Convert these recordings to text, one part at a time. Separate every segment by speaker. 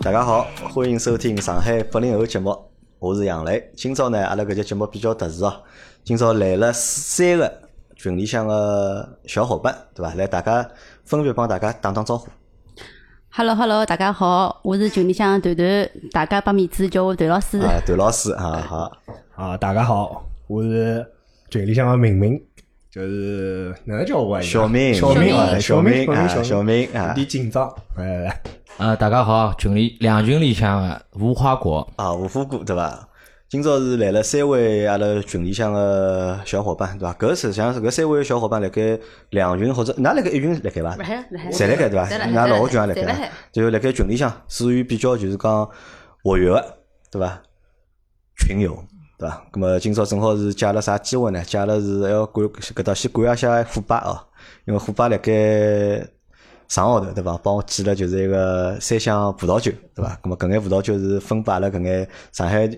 Speaker 1: 大家好，欢迎收听上海八零后节目，我是杨磊。今朝呢，阿拉搿节节目比较特殊哦，今朝来了三个群里向个小伙伴，对伐？来，大家分别帮大家打打招呼。
Speaker 2: Hello Hello，大家好，我是群里向团团，大家拨面子叫我团老师。
Speaker 1: 啊，段老师啊，好，
Speaker 3: 啊，大家好，我是群里向个明明，就是哪能叫我啊？
Speaker 1: 小明，
Speaker 3: 小明啊，
Speaker 1: 小
Speaker 3: 明
Speaker 1: 明啊，小明
Speaker 3: 有
Speaker 1: 啊，
Speaker 3: 点紧张。哎来来来，
Speaker 4: 啊、大家好，群里两群里向的无花果，
Speaker 1: 啊，无火锅对伐？今朝是来了三位阿拉群里向个小伙伴，对伐？搿实际上是搿三位小伙伴辣盖两群或者，㑚辣盖一群辣盖伐？
Speaker 2: 海不海
Speaker 1: 侪辣盖对伐？
Speaker 2: 侪辣海
Speaker 1: 㑚老婆群也辣
Speaker 2: 侪辣
Speaker 1: 盖
Speaker 2: 海，
Speaker 1: 就辣盖群里向属于比较就是讲活跃个，对伐？群友对伐？咁么今朝正好是借了啥机会呢？借了是还要感搿搭先感谢一下虎爸哦，因为虎爸辣盖。上号头对伐？帮我寄了就是一个三箱葡萄酒对伐？咁么搿眼葡萄酒是分拨阿拉搿眼上海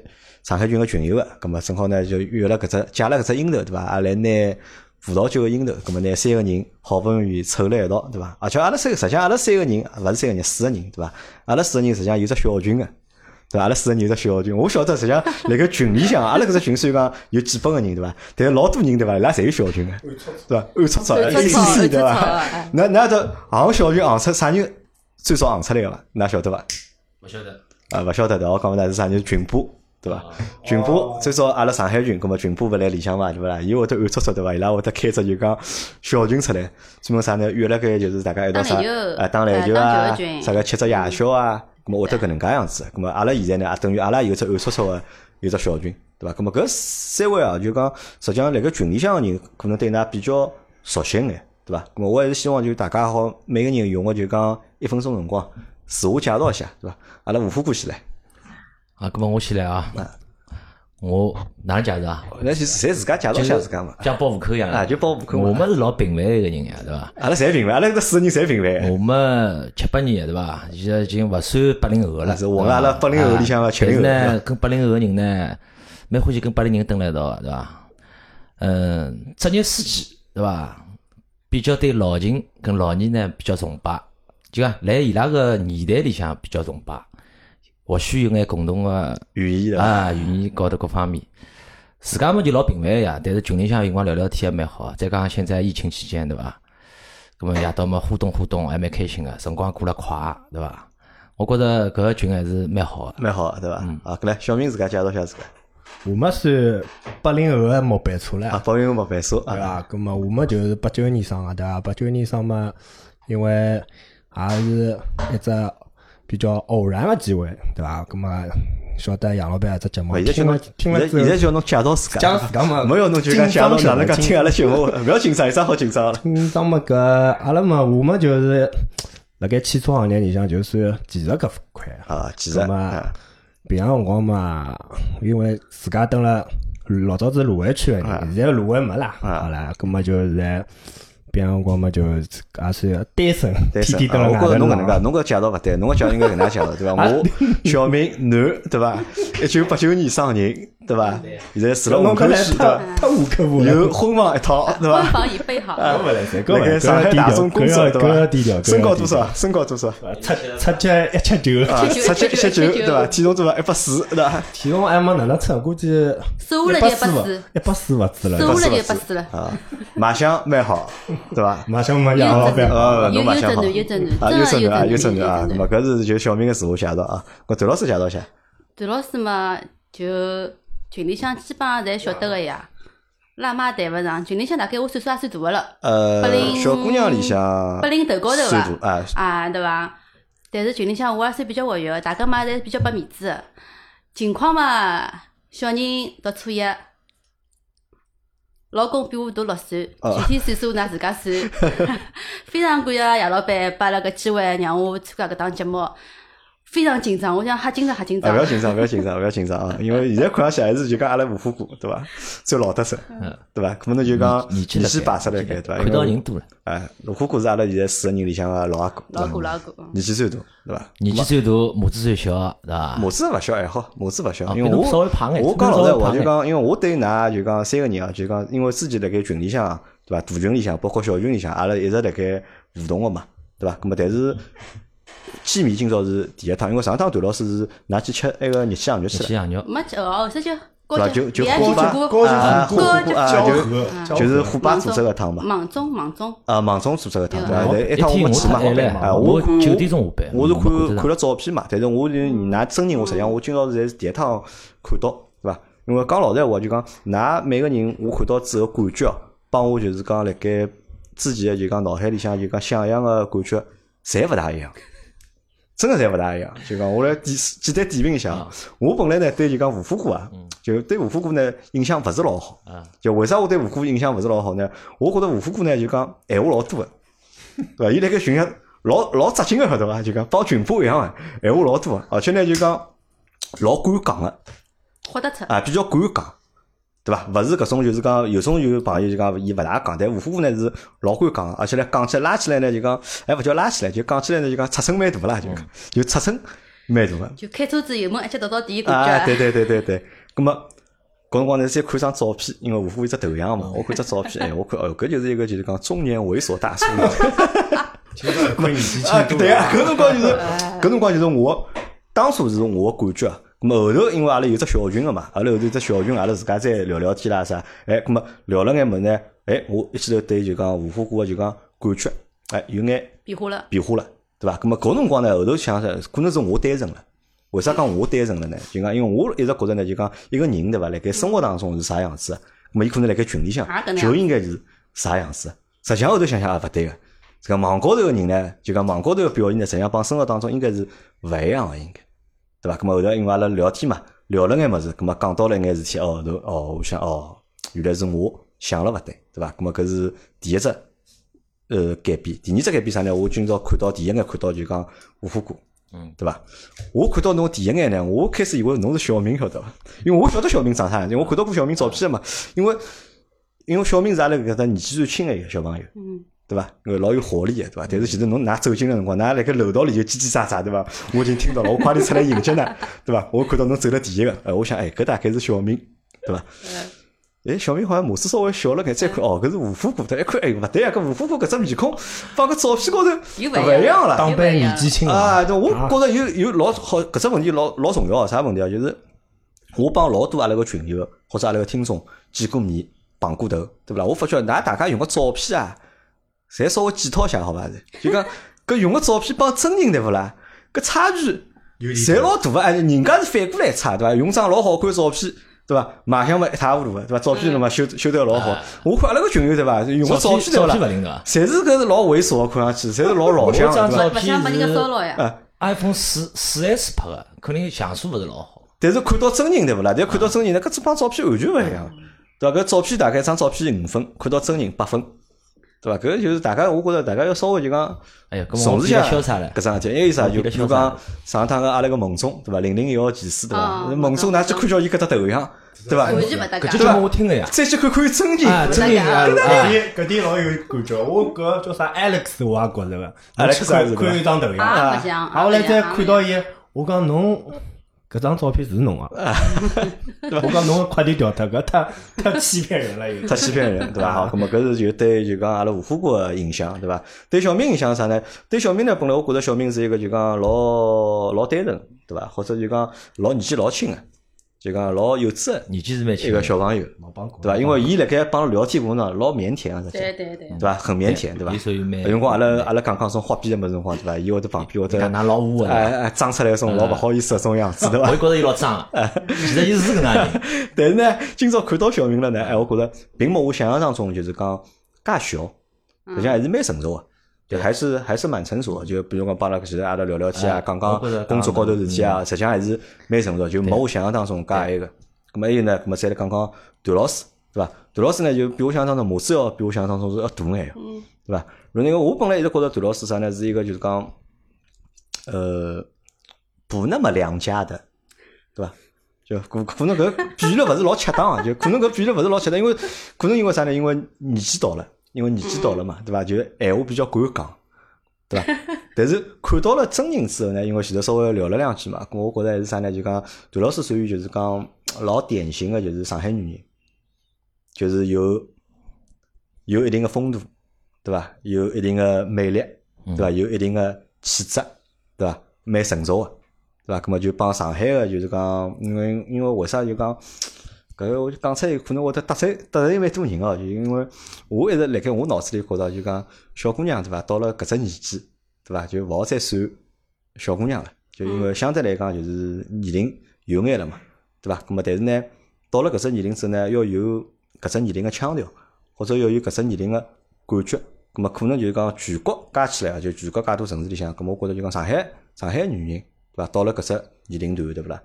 Speaker 1: 上海群个群友个，咁么正好呢就约了搿只借了搿只樱头对伐？阿拉来拿葡萄酒个樱头，咁么拿三个人好不容易凑了一道对伐？而且阿拉三个实际上阿拉三个人勿是三个人，四个人对伐？阿拉四个人实际上有只小群个。对伐？阿拉四个人有只小群，我晓得实际上辣盖群里向，阿拉搿只群虽然讲有几百个人对伐？但是老多人对伐？伊拉侪有小群个，对伐？暗搓搓
Speaker 2: 暗搓搓
Speaker 1: ACC 对
Speaker 2: 暗搓搓
Speaker 1: 伐
Speaker 2: 哎？
Speaker 1: 那那这行小群行出啥人最早行出来个伐？㑚晓得伐？
Speaker 4: 不晓得，
Speaker 1: 啊，勿晓得的，我讲勿是啥人群霸，对伐？群霸最早阿拉上海群，葛末群霸勿来里向嘛，对勿啦？伊会得暗搓搓对伐？伊拉会得开只就讲小群出来，专门啥呢？约了该就是大家一道啥
Speaker 2: 打篮球
Speaker 1: 啊，打篮球
Speaker 2: 啊打
Speaker 1: 啊
Speaker 2: 球的群，
Speaker 1: 啥个吃只夜宵啊，葛末会得搿能介样子。葛末阿拉现在呢，也啊等于阿拉有只暗搓搓个有只小群，对伐？葛末搿三位啊，就讲实际上辣盖群里向个人，可能对㑚比较熟悉眼，对伐？葛末我还是希望就是大家好，每个人用个就讲一分钟辰光自我介绍一下，对伐？阿拉无火锅先来。
Speaker 4: 啊，那么我先来啊，我哪能介绍啊？
Speaker 1: 那就是侪自家介绍一下自家嘛。
Speaker 4: 像报户口一样的
Speaker 1: 啊就报户口嘛
Speaker 4: 我们是老平凡的一个人呀，对吧？
Speaker 1: 阿拉侪平凡，阿拉搿四个人侪平凡。
Speaker 4: 我们七八年对吧？现在已经勿算八零后了，
Speaker 1: 是混了阿拉
Speaker 4: 对吧
Speaker 1: 80后里向的
Speaker 4: 啊
Speaker 1: 70后
Speaker 4: 但是
Speaker 1: 对
Speaker 4: 呢，跟八零后的人呢，蛮欢喜跟八零人蹲辣一道的，对吧？嗯，职业司机对吧？比较对老秦跟老倪呢比较崇拜，就讲辣伊拉个年代里向比较崇拜，或许有眼共同的
Speaker 1: 语言对伐？
Speaker 4: 啊，语言高头各方面，自家么就老平凡呀，但是群里向有辰光聊聊天也蛮好。啊再加上现在疫情期间，对伐？那么夜到么互动互动还蛮开心个，辰光过了快，对伐？我觉着搿个群还是蛮好个。
Speaker 1: 蛮好，对伐？啊，搿来小明自家介绍一下自家。
Speaker 3: 我们算八零后个末班车了
Speaker 1: 啊，，包云勿白说
Speaker 3: 对
Speaker 1: 啊，
Speaker 3: 伐？咁么我们就是八九年生个，啊对伐？八九年生嘛，因为也是一只比较偶然个机会，对伐？咁么晓得杨老板搿只节目，
Speaker 1: 现在叫
Speaker 3: 听
Speaker 1: 侬
Speaker 3: 了听了之
Speaker 1: 现在
Speaker 3: 后，
Speaker 1: 叫侬介绍自家，
Speaker 3: 讲自家嘛
Speaker 1: 没有侬就讲介绍哪能介听阿拉节目，勿要紧张，有啥好紧张了？
Speaker 3: 紧张么搿阿拉嘛，我们就是辣盖汽车行业里向就算技术搿块啊。
Speaker 1: 啊，其实
Speaker 3: 咁
Speaker 1: 啊
Speaker 3: 啊，平常辰光嘛，因为自家蹲了老早子卢湾区个人，现在卢湾没啦，
Speaker 1: 啊
Speaker 3: 好啦，葛么就现在平常辰光嘛，就也算单身，
Speaker 1: 对
Speaker 3: 天
Speaker 1: 是
Speaker 3: 天蹲
Speaker 1: 啊
Speaker 3: 了
Speaker 1: 我
Speaker 3: 外
Speaker 1: 觉
Speaker 3: 头
Speaker 1: 着侬搿能介，
Speaker 3: 浪。
Speaker 1: 侬搿介绍勿对，侬搿介绍应该搿能介介绍，对伐？
Speaker 3: 啊
Speaker 1: 我小明男，对 伐？一九八九年生人，对伐？现在住了
Speaker 3: 侬
Speaker 1: 虹
Speaker 3: 可
Speaker 1: 口
Speaker 3: 来
Speaker 1: 区，对
Speaker 3: 太
Speaker 1: 伐？
Speaker 3: 太无可无了，
Speaker 1: 有婚房一套，对伐
Speaker 2: 婚？房已备好，
Speaker 1: 啊，勿来
Speaker 3: 噻
Speaker 1: 搿
Speaker 3: 搿
Speaker 1: 个
Speaker 3: 个
Speaker 1: 上海大众
Speaker 3: 搿个
Speaker 1: 工作
Speaker 3: 低调
Speaker 1: 对
Speaker 3: 搿
Speaker 1: 伐
Speaker 3: 个低调搿？个
Speaker 1: 身高多
Speaker 3: 低调
Speaker 1: 少？身高多少？
Speaker 3: 出出去一尺九，
Speaker 1: 啊，
Speaker 2: 七九
Speaker 1: 七九
Speaker 2: 七
Speaker 1: 七
Speaker 2: 九
Speaker 1: 九
Speaker 2: 七
Speaker 1: 对
Speaker 2: 九
Speaker 1: 伐？体重多少？一百四对 伐？
Speaker 3: 体重还没哪能称，估计
Speaker 2: 瘦下来
Speaker 3: 百
Speaker 2: 就一百
Speaker 3: 勿
Speaker 2: 四
Speaker 3: 一百四勿止
Speaker 2: 瘦
Speaker 3: 了。
Speaker 2: 下来就一百四了。
Speaker 1: 啊，卖相蛮好，对伐？
Speaker 3: 马上嘛，
Speaker 2: 有
Speaker 3: 杨老
Speaker 2: 只
Speaker 3: 板，
Speaker 1: 呃，侬
Speaker 2: 有
Speaker 1: 卖
Speaker 2: 有
Speaker 1: 相
Speaker 2: 只
Speaker 1: 好
Speaker 2: 男，有只
Speaker 1: 啊，有正男啊，
Speaker 2: 男，真的
Speaker 1: 有
Speaker 2: 有只
Speaker 1: 正
Speaker 2: 男
Speaker 1: 男啊，咁
Speaker 2: 有
Speaker 1: 啊，搿是就小明个自我介绍啊。搿段老师介绍一下，
Speaker 2: 段老师嘛，就群里向基本上侪晓得个呀，辣妈谈勿上，群里向大概我岁数也算大个了，
Speaker 1: 呃
Speaker 2: 八，零
Speaker 1: 小姑娘里向
Speaker 2: 八零头高头
Speaker 1: 岁数
Speaker 2: 伐？
Speaker 1: 啊，
Speaker 2: 啊，对伐？但是群里向我也算比较活跃，大家嘛侪比较拨面子的。情况嘛，小人读初一，老公比我大六岁，
Speaker 1: 哦
Speaker 2: 具体岁数㑚自家算。 非常感谢杨老板拨阿拉搿机会让我参加搿档节目，非常紧张，我想瞎紧张瞎紧
Speaker 1: 啊，
Speaker 2: 张
Speaker 1: 勿要。紧张，勿要紧张，勿要紧张啊！因为现在看上去还是就讲阿拉无花果，对伐？最老特色，
Speaker 2: 嗯
Speaker 1: 对伐？可能就讲
Speaker 4: 年纪
Speaker 1: 年
Speaker 4: 了
Speaker 1: 纪
Speaker 4: 该
Speaker 1: 摆出来该，对伐？
Speaker 4: 看到人多了，
Speaker 1: 哎，无花果是阿拉现在四个人里向个老阿哥，
Speaker 2: 老哥
Speaker 1: 对伐
Speaker 2: 老哥，嗯
Speaker 1: 年纪最大，对伐？
Speaker 4: 年纪最大，母子最小，对伐？
Speaker 1: 模子勿小还好，模子勿小，
Speaker 4: 啊
Speaker 1: 因为
Speaker 4: 比侬
Speaker 1: 我
Speaker 4: 稍微胖眼
Speaker 1: 我
Speaker 4: 比
Speaker 1: 讲
Speaker 4: 侬
Speaker 1: 老
Speaker 4: 稍
Speaker 1: 实
Speaker 4: 微
Speaker 1: 话，
Speaker 4: 胖
Speaker 1: 就
Speaker 4: 眼
Speaker 1: 讲，因为我对㑚就讲三个人啊，就讲，因为之前辣盖群里向啊，对伐？大群里向，包括小群里向，阿拉一直辣盖互动个嘛，对伐？咁么，但是鸡米今朝是第一趟，因为上趟段老师是㑚去吃那个热气羊肉去
Speaker 4: 吃
Speaker 1: 了，
Speaker 4: 羊肉，
Speaker 2: 没吃哦，后头就
Speaker 1: 是吧就
Speaker 2: 高级
Speaker 1: 就
Speaker 2: 别
Speaker 1: 火
Speaker 2: 皮
Speaker 1: 把
Speaker 2: 酒
Speaker 1: 高
Speaker 2: 锅，
Speaker 1: 级
Speaker 2: 啊
Speaker 1: 火把
Speaker 2: 高级
Speaker 1: 啊
Speaker 2: 交
Speaker 1: 就
Speaker 2: 嗯
Speaker 1: 就是虎爸
Speaker 2: 芒
Speaker 1: 组
Speaker 2: 种
Speaker 1: 织个趟嘛，
Speaker 2: 芒种芒种，
Speaker 1: 啊，网中组织个趟，对
Speaker 2: 对
Speaker 1: 伐？但一
Speaker 4: 哦一
Speaker 1: 趟我
Speaker 4: 天
Speaker 1: 没
Speaker 4: 我
Speaker 1: 去嘛，
Speaker 4: 太晚了
Speaker 1: 哎，
Speaker 4: 我
Speaker 1: 看
Speaker 4: 九点钟下班
Speaker 1: 我是看
Speaker 4: 我没看得上
Speaker 1: 看了照片嘛，但是我就㑚真人，我实际上我今朝侪是第一趟看到，对伐？因为讲老实闲话，就讲㑚每个人我看到之后感觉哦，帮我就是讲辣盖之前就讲脑海里向就讲想象个感觉，侪勿大一样。真个侪勿大一样。就讲我来简简单点评一下啊，我本来呢对就讲五虎哥啊，就对五虎哥呢印象勿是老好
Speaker 4: 啊。
Speaker 1: 就为啥我对五虎哥印象勿是老好呢？我觉得五虎哥呢就讲闲话老多个，对伐？伊辣盖群里向老老扎劲个晓得伐？就讲帮群播一样个，闲话老多个，而且呢就讲老敢讲个。
Speaker 2: 豁得出。
Speaker 1: 啊，比较敢讲，对伐？勿是搿种就是讲有种有朋友就讲伊勿大讲，但吴虎呢是老敢讲，而且呢讲起来拉起来呢就讲，还勿叫拉起来，就讲起来呢就讲尺寸蛮大啦，就讲就尺寸蛮大个。
Speaker 2: 就开车子油门 一脚踏到底，
Speaker 1: 啊，
Speaker 2: 感
Speaker 1: 对
Speaker 2: 觉
Speaker 1: 对对对对，葛么。搿辰光呢，先看张照片，因为吴虎有只头像嘛，我看只照片，哎，我看哦，搿就是一个就是讲中年猥琐大叔了。
Speaker 5: 其实亏你轻
Speaker 1: 啊，
Speaker 5: 度
Speaker 1: 对啊，搿辰光就是，搿辰光就是我当初是我感觉啊。咁后头因为阿拉有只小群个嘛，阿拉后头有只小群，阿拉自家再聊聊天啦啥，哎，咁么聊了眼么呢，哎，我一记头对就讲无花果就讲感觉，哎，有眼
Speaker 2: 变化了。
Speaker 1: 变化了，对伐？咁么搿辰光呢，后头想想，可能是我单纯了。为啥讲我单纯了呢？就讲因为我一直觉着呢，就讲一个人对伐？辣盖生活当中是啥样子的，咁么伊可能辣盖群里向
Speaker 2: 啊也搿能
Speaker 1: 就应该是啥样子的。实际上后头想想也勿对个，这个网高头个人呢，就讲网高头个表现呢，实际上帮生活当中应该是勿一样个，应该对伐？咁么后头因为阿拉聊天嘛，聊了眼物事，咁么讲到了一眼事体，哦后头哦，我想哦，原来是我想了勿对，对伐？咁么搿是第一只呃改变。第二只改变啥呢？我今朝看到第一眼看到就讲无花果，
Speaker 4: 嗯，
Speaker 1: 对伐？我看到侬第一眼呢，我开始以为侬是小明，晓得伐？因为我晓得小明长啥样子，因为我看到过小明照片的嘛。因为因为小明是阿拉搿搭年纪最轻个一个小朋友，
Speaker 2: 嗯，
Speaker 1: 对伐？因为老有活力个，对伐？但是其实侬㑚走近个辰光，㑚辣盖楼道里就叽叽喳喳，对伐？我已经听到了，我快点出来迎接㑚， 对伐？我看到侬走了第一个，哎，我想哎，搿大概是小明，对伐？
Speaker 2: 嗯
Speaker 1: 哎，小明好像模子稍微小了眼，再看哦，搿是五虎哥的，一看哎勿对啊，搿五虎哥搿只面孔放搿照片高头
Speaker 2: 又
Speaker 1: 勿
Speaker 2: 勿一
Speaker 1: 一样
Speaker 2: 样
Speaker 1: 了
Speaker 2: 了。
Speaker 3: 当班年纪轻
Speaker 1: 啊，对，我
Speaker 3: 啊
Speaker 1: 觉着有有老好搿只问题老老重要啊，啥问题啊？就是我帮老多阿拉个群友或者阿拉个听众见过面、碰过头，对勿啦？我发觉㑚大家用个照片啊，侪稍微检讨一下，好伐？就讲 搿用个照片帮真人对勿啦？搿差距
Speaker 5: 有点
Speaker 1: 侪老大个，哎，人家是反过来差，对伐？用张老好看照片。对伐？卖相嘛一塌糊涂个，对伐？照片嘛修修得老好。我看阿拉个群友对伐？用个照片对
Speaker 4: 嗯啊照
Speaker 1: 勿
Speaker 4: 片勿
Speaker 1: 啦？
Speaker 4: 灵对伐
Speaker 1: 侪是搿是老猥琐，看上去侪是老老相
Speaker 4: 我
Speaker 1: 个，
Speaker 4: 张
Speaker 1: 对啊伐？
Speaker 4: 照
Speaker 2: 勿呃想把人家骚扰呀。
Speaker 4: ？iPhone 四四 S 拍个，肯定像素勿是老好。
Speaker 1: 但是看到真人对勿啦？但看到真人呢，搿只帮照片完全勿一样，
Speaker 4: 嗯
Speaker 1: 对伐？搿照片大概一张照片五分，看到真人八分，对伐？搿就是大家，我觉着大家要稍微就讲
Speaker 4: 哎呀，搿么
Speaker 1: 重
Speaker 4: 我
Speaker 1: 视一
Speaker 4: 比较
Speaker 1: 下
Speaker 4: 潇洒了
Speaker 1: 搿。桩事体。还有啥？
Speaker 4: 我
Speaker 1: 就
Speaker 4: 比较
Speaker 1: 比如
Speaker 4: 潇洒
Speaker 1: 讲上趟个阿拉个孟总，对伐？零零一号技师，对伐？
Speaker 2: 哦
Speaker 1: 孟总，
Speaker 2: 孟
Speaker 1: 㑚
Speaker 2: 总
Speaker 1: 去看叫伊搿只头像，对伐？
Speaker 2: 完全勿搭
Speaker 4: 搿就
Speaker 2: 界。
Speaker 4: 叫我听个呀。
Speaker 1: 再去看看伊真
Speaker 4: 啊，
Speaker 1: 人，
Speaker 4: 真人啊
Speaker 2: 搿
Speaker 4: 啊
Speaker 5: 搿。点搿点老有感觉，我搿
Speaker 3: 叫啥 Alex 我也觉着个
Speaker 1: Alex
Speaker 3: 我去
Speaker 1: 是吧
Speaker 3: 看看一张头像，
Speaker 2: 啊，勿啊像。
Speaker 3: 后来再
Speaker 2: 勿像
Speaker 3: 看到。伊，我讲侬搿张照片是侬啊，我讲侬快点调脱，搿太太欺骗人了有点。
Speaker 1: 太欺骗人，对伐？好，搿么搿是就对就讲阿拉无火锅个影响，对伐？对小明影响是啥呢？对小明呢，本来我觉着小明是一个就讲老老单纯，对伐？或者就讲老年纪老轻个，就讲老幼稚个
Speaker 4: 年纪是蛮
Speaker 1: 一
Speaker 4: 轻
Speaker 1: 个
Speaker 4: 的，
Speaker 1: 小朋友，
Speaker 3: 老帮过
Speaker 1: 对伐？因为伊辣盖帮聊天过程中老腼腆个，实际
Speaker 2: 对对对
Speaker 1: 对。伐？很腼腆，对伐
Speaker 4: 伊？属于蛮。
Speaker 1: 有辰光阿拉阿拉讲讲种花边个物事辰光，对伐？伊会得旁边会
Speaker 4: 讲
Speaker 1: 得
Speaker 4: 㑚老污
Speaker 1: 哎
Speaker 4: 个，
Speaker 1: 哎装出来一种老勿好意思个种样子，对伐
Speaker 4: 我？就觉着伊老 脏
Speaker 1: 哎
Speaker 4: 个，其实伊是搿能样人。
Speaker 1: 但是呢，今朝看到小明了呢，哎，我觉着并没我想象当中就是讲介小，实际上还是蛮成熟个。
Speaker 4: 嗯
Speaker 1: 就还是还是蛮成熟的，就比如讲帮阿拉其实阿拉聊聊天啊，
Speaker 4: 哎
Speaker 1: 讲
Speaker 4: 我觉着
Speaker 1: 讲工作
Speaker 4: 讲嗯
Speaker 1: 高头事体啊，实际上还是蛮成熟的，就没我想象当中介埃个。咁么还有呢，咁么再来讲讲段老师，对伐？段老师呢就比我想象当中，模子要比我想象当中是要大眼个，对伐？然后那个我本来一直觉着段老师啥呢，是一个就是讲，呃，不那么良家的，对伐？就可可能搿比喻了勿是老恰当啊，就可能搿比喻了勿是老恰当，因为可能因为啥呢？因为年纪到了，因为年纪到了嘛，对伐？就闲话比较敢讲，对伐？ 但是看到了真人之后呢，因为前头稍微聊了两句嘛，咁我觉着还是啥呢？就讲段老师属于就是讲老典型的，就是上海女人，就是有有一定的风度，对伐？有一定的魅力，对伐？有一定的气质，对伐？蛮成熟个，对伐？咁啊么就帮上海个就是讲，因为因为为啥就讲，搿个我就讲出来可能会得得罪得罪蛮多人哦，就因为我一直辣盖我脑子里觉着就讲小姑娘对伐？到了搿只年纪，对伐？就勿好再算小姑娘了，就因为相对来讲就是年龄有眼了嘛，对伐？咁啊么但是呢，到了搿只年龄之后呢，要有搿只年龄个腔调，或者要有搿只年龄个感觉。咁么可能就是讲全国加起来啊，就全国介多城市里向，咁我觉着就讲上海上海女人对伐？到了搿只年龄段对勿啦，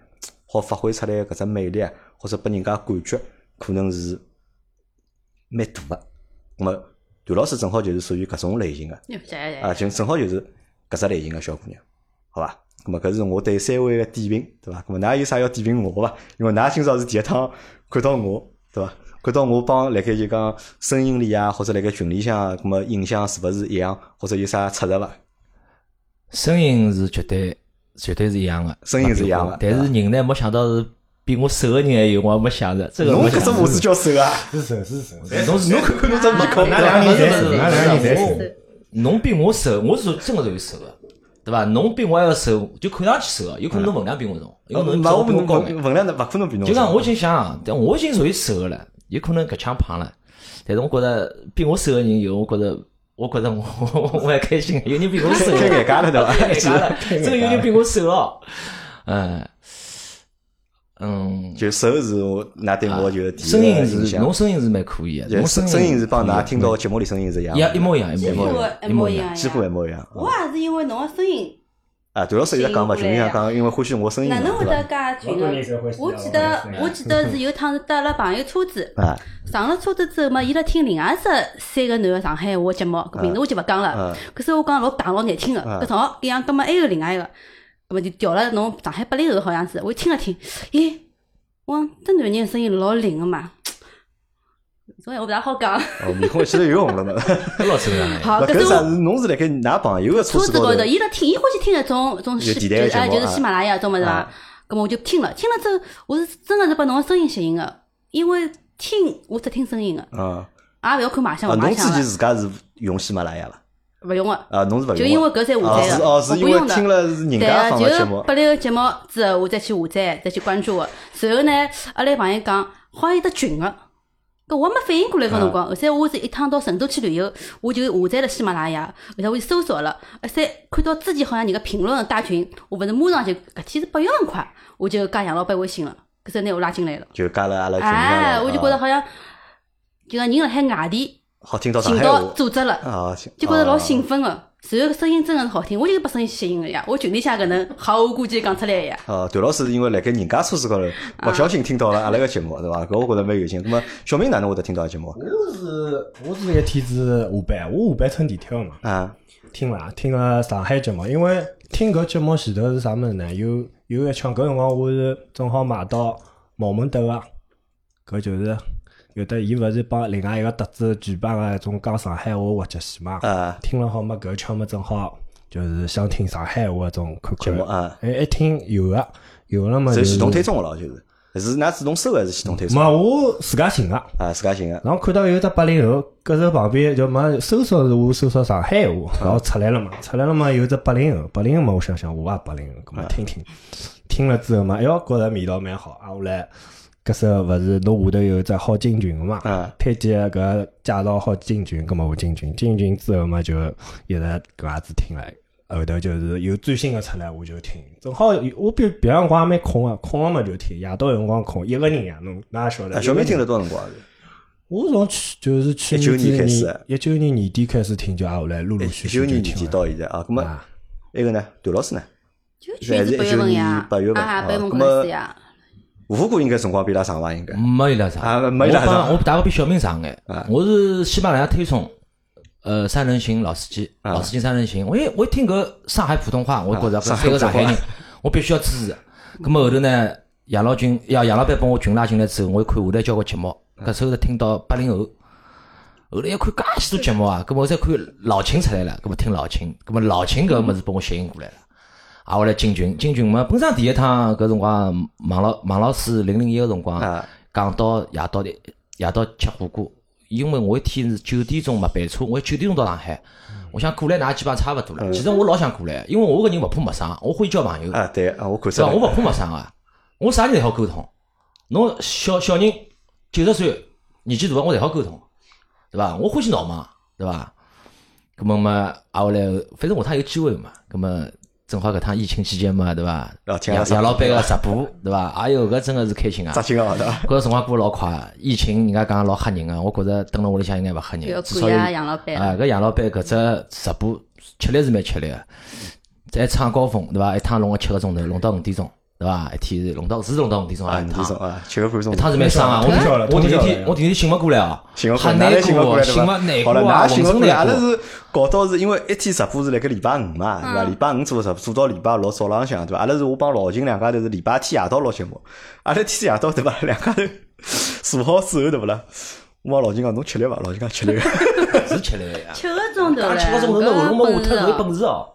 Speaker 1: 好发挥出来搿只魅力啊，或者拨人家感觉可能是蛮大个。咁么段老师正好就是属于搿种类型个、
Speaker 2: 哟，谢谢谢谢
Speaker 1: 啊，就正好就是搿只类型个小姑娘，好伐？咁么搿是我对三位个点评，对伐？咁么㑚有啥要点评我伐？因为㑚今朝是第一趟看到我，对伐？看到我帮辣盖就讲声音里啊，或者辣盖群里向啊，咁么印象是勿是一样，或者有啥出入伐？
Speaker 4: 声音是绝对绝对是一样的，啊
Speaker 1: 声音是一样的
Speaker 4: 但是人呢，没想到是比我瘦个人还有，我也没想着这个
Speaker 1: 侬
Speaker 4: 没
Speaker 1: 搿
Speaker 4: 想
Speaker 1: 只
Speaker 4: 着。
Speaker 1: 模子叫手啊？
Speaker 5: 是神是神，
Speaker 4: 侬 是侬看看侬这没
Speaker 2: 啊
Speaker 4: 空，
Speaker 5: 那两个人侪瘦，那两个人侪
Speaker 2: 是
Speaker 5: 瘦。
Speaker 2: 是
Speaker 4: 侬比我瘦，我是真个是有瘦个，对伐？侬比我还要瘦，就看上去瘦个，有可能侬分量比我重，有可能侬
Speaker 1: 勿嗯我
Speaker 4: 长得比
Speaker 1: 们
Speaker 4: 我高眼。
Speaker 1: 分量勿可能比侬
Speaker 4: 就
Speaker 1: 少。
Speaker 4: 讲我已经想啊，但我已经属于瘦个了，有可能搿腔胖了，但是我觉着比我瘦个人有，我觉着。我觉着我我还开心，啊有人比我瘦，
Speaker 1: 开眼界了对伐
Speaker 4: 开眼界了，这个有人比我瘦哦，嗯，嗯，
Speaker 1: 就手是我㑚对我就是第一
Speaker 4: 声
Speaker 1: 个
Speaker 4: 音
Speaker 1: 印
Speaker 4: 是，
Speaker 1: 象
Speaker 4: 侬。声音是蛮可以的，
Speaker 1: 就
Speaker 4: 侬
Speaker 1: 声
Speaker 4: 声
Speaker 1: 音是帮
Speaker 4: 可以
Speaker 1: 㑚
Speaker 4: 的
Speaker 1: 听到节目里声音是一样
Speaker 4: 一
Speaker 1: 的，
Speaker 4: 一模一样，
Speaker 2: 几
Speaker 4: 一
Speaker 2: 乎
Speaker 4: 模一样，
Speaker 2: 一模
Speaker 4: 一
Speaker 2: 一
Speaker 4: 样。
Speaker 2: 样
Speaker 1: 几
Speaker 2: 哎呀。
Speaker 1: 乎一模一样。嗯
Speaker 2: 我也是因为侬个声音，
Speaker 1: 啊，段老师一直讲嘛，群里向讲，因为欢喜我声音
Speaker 2: 哪
Speaker 1: 嘛，
Speaker 2: 能会
Speaker 1: 对
Speaker 2: 得
Speaker 1: 伐？
Speaker 2: 介群
Speaker 5: 老多人侪
Speaker 2: 个啊
Speaker 5: 欢？喜
Speaker 2: 我
Speaker 5: 老
Speaker 2: 记
Speaker 5: 多人
Speaker 2: 得
Speaker 5: 欢喜
Speaker 2: 我记得是有一趟是搭了朋友车子，
Speaker 1: 啊，
Speaker 2: 上了车子之后嘛，伊辣听另外一只三个男个上海话节目，搿名字我就勿讲了
Speaker 1: 嗯。
Speaker 2: 搿首我讲老戆老难听个，
Speaker 1: 啊
Speaker 2: 搿种哦，伊讲葛末还有另外一个，葛末就调了侬上海八零后好像是，我一听了听，咦，我讲这男人声音老灵个嘛，所以我勿大好讲。
Speaker 1: 哦，面孔现在又红了嘛。
Speaker 4: 搿老正常 哎。
Speaker 2: 好，
Speaker 1: 勿
Speaker 2: 搿
Speaker 1: 搿
Speaker 2: 是
Speaker 1: 啥
Speaker 2: 我
Speaker 1: 是侬是辣盖㑚朋友个车
Speaker 2: 车
Speaker 1: 子
Speaker 2: 子
Speaker 1: 高头
Speaker 2: 高
Speaker 1: 啊
Speaker 2: 头，伊辣听，伊欢喜听搿种种
Speaker 1: 有
Speaker 2: 西，
Speaker 1: 地
Speaker 2: 就
Speaker 1: 带的
Speaker 2: 是哎，
Speaker 1: 节目
Speaker 2: 就是喜马拉雅种物事伐
Speaker 1: 啊？
Speaker 2: 葛末我就听了，听了之后，我是真个是被侬个声音吸引个，因为听我只听声音个，
Speaker 1: 啊
Speaker 2: 也勿要看卖相
Speaker 1: 啊，
Speaker 2: 勿卖
Speaker 1: 侬
Speaker 2: 相
Speaker 1: 自己
Speaker 2: 个，
Speaker 1: 自家是用喜马拉雅伐？
Speaker 2: 勿用个。
Speaker 1: 啊，侬是勿用的？
Speaker 2: 就因为搿才下载的
Speaker 1: 哦，是哦是因
Speaker 2: 我不
Speaker 1: 为
Speaker 2: 用的
Speaker 1: 听了是人
Speaker 2: 对
Speaker 1: 家
Speaker 2: 啊，
Speaker 1: 放
Speaker 2: 就
Speaker 1: 个节
Speaker 2: 是
Speaker 1: 目
Speaker 2: 八六个节目之后，我再去下载，再去关注个。随后呢，阿拉朋友讲，好像有得群个。搿我没反应过来搿辰
Speaker 1: 啊
Speaker 2: 光，后头我是一趟到成都去旅游，我就下载了喜马拉雅，后头我就搜索了，后头看到之前好像人家评论个加群，我勿是马上就搿天是八月份快，我就加杨老板微信了，搿时候拿我拉进来了，
Speaker 1: 就加了阿拉群里向
Speaker 2: 哎，
Speaker 1: 了啊
Speaker 2: 我就觉得好像就讲人辣海外地
Speaker 1: 好听到上
Speaker 2: 寻
Speaker 1: 海话
Speaker 2: 到组织了，
Speaker 1: 啊，
Speaker 2: 就觉着老兴
Speaker 1: 奋
Speaker 2: 奋个。然后声音真个是好听，我就是被声音吸引个呀。我群里向搿能毫无顾忌地讲出来个呀。
Speaker 1: 啊！段老师是因为辣盖人家车子
Speaker 2: 啊
Speaker 1: 高头勿小心听到了阿拉个节目，对伐？搿我觉着蛮有劲。那么小明哪能会得听到节目？
Speaker 3: 我是我是那个天子下班，我下班乘地铁个嘛，
Speaker 1: 啊，
Speaker 3: 听了听个上海节目，因为听搿节目前头是啥物事呢？有有一腔搿辰光我是正好买到毛门豆啊，搿就是有的伊勿是帮另外一个搭子举办个一种讲上海话活节戏嘛，
Speaker 1: 啊
Speaker 3: 听了好嘛搿一腔么正好就是想听上海话搿种看
Speaker 1: 节
Speaker 3: 看
Speaker 1: 目啊，
Speaker 3: 哎一听有个有了嘛
Speaker 1: 是
Speaker 3: 就
Speaker 1: 系
Speaker 3: 是
Speaker 1: 统推送个咯，就是是㑚主动搜还是系统推送？
Speaker 3: 没我自家寻个。
Speaker 1: 啊，自家寻个。
Speaker 3: 然后看到有一只八零后，搿时候旁边就没搜索是我搜索上海话，
Speaker 1: 啊
Speaker 3: 然后出来了嘛，出来了嘛，有一只八零后，八零后嘛，我想想我也八零后，
Speaker 1: 啊
Speaker 3: 搿么听听，听了之后嘛，哎哟，觉着味道蛮好，啊，我来搿时候勿是侬下头有一只好进群个嘛，
Speaker 1: 嗯
Speaker 3: 推荐搿介绍好进群，搿么我进群，进群之后嘛就一直搿样子听了。后头就是有最新的出来，我就听。正好有我比别辰光还蛮空啊，空了嘛就听。夜到辰光空，一个人呀，侬哪晓得？
Speaker 1: 啊，小明
Speaker 3: 一个人
Speaker 1: 听了多少辰光了？
Speaker 3: 我从去就是去
Speaker 1: 19年开始哎
Speaker 3: 一九年年底开始听，就啊后来陆陆续
Speaker 1: 一
Speaker 3: 续
Speaker 1: 九
Speaker 3: 就
Speaker 1: 年年
Speaker 3: 听
Speaker 1: 底
Speaker 3: 了
Speaker 1: 到现在啊，那么
Speaker 3: 啊
Speaker 1: 那个呢，段老师呢？
Speaker 2: 就
Speaker 1: 现
Speaker 2: 全
Speaker 1: 在
Speaker 2: 是
Speaker 1: 是
Speaker 2: 八月份呀
Speaker 1: 19，八月份
Speaker 2: 啊，
Speaker 1: 哦
Speaker 2: 八月份
Speaker 1: 葛么
Speaker 2: 开始呀。
Speaker 1: 吴副哥应该辰光比伊拉长伐？应该
Speaker 4: 没伊拉长
Speaker 1: 啊没伊拉长
Speaker 4: 我帮我大概比小明长眼
Speaker 1: 啊。
Speaker 4: 我是喜马拉雅推送，呃，三人行老司机，
Speaker 1: 啊
Speaker 4: 老司机三人行。我一我一听搿上海普通话，我觉着
Speaker 1: 上
Speaker 4: 搿
Speaker 1: 海
Speaker 4: 是一个上海
Speaker 1: 普
Speaker 4: 人，我必须要支持。葛么后头呢，杨老军呀，杨老板帮我群拉进来之后，我一看下来交关节目，
Speaker 1: 啊
Speaker 4: 搿时候是听到八零后。后来一看介许多节目啊，葛么我再看老秦出来了，葛么听老秦，葛么老秦搿物事把我吸引过来了。啊，我来进群，进群嘛，本身第一趟搿辰光，孟老孟老师零零一个辰光，
Speaker 1: 啊
Speaker 4: 讲到夜到的夜到吃火锅，因为我一天是九点钟末班车，我九点钟到上海，我想过来，㑚基本上差勿多了。其实我老想过来，因为我个人勿怕陌生，我欢喜交朋友，
Speaker 1: 啊，对啊，我看
Speaker 4: 嗯是
Speaker 1: 出
Speaker 4: 伐？
Speaker 1: 来
Speaker 4: 我
Speaker 1: 了，
Speaker 4: 勿怕陌生啊，我啥人侪好沟通。侬小小人九十岁年纪大，我侪好沟通，对伐？我欢喜闹嘛，对伐？咁么嘛，啊后来反正下趟有机会嘛，咁么正好搿趟疫情期间嘛，对伐？
Speaker 1: 啊听
Speaker 4: 杨
Speaker 1: 了啥
Speaker 4: 杨老板个直播，对伐？哎哟，搿真个是开心啊！
Speaker 1: 扎劲啊，对伐？
Speaker 4: 搿个辰光过得老快，疫情人家讲老吓人啊，我觉着蹲辣屋里向应该勿吓
Speaker 2: 要
Speaker 4: 人，至
Speaker 2: 感
Speaker 4: 少有
Speaker 2: 谢杨老板。
Speaker 4: 啊，搿杨老板搿只直播吃力是蛮吃力个，在唱高峰对伐？一趟弄个七个钟头，弄到五点钟对伐？一天是弄到是弄到五点钟啊，
Speaker 1: 啊，
Speaker 4: 一
Speaker 1: 你说
Speaker 4: 趟
Speaker 1: 啊，七个半钟
Speaker 4: 一，趟是蛮伤啊！我
Speaker 3: 通宵了
Speaker 4: 我第
Speaker 3: 通宵
Speaker 4: 二
Speaker 3: 了
Speaker 4: 天
Speaker 3: 要
Speaker 4: 我第二天醒勿过来啊，
Speaker 1: 醒勿过
Speaker 4: 很哦
Speaker 1: 来，
Speaker 4: 难
Speaker 1: 哪醒勿过
Speaker 4: 过，
Speaker 1: 来
Speaker 4: 醒
Speaker 1: 对
Speaker 4: 勿难
Speaker 1: 伐？好
Speaker 4: 过
Speaker 1: 了，
Speaker 4: 啊，
Speaker 1: 哪
Speaker 4: 浑
Speaker 1: 醒勿
Speaker 4: 身
Speaker 1: 过来？阿
Speaker 4: 难
Speaker 1: 拉
Speaker 4: 过。
Speaker 1: 是搞到是因为一天直播是辣盖礼拜五嘛，对伐？礼拜五做直播做到礼拜六早浪向，对伐？阿拉是我帮老秦两家头是礼拜天夜到录节目，阿拉天夜到对伐？两家头 坐好之后对勿啦？我帮老秦讲侬吃力伐？老秦讲吃力个。
Speaker 4: 是吃力个呀，
Speaker 2: 七个钟头
Speaker 4: 讲
Speaker 1: 啊
Speaker 2: 嘞，
Speaker 4: 七个钟头
Speaker 2: 搿
Speaker 4: 我
Speaker 2: 本
Speaker 4: 我
Speaker 2: 事
Speaker 4: 特有
Speaker 2: 哦
Speaker 4: 本事哦。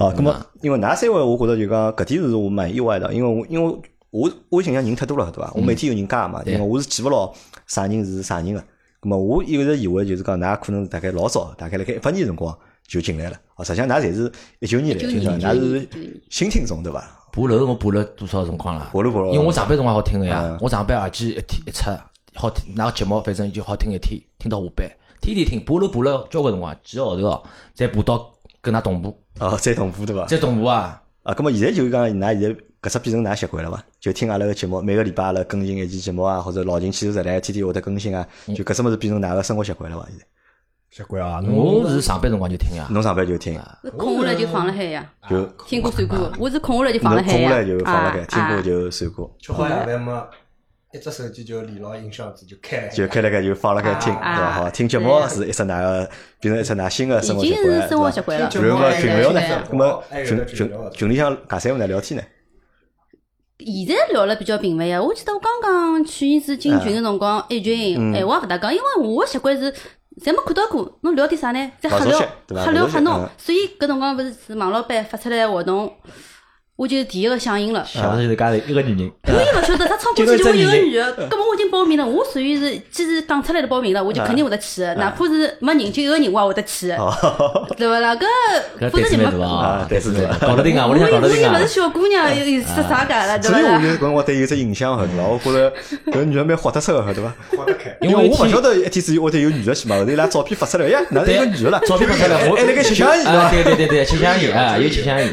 Speaker 1: 哦，咁么，因为㑚三位，我觉得就讲搿点是我蛮意外的，因为我因为我我寻向人太多了，对伐？我每天有人加嘛，因为我是记勿牢啥人是啥人个。啊咁么，我一直以为就是讲，㑚可能是大概老早，大概辣盖一八年辰光就进来了。哦，实际上，㑚侪是一九年来，就
Speaker 2: 19
Speaker 1: 是
Speaker 2: 年
Speaker 1: 㑚是
Speaker 2: 19年
Speaker 1: 新听众，对伐？
Speaker 4: 爬楼我爬了多少辰光啦？
Speaker 1: 爬楼爬了
Speaker 4: 因为我上班辰光好听个呀，我上班耳机一天一出，好听，那个节目反正就好听一天，听到下班，天天听，爬楼爬了交关辰光，几个号头哦，再爬到跟㑚同步，
Speaker 1: 哦，再同步，对伐？
Speaker 4: 再同步啊，
Speaker 1: 啊，咁么现在就是讲，㑚现在搿只变成㑚习惯了伐？就听阿拉个节目，每个礼拜阿拉更新一期节目啊，或者老秦汽车时代天天会得更新啊，就搿只物事变成㑚个生活习惯了伐？现在
Speaker 3: 习惯啊，
Speaker 1: 嗯
Speaker 4: 我是上班辰光就听啊呀，
Speaker 1: 侬上班就听，
Speaker 2: 是空下来就放了海呀，
Speaker 1: 就
Speaker 2: 听歌算
Speaker 1: 啊
Speaker 2: 歌，我是空下来就放了
Speaker 1: 侬
Speaker 2: 海
Speaker 1: 空下
Speaker 2: 呀
Speaker 1: 来就，放了
Speaker 2: 啊
Speaker 1: 开，听
Speaker 2: 啊
Speaker 1: 歌就算歌，
Speaker 3: 吃好夜饭嘛，一只手机就连牢音箱子就开了。
Speaker 1: 就开了开就放了开听，对
Speaker 2: 啊
Speaker 1: 伐？
Speaker 2: 啊
Speaker 1: 好，听节目是一只哪个，变成一只哪新的生活
Speaker 2: 已
Speaker 1: 习
Speaker 2: 经是生活
Speaker 1: 惯，
Speaker 2: 习
Speaker 1: 对伐？
Speaker 2: 惯了。
Speaker 3: 听
Speaker 1: 然后嘛，
Speaker 3: 哎
Speaker 1: 群聊呢
Speaker 2: 对，
Speaker 1: 那么
Speaker 3: 哎有
Speaker 1: 群
Speaker 3: 的群
Speaker 1: 群
Speaker 3: 聊的
Speaker 1: 群里向搿三位呢聊天呢，
Speaker 2: 现在聊了比较频繁呀，我记得我刚刚去年子进群个辰光，一
Speaker 1: 嗯
Speaker 2: 群哎闲话勿大讲，因为我个习惯是，侪没看到过，侬聊点啥呢？在瞎
Speaker 1: 勿熟
Speaker 2: 聊
Speaker 1: 悉，对伐
Speaker 2: 瞎聊
Speaker 1: 勿熟悉
Speaker 2: 瞎弄
Speaker 1: 嗯，
Speaker 2: 所以搿辰光勿是是王老板发出来活动，我就第一个 响应了。
Speaker 4: 想着就是家里一个女人，
Speaker 2: 我也勿晓得，他冲过去就会有个女的，搿么我已经报名了，我属于是既然讲出来就报名了，
Speaker 1: 嗯
Speaker 2: 我就肯定会得去的，哪怕是没人就一个人，我也会得去
Speaker 1: 哦
Speaker 2: 的， 对勿啦？搿
Speaker 4: 搿
Speaker 2: 否
Speaker 4: 胆
Speaker 2: 则
Speaker 4: 子
Speaker 2: 就没
Speaker 4: 蛮大啊，
Speaker 1: 对
Speaker 4: 胆
Speaker 1: 是
Speaker 4: 子
Speaker 1: 的
Speaker 4: 蛮大，搞得定啊，
Speaker 2: 我
Speaker 4: 我里向搞得定
Speaker 2: 也勿
Speaker 4: 啊
Speaker 2: 是，小姑娘，有有啥啥干了，对
Speaker 1: 所以嗯
Speaker 2: 勿
Speaker 1: 我嗯
Speaker 2: 啦
Speaker 1: 就？搿辰光对伊有只印象很老，我觉着搿女的蛮豁得出个，对伐？
Speaker 3: 好得开。
Speaker 1: 因为我
Speaker 4: 我
Speaker 1: 勿
Speaker 4: 听
Speaker 1: 晓得一天之前我得有女的去嘛，后头伊拉照片发出来，哎呀，哪能
Speaker 4: 对
Speaker 1: 有个女的啦？哎
Speaker 4: 照片拍出来，我
Speaker 1: 还辣盖吃香烟
Speaker 4: 啊，
Speaker 1: 伐？
Speaker 4: 对对对对，吃香烟啊，有吃香烟，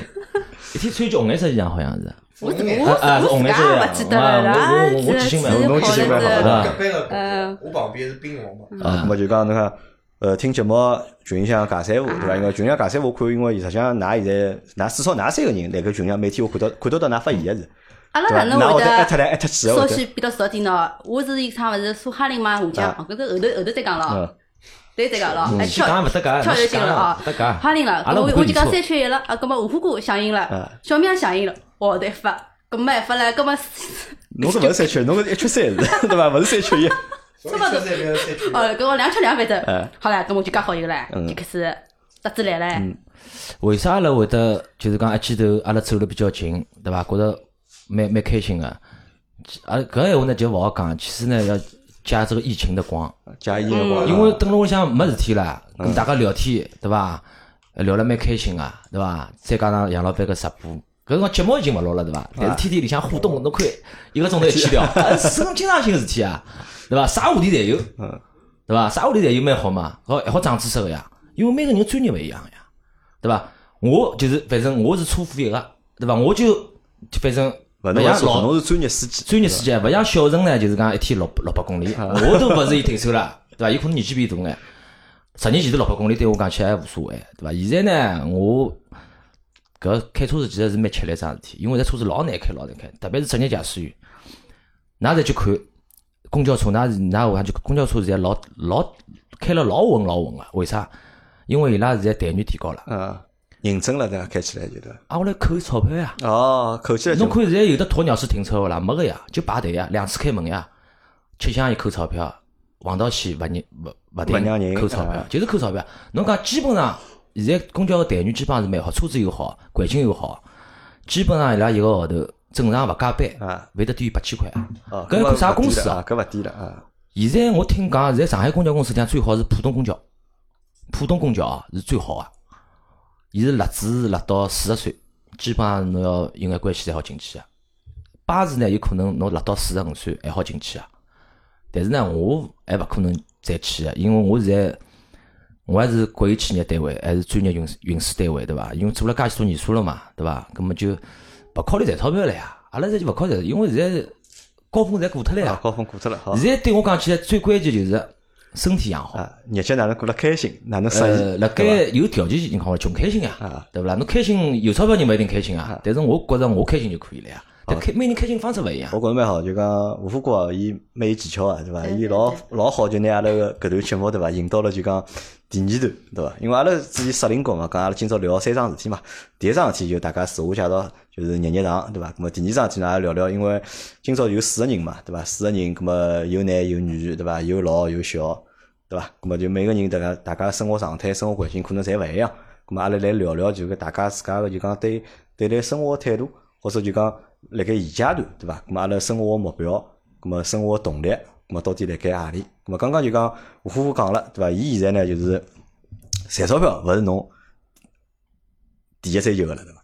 Speaker 4: 一天穿一件红颜色衣裳好像是。
Speaker 2: 我怎么
Speaker 4: 啊啊是
Speaker 2: 我
Speaker 4: 红
Speaker 2: 自
Speaker 4: 颜色
Speaker 2: 家
Speaker 4: 的
Speaker 2: 也勿记得了啦？
Speaker 4: 我我我记性蛮好
Speaker 1: 侬记性蛮好
Speaker 2: 是
Speaker 1: 的
Speaker 4: 啊
Speaker 3: 搿班个
Speaker 2: 嗯
Speaker 3: 我旁边是冰王嘛，
Speaker 1: 啊，那么就讲侬看，呃，听节目群里向尬三胡，对伐？因为群里向尬三胡，我看因为实际上㑚现在，㑚至少㑚三个人辣盖群里向每天我看到看到到㑚发言是，
Speaker 2: 阿拉
Speaker 1: 对伐？
Speaker 2: 哪能
Speaker 1: 㑚会
Speaker 2: 会
Speaker 1: 得艾特来艾
Speaker 2: 得
Speaker 1: 特去，
Speaker 2: 稍
Speaker 1: 会得
Speaker 2: 许变到十号电脑？我是一趟勿是苏哈林嘛，下
Speaker 1: 啊
Speaker 2: 江，哦搿是后头后头再讲了
Speaker 1: 嗯
Speaker 2: 哦，对再讲了，哎
Speaker 4: 先
Speaker 2: 跳
Speaker 4: 啊嗯讲勿得讲，
Speaker 2: 跳
Speaker 4: 侬
Speaker 2: 就进
Speaker 4: 先讲
Speaker 2: 了啊
Speaker 4: 勿得，讲。
Speaker 2: 哈林了，
Speaker 4: 阿拉
Speaker 2: 我
Speaker 4: 误会
Speaker 2: 我
Speaker 4: 你
Speaker 2: 就讲
Speaker 4: 错
Speaker 2: 三缺一了，啊，搿么五花哥响应
Speaker 1: 啊
Speaker 2: 了，小明响应了，我得发，搿没办法了，搿么
Speaker 1: 侬是勿是三缺一，侬是一缺三是， 对伐？勿是三缺一，
Speaker 3: 所以这三个三区
Speaker 2: 哦，搿我两吃两反正
Speaker 4: 啊
Speaker 1: 哎，
Speaker 2: 好了，搿么我就加好友了
Speaker 1: 嗯，
Speaker 2: 就开始搭子来了，
Speaker 4: 嗯为啥阿拉会得就是讲一记头阿拉走了比较近，对伐？觉得蛮蛮开心个。啊，搿闲话呢就勿好讲，其实呢要借这个疫情的光，
Speaker 1: 加一辰光，
Speaker 4: 因为蹲辣屋里向没事体啦，跟大家聊天，对伐？聊了蛮开心个，对伐？再加上杨老板个直播。搿辰光节目已经勿录了，对伐？但是天天里向互动，侬看一个钟头一起聊，啊是种经常性个事体啊，对伐？啥话题侪有，对伐？啥话题侪有蛮好嘛，好还好长知识个呀。因为每个人专业勿一样呀，对伐？我就是反正我是车夫一个，对伐？我就反正
Speaker 1: 勿
Speaker 4: 勿
Speaker 1: 侬勿
Speaker 4: 像
Speaker 1: 是
Speaker 4: 老
Speaker 1: 侬是专业司机，
Speaker 4: 专业司机，勿像小陈呢，就是讲一天六六百公里，我都勿是伊对手啦，对伐？有可能年纪比伊大眼，十年前头六百公里对我讲起来还无所谓，对伐？现在呢，我搿开车子其实是蛮吃力桩事体，因为这车子老难开，老难开，特别是职业驾驶员。㑚再去看公交车，㑚是㑚我感觉公交车现在老老开了老稳老稳个，为啥？因为伊拉现在待遇提高了，
Speaker 1: 嗯，认真了，对伐？开起来就对伐？
Speaker 4: 啊，我来扣钞票呀。
Speaker 1: 哦，口气来
Speaker 4: 侬
Speaker 1: 就
Speaker 4: 看现在有的鸵鸟式停车勿啦？没个呀，就排队呀，两次开门呀，吃香烟扣钞票，黄道线勿让勿勿
Speaker 1: 勿让
Speaker 4: 停
Speaker 1: 人
Speaker 4: 扣钞票
Speaker 1: 啊，
Speaker 4: 就是扣钞票。侬讲基本上现在公交个待遇基本上是蛮好，车子又好，环境又好，基本上伊拉一个号头正常勿加班，
Speaker 1: 啊，
Speaker 4: 勿会得低于八千块。
Speaker 1: 哦，
Speaker 4: 搿要看啥公司
Speaker 1: 啊
Speaker 4: 啊？？
Speaker 1: 搿勿低了啊，
Speaker 4: 现在我听讲，现在上海公交公司里向最好是浦东公交，浦东公交啊是最好啊，伊是辣子是辣到四十岁，基本上侬要有眼关系才好进去啊。巴士呢，有可能侬辣到四十五岁还好进去啊，但是呢，我还勿可能再去啊，因为我现在我还是国有企业单位，还是专业运运输单位，对伐？因为做了介许多年数了嘛，对伐？咁么就勿考虑赚钞票了呀，阿拉现在就勿考虑，因为现在高峰侪过脱了
Speaker 1: 啊
Speaker 4: 呀，
Speaker 1: 高峰过脱了，好
Speaker 4: 现在对我讲起来，最关键就是身体养好。
Speaker 1: 啊，日脚哪能过得开心，哪能适
Speaker 4: 呃，
Speaker 1: 意，
Speaker 4: 辣
Speaker 1: 对
Speaker 4: 盖有条件情况下，穷开心
Speaker 1: 啊
Speaker 4: 啊，对勿啦？侬开心有钞票人勿一定开心啊，但是我觉着我开心就可以了呀。但开每人开心方式勿一样
Speaker 1: 伐，我觉着蛮好，就讲吴富国伊蛮有技巧啊个，对伐？
Speaker 2: 对
Speaker 1: 伊
Speaker 2: 对
Speaker 1: 老
Speaker 2: 对
Speaker 1: 老好，就拿阿拉个搿段节目，对伐？引到了就讲第二段，对伐？因为阿拉之前设定过嘛，讲阿拉今朝聊三桩事体嘛。第一桩事体就大家自我介绍，就是热热场，对伐？咁么第二桩事体呢，也聊聊，因为今朝有四个人嘛，对伐？四个人，咁么有男有女，对伐？有老有小，对伐？咁么就每个人大家大家生活状态、生活环境可能侪勿一样。咁么阿拉来聊聊，就搿大家自家个就讲对对待生活态度，或者就讲辣盖现阶段，对伐？咁么阿拉生活个目标，咁么生活动力，咁么到底辣盖何里？咁么刚刚就讲吴夫妇讲了，对伐？伊现在呢就是赚钞票，勿是侬第一追求个了，对伐？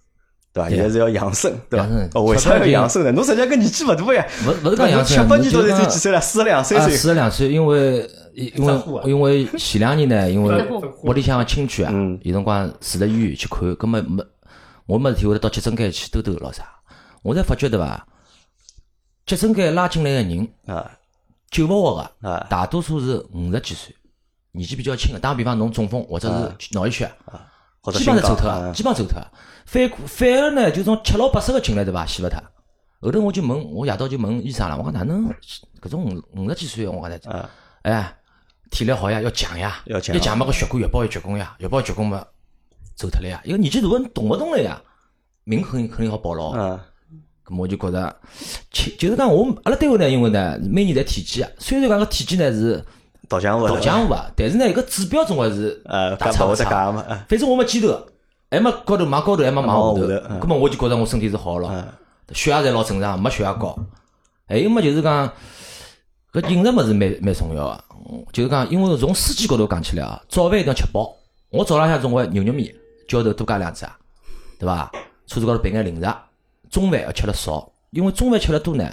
Speaker 1: 对伐？
Speaker 4: 对
Speaker 1: 现在是要养生，对伐
Speaker 4: 养生？
Speaker 1: 哦，为啥
Speaker 4: 钞
Speaker 1: 要
Speaker 4: 票就
Speaker 1: 养生呢？侬实际上跟年纪勿大呀，
Speaker 4: 勿勿是讲养生
Speaker 1: 七八
Speaker 4: 侬
Speaker 1: 年
Speaker 4: 就
Speaker 1: 到现在
Speaker 4: 讲
Speaker 1: 几岁了？四十两岁
Speaker 4: 啊，
Speaker 1: 岁
Speaker 4: 四。十两岁，因为因为因为前两年呢，因为屋里向个亲戚啊
Speaker 1: 嗯，
Speaker 4: 有辰光住辣医院去看，根本没我没事体会得到急诊间去兜兜咾啥，我才发觉对伐？急诊间拉进来个人
Speaker 1: 啊
Speaker 4: 救勿活个，
Speaker 1: 啊
Speaker 4: 大多数是五十几岁，年纪比较轻个。打个比方，侬中风或者是脑溢血，
Speaker 1: 啊或者
Speaker 4: 基本上
Speaker 1: 新港
Speaker 4: 走脱啊，
Speaker 1: 啊
Speaker 4: 基本上走脱啊。反过反而呢，就从七老八十个进来对伐，死勿脱。后头我就问，我夜到就问医生了，我讲哪能搿种五五十几岁的，我讲
Speaker 1: 啊
Speaker 4: 呢，哎，体力好呀，要强呀，
Speaker 1: 要强
Speaker 4: 强，嘛个血管越爆越结棍呀，越爆越结棍嘛，走脱了呀。因为年纪大个动勿动了呀，命肯定肯定好保牢。
Speaker 1: 啊
Speaker 4: 咁我就觉着，其就是讲我阿拉单位呢，因为呢每年侪体检啊，虽然讲个体检呢是
Speaker 1: 倒浆糊了
Speaker 4: 导向户啊，但是呢搿指标总归是
Speaker 1: 呃，
Speaker 4: 大
Speaker 1: 干
Speaker 4: 差
Speaker 1: 嘛
Speaker 4: 勿
Speaker 1: 我再
Speaker 4: 差。
Speaker 1: 讲嘛？啊
Speaker 4: 反正我没尖头，还没哎高头往高头，还没往下头，
Speaker 1: 往下头嗯
Speaker 4: 咁么我就觉着我身体是好了，
Speaker 1: 啊
Speaker 4: 血压侪老正常，没血压高。还有么就是讲，搿饮食物事蛮蛮重要个，嗯就是讲因为从书记高头讲起来啊，早饭一定要吃饱。我早浪向总归牛肉面，浇头多加两只，对伐？车子高头备眼零食。中饭要吃了少，因为中饭吃了多呢，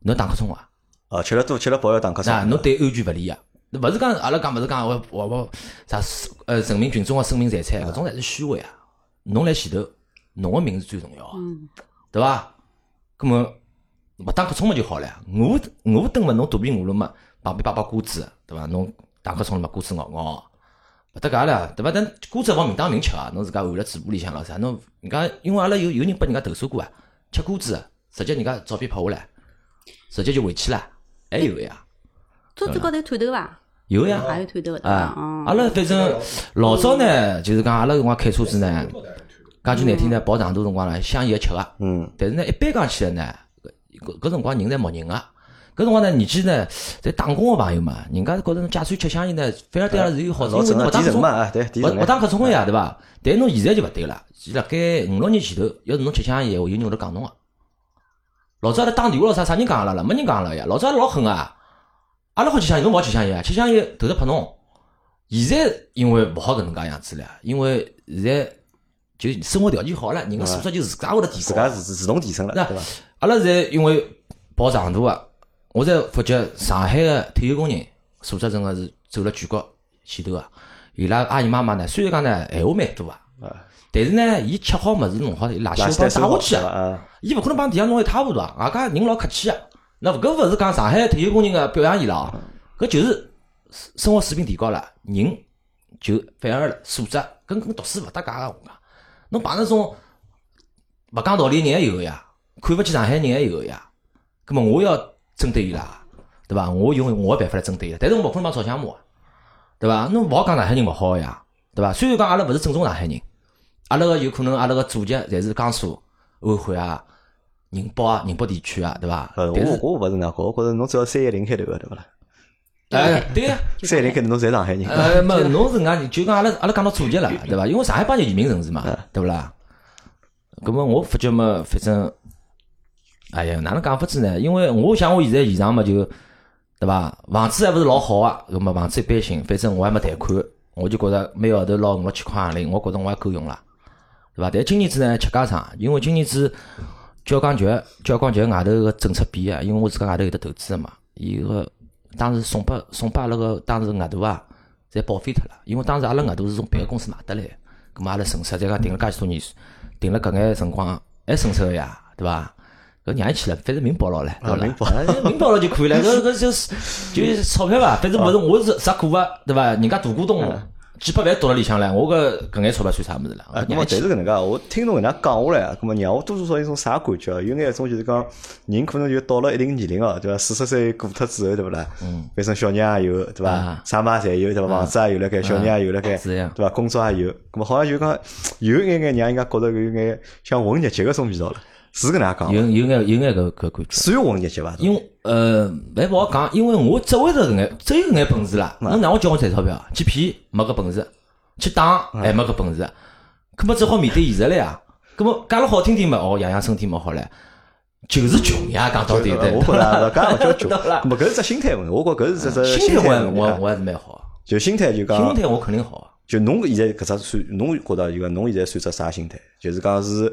Speaker 4: 侬要打瞌冲啊。
Speaker 1: 哦，吃了多吃了饱要打瞌
Speaker 4: 那
Speaker 1: 睡。
Speaker 4: 侬啊对安全勿利啊。那勿是讲阿拉讲勿是讲我我我啥呃人民群众个生命财产，搿种侪是虚伪啊。侬来前头，侬个命是最重要个，
Speaker 2: 嗯，
Speaker 4: 对伐？葛么勿打瞌冲嘛就好了呀。我我蹲嘛，侬肚皮饿了嘛，旁边摆把瓜子，对伐？侬打瞌冲了嘛，瓜子咬咬，勿搭界了，对伐？但瓜子勿好明当明吃啊，侬自家含辣嘴巴里向了啥？侬人家因为阿拉有有人拨人家投诉过啊，吃瓜子直接人家照片拍下来，直接就回去了，还有个呀，
Speaker 2: 桌子高头有探头伐？
Speaker 4: 有个呀。
Speaker 2: 也有探头的对伐？
Speaker 4: 啊
Speaker 2: 嗯，
Speaker 4: 阿拉反正老早呢，就是讲阿拉辰光开车子呢，讲句难听呢，跑长途辰光呢，想伊个吃个，
Speaker 1: 嗯，
Speaker 4: 但是呢，一般讲起来呢，搿搿辰光人侪默认个，搿辰光呢，年纪呢，侪打工个朋友嘛，人家觉着侬假算吃香烟呢，反而对阿拉是有好处，
Speaker 1: 老
Speaker 4: 哦因为
Speaker 1: 正
Speaker 4: 侬
Speaker 1: 常，
Speaker 4: 勿
Speaker 1: 提
Speaker 4: 打
Speaker 1: 神嘛，
Speaker 4: 工。
Speaker 1: 啊，对，提
Speaker 4: 勿
Speaker 1: 神
Speaker 4: 勿
Speaker 1: 嘞。
Speaker 4: 打瞌冲个呀，对伐？但是侬现在就勿对了，伊辣盖五六年前头，要是侬吃香烟，有人会得讲侬个。啊老早阿拉打电话咯啥，啥人讲阿拉了？没人讲阿拉呀。老早阿拉老狠啊，阿拉好吃香烟，侬勿好吃香烟啊，吃香烟头头拍侬。现在因为勿好搿能介样子了，因为现在就生活条件好了，人个素质就自家会得提
Speaker 1: 自
Speaker 4: 高啊
Speaker 1: 家。自自自动提升了，
Speaker 4: 那
Speaker 1: 对伐？
Speaker 4: 阿拉现在因为跑长途啊，我才发觉上海个退休工人素质真个是走了全国前头啊。伊拉阿姨妈妈呢，虽然讲呢闲话蛮多啊，但是呢，伊吃好物事弄好，伊垃圾
Speaker 1: 垃圾袋
Speaker 4: 我帮伊打
Speaker 1: 收
Speaker 4: 回
Speaker 1: 好
Speaker 4: 去
Speaker 1: 是伐？
Speaker 4: 啊，
Speaker 1: 啊，
Speaker 4: 伊勿可能帮地下弄一塌糊涂啊。外加人老客气啊，那搿勿是讲上海退休工人个表扬伊拉啊，搿就是生活水平提高了，人就反而了素质跟跟读书勿搭界个。我讲，侬碰着种勿讲道理的人也有个呀，看勿起上海人也有个呀。葛么我要针对伊拉，对伐？我用我个办法来针对伊拉，但是我勿可能帮吵相骂啊，对伐？侬勿好讲上海人勿好个呀，对伐？虽然讲阿拉勿是正宗上海人，阿拉个有可能阿拉个祖籍侪是江苏、安徽啊、宁波啊、宁波地区啊，对伐？
Speaker 1: 呃，
Speaker 4: 但
Speaker 1: 我
Speaker 4: 是，
Speaker 1: 我勿是那个，我觉着侬只要三一零开头个，对勿啦？
Speaker 4: 哎，对呀、
Speaker 2: 就
Speaker 1: 三一零开头侬侪上海人，
Speaker 4: 呃，没，侬是搿能介，就讲阿拉阿拉讲到祖籍了，对伐？因为上海帮移民城市嘛，对勿啦？搿么我发觉嘛，反正，哎呀，哪能讲法子呢？因为我想我现在现状嘛就，对伐？房子还勿是老好啊，搿么房子一般性，反正我还没贷款，我就觉着每个号头拿五六千块行钿，我觉着我也够用了，对伐？但今年子呢吃家常，因为今年子交关局交关局外头个政策变啊，因为我自家外头有得投资个嘛，伊个当时送拨送拨阿拉个当时额度啊，侪报废脱了，因为当时阿拉额度是从别个公司买得来的，咁嘛阿拉损失，再讲订了介许多年，订了搿眼辰光还损失个呀，对伐？搿让伊去了，反正明报了唻，对伐？
Speaker 1: 啊明报
Speaker 4: 哎明报了就可以了，搿搿就是就是钞票啊伐，反正勿是我是啥股啊，对伐？人家大股东几百万躲辣里向唻，我搿搿眼钞票算啥物事了？
Speaker 1: 啊，
Speaker 4: 搿
Speaker 1: 那么
Speaker 4: 让伊
Speaker 1: 但
Speaker 4: 去
Speaker 1: 是搿能介，我听侬搿能介讲下来啊，那么让我多多少少有种啥感觉啊？有眼种就是讲，人可能就到了一定年龄哦，对伐？四十岁过脱之后，对勿啦？嗯，反正小人也有，对伐
Speaker 4: 啊？
Speaker 1: 啥嘛侪有，对伐？房子也有了该，小人也有了该，
Speaker 4: 是啊呀
Speaker 1: 对伐？工作也有，那么好像就讲有一眼眼让人家觉着有眼像混日脚搿种味道了，是搿能介讲
Speaker 4: 有
Speaker 1: 伐，
Speaker 4: 有眼有眼搿搿感觉。
Speaker 1: 算混日脚伐？
Speaker 4: 啊因为呃，还勿好讲，因为我只会得搿眼，只有搿眼本事啦。侬哪能叫我赚钞票？去骗没搿本事，去打还没搿本事，搿么只好面对现实了呀。搿么讲了好听点嘛，哦，养养身体嘛好唻，就是穷呀，讲到底
Speaker 1: 对伐我
Speaker 4: 对
Speaker 1: 觉着啊搿也勿叫 穷，
Speaker 4: 到了
Speaker 1: 那么搿是只心态问题，我觉着搿是只只
Speaker 4: 心态
Speaker 1: 态
Speaker 4: 我
Speaker 1: 问题
Speaker 4: 我
Speaker 1: 啊。
Speaker 4: 我还是蛮好，
Speaker 1: 就心态就讲，
Speaker 4: 心态我肯定好。啊
Speaker 1: 就侬现在搿只算，侬觉得就讲侬现在算只啥心态？就是讲是，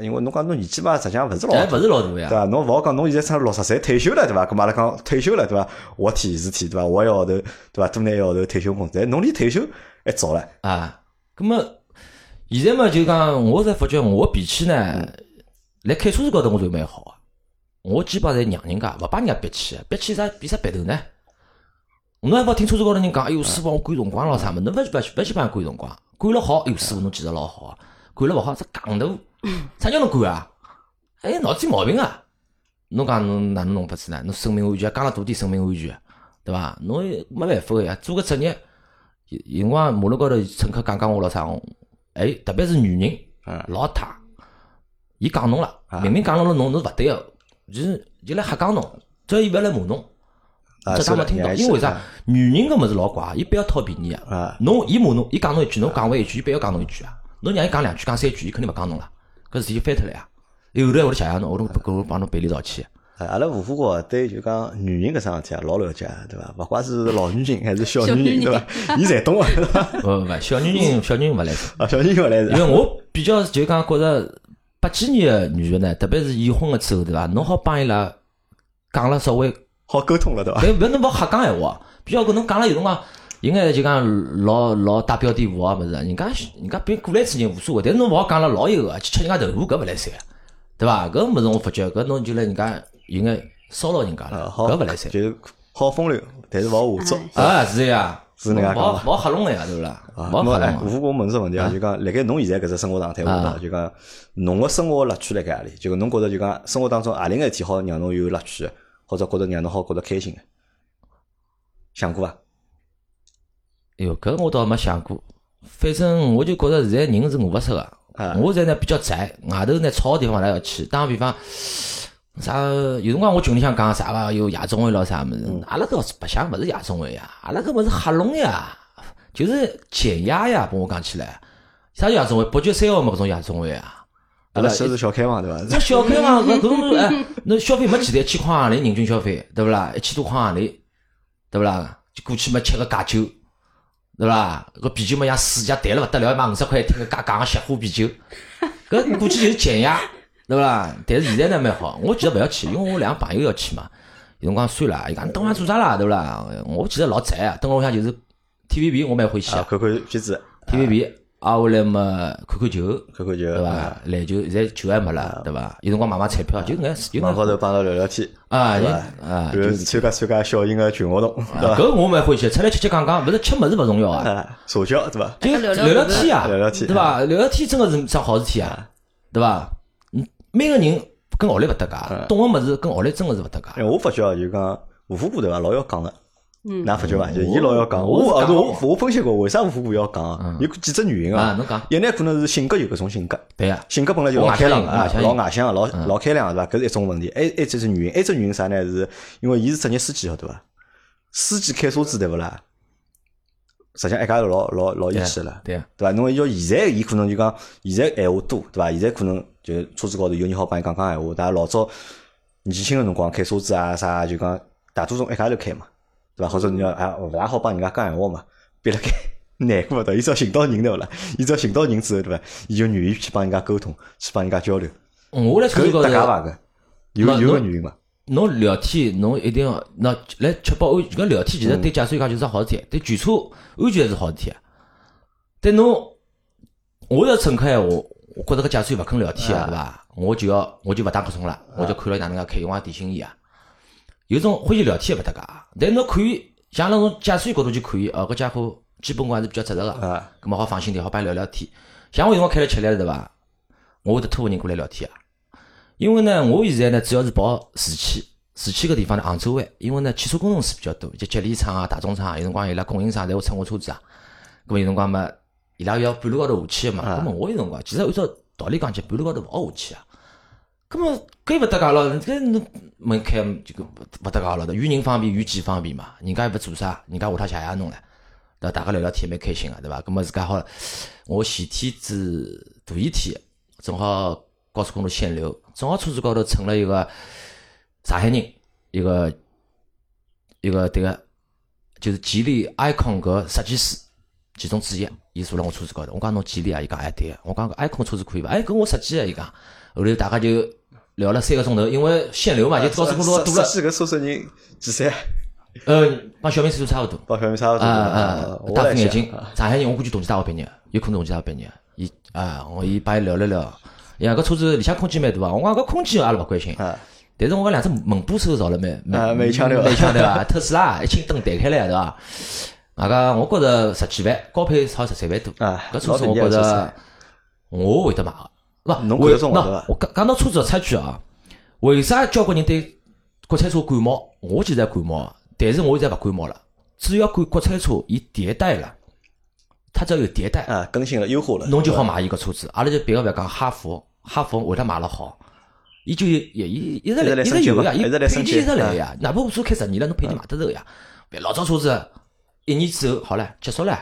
Speaker 1: 因为侬讲侬年纪嘛，实际上勿是老
Speaker 4: 但
Speaker 1: 大，
Speaker 4: 勿是老大
Speaker 1: 对
Speaker 4: 呀，
Speaker 1: 伐？侬勿好讲侬现在差六十岁退休了，对伐？搿嘛阿拉讲退休了，对伐？活体是体，对伐？活一个号头，对伐？多拿一个号头退休工资，但侬离退休还早唻。
Speaker 4: 啊，搿么现在嘛就讲，我才发觉我脾气呢，辣开车子高头我就蛮好啊。我基本上侪让人家，勿帮人家憋气，憋气啥比啥憋头呢？侬还勿听车子高头人讲，哎哟，师傅，我赶辰光了啥么？侬勿勿勿去帮人赶辰光，赶了好，哎哟，师傅侬技术老好啊，赶了勿好，这 戆头，啥叫侬赶啊？哎，脑子有毛病啊！侬讲侬哪能弄法子呢？侬生命安全，讲了大点生命安全，对伐？侬也没办法个呀，做个职业，有有辰光马路高头乘客讲讲我了啥，我哎，特别是女人
Speaker 1: 嗯，
Speaker 4: 老太，伊讲侬了，
Speaker 1: 啊
Speaker 4: 明明讲了侬，侬是勿对个，就是就来瞎讲侬，只要伊勿要来骂侬，
Speaker 1: 啊
Speaker 4: 这
Speaker 1: 是
Speaker 4: 当
Speaker 1: 的
Speaker 4: 没听
Speaker 1: 你
Speaker 4: 到，
Speaker 1: 还
Speaker 4: 因
Speaker 1: 是
Speaker 4: 为啥
Speaker 1: 啊？
Speaker 4: 女人搿物事老怪，伊不要讨便宜
Speaker 1: 啊
Speaker 4: 啊。侬伊骂侬，伊讲侬一句，侬讲回一句，伊不要讲侬一句啊。侬让伊讲两句，讲三句，伊肯定勿讲侬了。搿事体就翻脱了呀。伊后头还会得谢谢侬，后头搿我帮侬赔礼道歉。
Speaker 1: 啊阿拉吴副国对就讲女人搿桩事体啊老了解，对伐？勿怪是老女人还是小
Speaker 2: 小
Speaker 1: 女人，
Speaker 2: 女
Speaker 1: 对
Speaker 2: 人
Speaker 1: 伐？伊侪懂个，对伐？
Speaker 4: 勿哦勿勿，小女人小女人勿来事，
Speaker 1: 啊，小女人勿来
Speaker 4: 因为
Speaker 1: 事。
Speaker 4: 我比较就讲觉着八几年个女个呢，特别是已婚个之后，对伐？侬好帮伊拉讲了稍微
Speaker 1: 好沟通了，对伐？
Speaker 4: 勿勿侬勿瞎讲闲话，比较搿侬讲了有辰光，应该就讲老老带标点符啊，物事，人家人家别人过来此人无所谓，但是侬勿好讲了老有个，去吃人家豆腐搿勿来三，对伐？搿物事我发觉搿侬就来人家有眼骚扰人家
Speaker 1: 啊，
Speaker 4: 了，
Speaker 1: 好，
Speaker 4: 搿勿来三。
Speaker 1: 就是好风流，但是勿好下作。
Speaker 2: 哎
Speaker 4: 啊，是呀，
Speaker 1: 是那样
Speaker 4: 勿
Speaker 1: 讲
Speaker 4: 好
Speaker 1: 伐
Speaker 4: 勿好吓拢个呀，对勿啦？
Speaker 1: 啊，
Speaker 4: 勿好吓
Speaker 1: 哎
Speaker 4: 拢
Speaker 1: 吴
Speaker 4: 个。
Speaker 1: 副官问只问题啊，就讲，辣盖侬现在搿只生活状态下头，
Speaker 4: 啊
Speaker 1: 就讲，侬个生活乐趣辣盖何里？就讲侬觉着就讲，生活当中何里眼事体好让侬有乐趣，或者觉着让侬好觉着开心的，想过伐？
Speaker 4: 哎哟，搿我倒没想过，反正我就觉着现在人是饿勿死个
Speaker 1: 啊。
Speaker 4: 我现在呢比较宅，外头呢吵个地方勿大要去。打个比方，啥有辰光我群里向讲啥个有夜总会咯啥物事，阿拉搿是白相勿是夜总会呀，阿拉搿物事瞎弄呀，就是减压呀。拨我讲起来，啥叫夜总会？北京三号嘛搿种夜总会啊。
Speaker 1: 阿拉
Speaker 4: 对伐
Speaker 1: 收是小开房对伐？
Speaker 4: 这小开嘛，搿搿种哎，侬消费没几钿，一千块行钿人均消费，对勿啦？一千多块行钿，对勿啦？就过去嘛吃个假酒，对勿啦？搿啤酒嘛像水一样淡了勿得了，买五十块一听个假假个雪花啤酒，搿过去就是减压，对勿啦？但是现在呢蛮好，我其实勿要去，因为我两个朋友要去嘛，有辰光算了，伊讲你等下做啥啦，对勿啦？我其实老宅啊，等我屋里向就是 TVB 我蛮欢喜
Speaker 1: 啊，
Speaker 4: 啊
Speaker 1: 看看片子，
Speaker 4: ，TVB 啊，后来嘛看看球。
Speaker 1: 看看就
Speaker 4: 对
Speaker 1: 啊啊
Speaker 4: 伐？篮球现在球还没了，对伐？有辰光买买彩票，就搿眼事，就
Speaker 1: 网高
Speaker 4: 搿
Speaker 1: 头帮侬聊聊天，
Speaker 4: 啊
Speaker 1: 对
Speaker 4: 就
Speaker 1: 伐
Speaker 4: 啊，
Speaker 1: 然
Speaker 4: 就啊
Speaker 1: 后参加参加小型个群活动，对伐？
Speaker 4: 搿我蛮欢喜，出来吃吃讲讲，勿是吃物事勿重要啊，
Speaker 1: 啊，社交对伐？
Speaker 4: 就
Speaker 2: 聊聊
Speaker 4: 聊聊天啊，
Speaker 1: 聊聊天
Speaker 4: 对伐？聊聊天真个是桩好事体啊，对伐？嗯，每个人跟学历勿搭界，懂个物事跟学历真个是勿搭
Speaker 1: 啊哎，
Speaker 4: 界。
Speaker 1: 我发觉啊，就讲吴副官对伐，老要讲个。
Speaker 2: 嗯
Speaker 1: 㑚发觉伐？就伊老要讲，
Speaker 4: 我
Speaker 1: 我
Speaker 4: 我
Speaker 1: 啊，
Speaker 4: 是讲
Speaker 1: 我我分析过，为啥吴副官要讲啊？有几只原因
Speaker 4: 啊
Speaker 1: 啊，
Speaker 4: 侬讲
Speaker 1: 一呢可能是性格有搿种性格，
Speaker 4: 对呀，
Speaker 1: 性格本来就老开朗个嗯啊
Speaker 4: 外，向型
Speaker 1: 老外向个，老老开朗啊个对伐？搿是一种问题。还还有一只哎原因，还有一只原因啥呢？是因为伊是职业司机晓得伐？司机开车子对勿啦？实际上一家头老老老义
Speaker 4: 对呀
Speaker 1: 气了，
Speaker 4: 对呀，
Speaker 1: 对伐？侬要现在伊可能就讲现在闲话多，对伐？现在可能就车子高头有人好帮伊讲讲闲话，但老早年轻个辰光开车子啊啥，就讲大多数一家头开嘛，对伐？或者你要啊勿大好帮人家讲闲话嘛，憋辣盖 难过的，伊只要寻到人对勿啦？伊只要寻到人之后对伐？伊就愿意去帮人家沟通，去帮人家交流。
Speaker 4: 嗯我来
Speaker 1: 搿
Speaker 4: 看
Speaker 1: 是
Speaker 4: 高
Speaker 1: 搭界伐
Speaker 4: 头，
Speaker 1: 搿？有
Speaker 4: 没
Speaker 1: 有
Speaker 4: 侬
Speaker 1: 个原因伐？
Speaker 4: 侬聊天侬一定要那来确保安全。搿聊天其实对驾驶员讲就是好事体，对全车安全是好事体。但侬我要乘客闲话，我觉着搿驾驶员勿肯聊天啊，对伐？我就要我就勿打瞌睡了，我就看牢伊哪能介开，我也提醒伊啊。有种欢喜聊天也勿搭嘎，但侬可以像那种驾驶员角度去看伊，哦，搿家伙基本功还是比较扎实个，
Speaker 1: 啊，
Speaker 4: 咁么好放心点，好帮伊聊聊天。像我有辰光开了吃力了，对伐？我会得拖个人过来聊天啊。因为呢，我现在呢主要是跑市区，市区搿地方呢，杭州湾，因为呢汽车工程师比较多，就吉利厂啊、大众厂啊，有辰光伊拉供应商侪会乘我车子啊。咁么有辰光嘛，伊拉要半路高头下去个嘛，咁么我有辰光其实按照道理讲，就半路高头勿好下去啊。咁么搿勿搭界咯，搿侬门开就搿勿搭界咯，对伐与人方便，与己方便嘛。人家又勿做啥，人家下趟谢谢侬唻。对伐？大家聊聊天也蛮开心啊个，对伐？咁么自家好，我前天子大前天正好高速公路限流，正好车子高头乘了一个上海人，一个一个迭个就是吉利 icon 搿设计师其中之一，伊坐辣我车子高头。我讲侬吉利啊，伊讲哎对个，我讲搿 icon 车子可以伐？哎，搿我设计个，伊讲。后头大家就聊了三个钟头，因为限流嘛，啊就高速公路堵了
Speaker 1: 十。几个车手人几岁？
Speaker 4: 呃，帮小明岁数差勿多。
Speaker 1: 帮小明啥
Speaker 4: 啊
Speaker 1: 啊
Speaker 4: 啊！
Speaker 1: 我
Speaker 4: 戴
Speaker 1: 来
Speaker 4: 副
Speaker 1: 想
Speaker 4: 眼镜，上海人我估计同济大学毕业，有可能同济大学毕业。伊啊，我伊帮伊聊了聊，呀，搿车子里向空间蛮大啊。我讲搿空间阿拉勿关心，
Speaker 1: 啊，
Speaker 4: 但是我搿两只门把手造了蛮
Speaker 1: 啊
Speaker 4: 蛮
Speaker 1: 蛮强对伐
Speaker 4: 蛮强对伐？啊 特斯拉一清灯弹开来对伐？外加我觉着十几万，高配好十三万多。
Speaker 1: 啊
Speaker 4: 搿车子
Speaker 1: 老
Speaker 4: 我觉
Speaker 1: 便宜啊
Speaker 4: 着我会得买个，
Speaker 1: 侬
Speaker 4: 勿
Speaker 1: 看得中
Speaker 4: 我
Speaker 1: 个对
Speaker 4: 那
Speaker 1: 伐
Speaker 4: 我讲讲到车子的差距啊，为啥交关人对国产车感冒？我其实也感冒啊，但是我现在勿感冒了。只要管国产车伊迭代了，它只要有迭代，
Speaker 1: 啊，更新了，优化了，
Speaker 4: 侬就好买伊个车子。阿拉就别个勿要讲哈弗，哈弗为了买了好，伊就有也伊一
Speaker 1: 一
Speaker 4: 直
Speaker 1: 直来
Speaker 4: 来
Speaker 1: 升
Speaker 4: 直
Speaker 1: 级
Speaker 4: 有
Speaker 1: 嘛
Speaker 4: 呀，伊
Speaker 1: 一直来
Speaker 4: 配
Speaker 1: 升级啊嗯
Speaker 4: 件一直来呀。哪怕我车开十年了，侬配件买得着呀。别老早车子一年之后好了，结束了，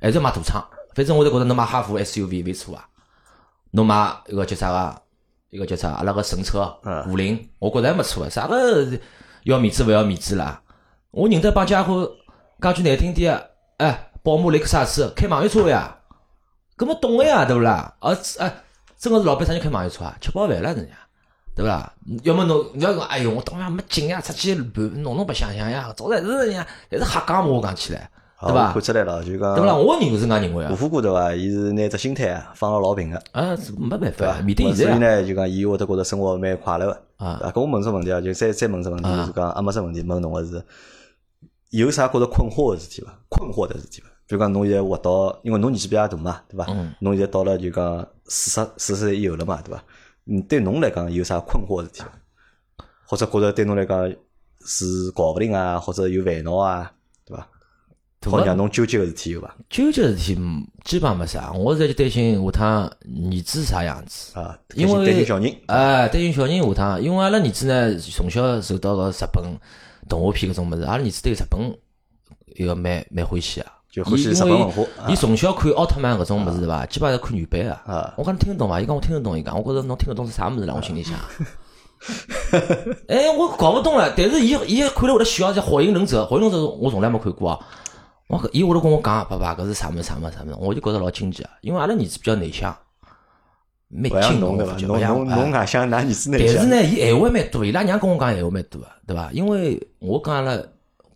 Speaker 4: 还是要买大厂。反正我就觉着侬买哈弗 SUV 没错啊，侬买一个叫啥个，一个叫啥，阿拉个神车
Speaker 1: 嗯
Speaker 4: 五菱，我觉着还没错啊。啥个要面子勿要面子啦？我认得帮家伙讲句难听点啊，哎，宝马雷克萨斯开网约车呀。搿么懂个呀，对勿啦？而哎，真个是老板啥人开网约车啊？吃饱饭了人家，对勿啦？要么侬勿要讲，哎哟，我当然没劲呀，出去乱弄弄白相相呀，早侪是人家，侪是瞎讲嘛，我讲起来，
Speaker 1: 好
Speaker 4: 对伐
Speaker 1: 看？出来了，就讲
Speaker 4: 对勿啦？我认为是搿能介认为
Speaker 1: 吴
Speaker 4: 啊，
Speaker 1: 副哥对伐？伊是拿只心态啊放了老平个，
Speaker 4: 啊，是没办
Speaker 1: 对伐
Speaker 4: 法，？面对
Speaker 1: 所以
Speaker 4: 现在啊
Speaker 1: 呢，就讲伊会得觉得生活蛮快乐个。
Speaker 4: 啊
Speaker 1: 啊，搿我问只问题啊，就再再问只问题，
Speaker 4: 啊
Speaker 1: 就是讲阿没只问题，问侬个是有啥觉着困惑个事体伐？困惑的事体伐？比如讲侬现在活到，因为侬年纪比较大嘛，对伐
Speaker 4: 嗯？
Speaker 1: 侬现在到了就讲四十四十岁以后了嘛，对伐？嗯，对侬来讲有啥困惑的事体伐？或者觉着对侬来讲是搞勿定啊，或者有烦恼啊，对伐？
Speaker 4: 大
Speaker 1: 好
Speaker 4: 个
Speaker 1: 让侬纠结个事体有伐？
Speaker 4: 纠结事体嗯基本上没啥，我现在就担心下趟儿子啥样子。
Speaker 1: 啊，
Speaker 4: 因为
Speaker 1: 担心小人
Speaker 4: 哎，担心小人下趟，因为阿拉儿子呢从小受到个日本动画片搿种物事，阿拉儿子对日本一个蛮蛮欢喜啊。
Speaker 1: 就欢喜日本文化
Speaker 4: 伊从小看奥特曼搿种物事对伐？基本上是看原版
Speaker 1: 啊
Speaker 4: 个。我讲侬听得懂伐？伊讲我听得懂，伊讲我觉着侬听得懂是啥物事啦？我心里想， 哎，我搞勿懂了。但是伊伊看了我的笑，像火影忍者，火影忍者我从来没看过啊。我讲伊会头跟我讲，爸爸搿是啥物事啥物事啥物事，我就觉着老惊奇啊。因为阿拉儿子比较内向，蛮
Speaker 1: 勿像
Speaker 4: 静
Speaker 1: 侬
Speaker 4: 动
Speaker 1: 对
Speaker 4: 的
Speaker 1: 伐？，
Speaker 4: 就
Speaker 1: 侬
Speaker 4: 勿像
Speaker 1: 侬
Speaker 4: 哎
Speaker 1: 侬外向㑚儿子内
Speaker 4: 但是
Speaker 1: 向，
Speaker 4: 呢，伊闲话蛮多，伊拉娘跟我讲闲话蛮多个，对伐？因为我讲了，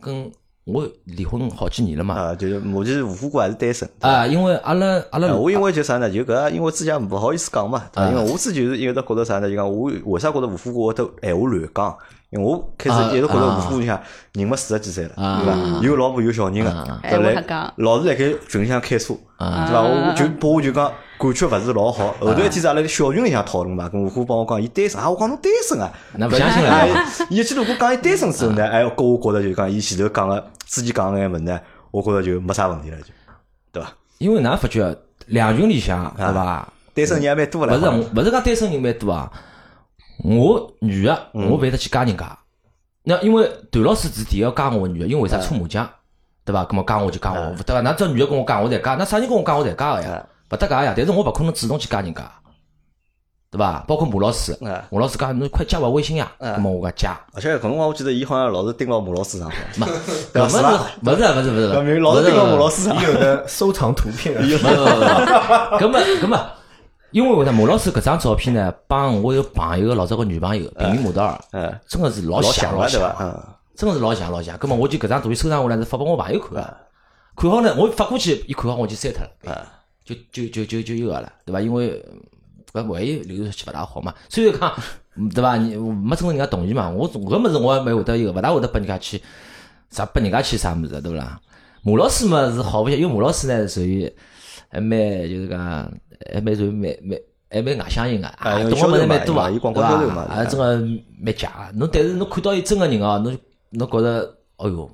Speaker 4: 跟我离婚好几年了嘛。
Speaker 1: 啊，就是目前吴副哥还是单身。
Speaker 4: 啊，因为阿拉阿拉
Speaker 1: 啊，我因为就啥呢？就搿，因为之前勿好意思讲嘛，对伐？
Speaker 4: 啊
Speaker 1: 因为我自己就是一直觉得啥呢？就讲我为啥觉得吴副哥会得闲话乱讲？因为我开始一直觉得吴副哥你想人嘛四十几岁了，
Speaker 4: 啊
Speaker 1: 对伐？有老婆有小人
Speaker 4: 啊
Speaker 1: 了，
Speaker 2: 啊
Speaker 1: 对
Speaker 2: 哎我
Speaker 1: 伐
Speaker 2: 瞎讲
Speaker 1: 老是辣盖群里向开车，
Speaker 4: 啊
Speaker 1: 对伐？我就拨我就讲感觉勿是老好。后头一天是阿拉在小群里向讨论嘛，跟吴副帮我讲伊单身啊，我讲侬单身啊，
Speaker 4: 那不相信
Speaker 1: 哎
Speaker 4: 了，
Speaker 1: 伊一记头我讲伊单身之后呢，哎，搿我觉着就讲伊前头讲个之前讲个眼物事呢，我觉着就没啥问题了，就对伐？
Speaker 4: 因为哪发觉两群里
Speaker 1: 啊
Speaker 4: 向对伐？
Speaker 1: 单身人还蛮多
Speaker 4: 勿
Speaker 1: 了，
Speaker 4: 是我勿是讲单身人蛮多啊，我女个
Speaker 1: 嗯
Speaker 4: 我勿会得去加人家。那因为段老师之前要加我女个，因为为啥搓麻将
Speaker 1: 啊
Speaker 4: 对伐？咁么加我就加我，对伐？那只要女个跟我讲我才加，那啥人跟我讲我才加个呀
Speaker 1: 啊，
Speaker 4: 勿搭界呀。但是我勿可能主动去加人家，对伐？包括马老师，
Speaker 1: 哎
Speaker 4: 马老师讲侬快加我微信呀，
Speaker 1: 啊
Speaker 4: 那么我讲加。
Speaker 1: 而且搿辰光我记得伊好像老是盯牢马老师上班，
Speaker 4: 没，
Speaker 1: 对
Speaker 4: 搿
Speaker 1: 吧
Speaker 4: 么是勿是勿是勿是
Speaker 1: 搿
Speaker 4: 勿
Speaker 1: 明
Speaker 4: 是，
Speaker 1: 老是
Speaker 4: 勿是
Speaker 1: 盯牢马老
Speaker 4: 师。
Speaker 1: 师上哎
Speaker 3: 伊
Speaker 1: 班。
Speaker 3: 有的收藏图片 啊，
Speaker 4: 没没没没，搿么搿么，啊因为为啥马老师搿张照片呢，帮我有朋友个老早个女朋友平平马道
Speaker 1: 嗯
Speaker 4: 尔，真个是老
Speaker 1: 老
Speaker 4: 像
Speaker 1: 像
Speaker 4: 老
Speaker 1: 了对
Speaker 4: 像
Speaker 1: 伐？，嗯，
Speaker 4: 真个是老像老像。搿啊么我就搿张图片收藏下来是发拨我朋友看
Speaker 1: 啊
Speaker 4: 个，看好呢，我发过去，伊看好我就删脱了，
Speaker 1: 啊
Speaker 4: 就就就就就有个了，对伐？因为搿万一流传去勿大好嘛，虽然讲嗯对伐，你没征得人家同意嘛，我总搿物事我也没会得有，勿大会得拨人家去啥拨人家去啥物事，对勿啦？马老师嘛是好勿些，因为马老师呢属于还蛮就是讲还蛮属于蛮蛮。还蛮外向型个，
Speaker 1: 哎因为
Speaker 4: 懂个物
Speaker 1: 销
Speaker 4: 事
Speaker 1: 售嘛
Speaker 4: 蛮多啊，
Speaker 1: 伊广告
Speaker 4: 对伐
Speaker 1: 销售嘛
Speaker 4: 啊，真个蛮假个。侬但是侬看到伊真个人哦，侬侬觉着，哎哟，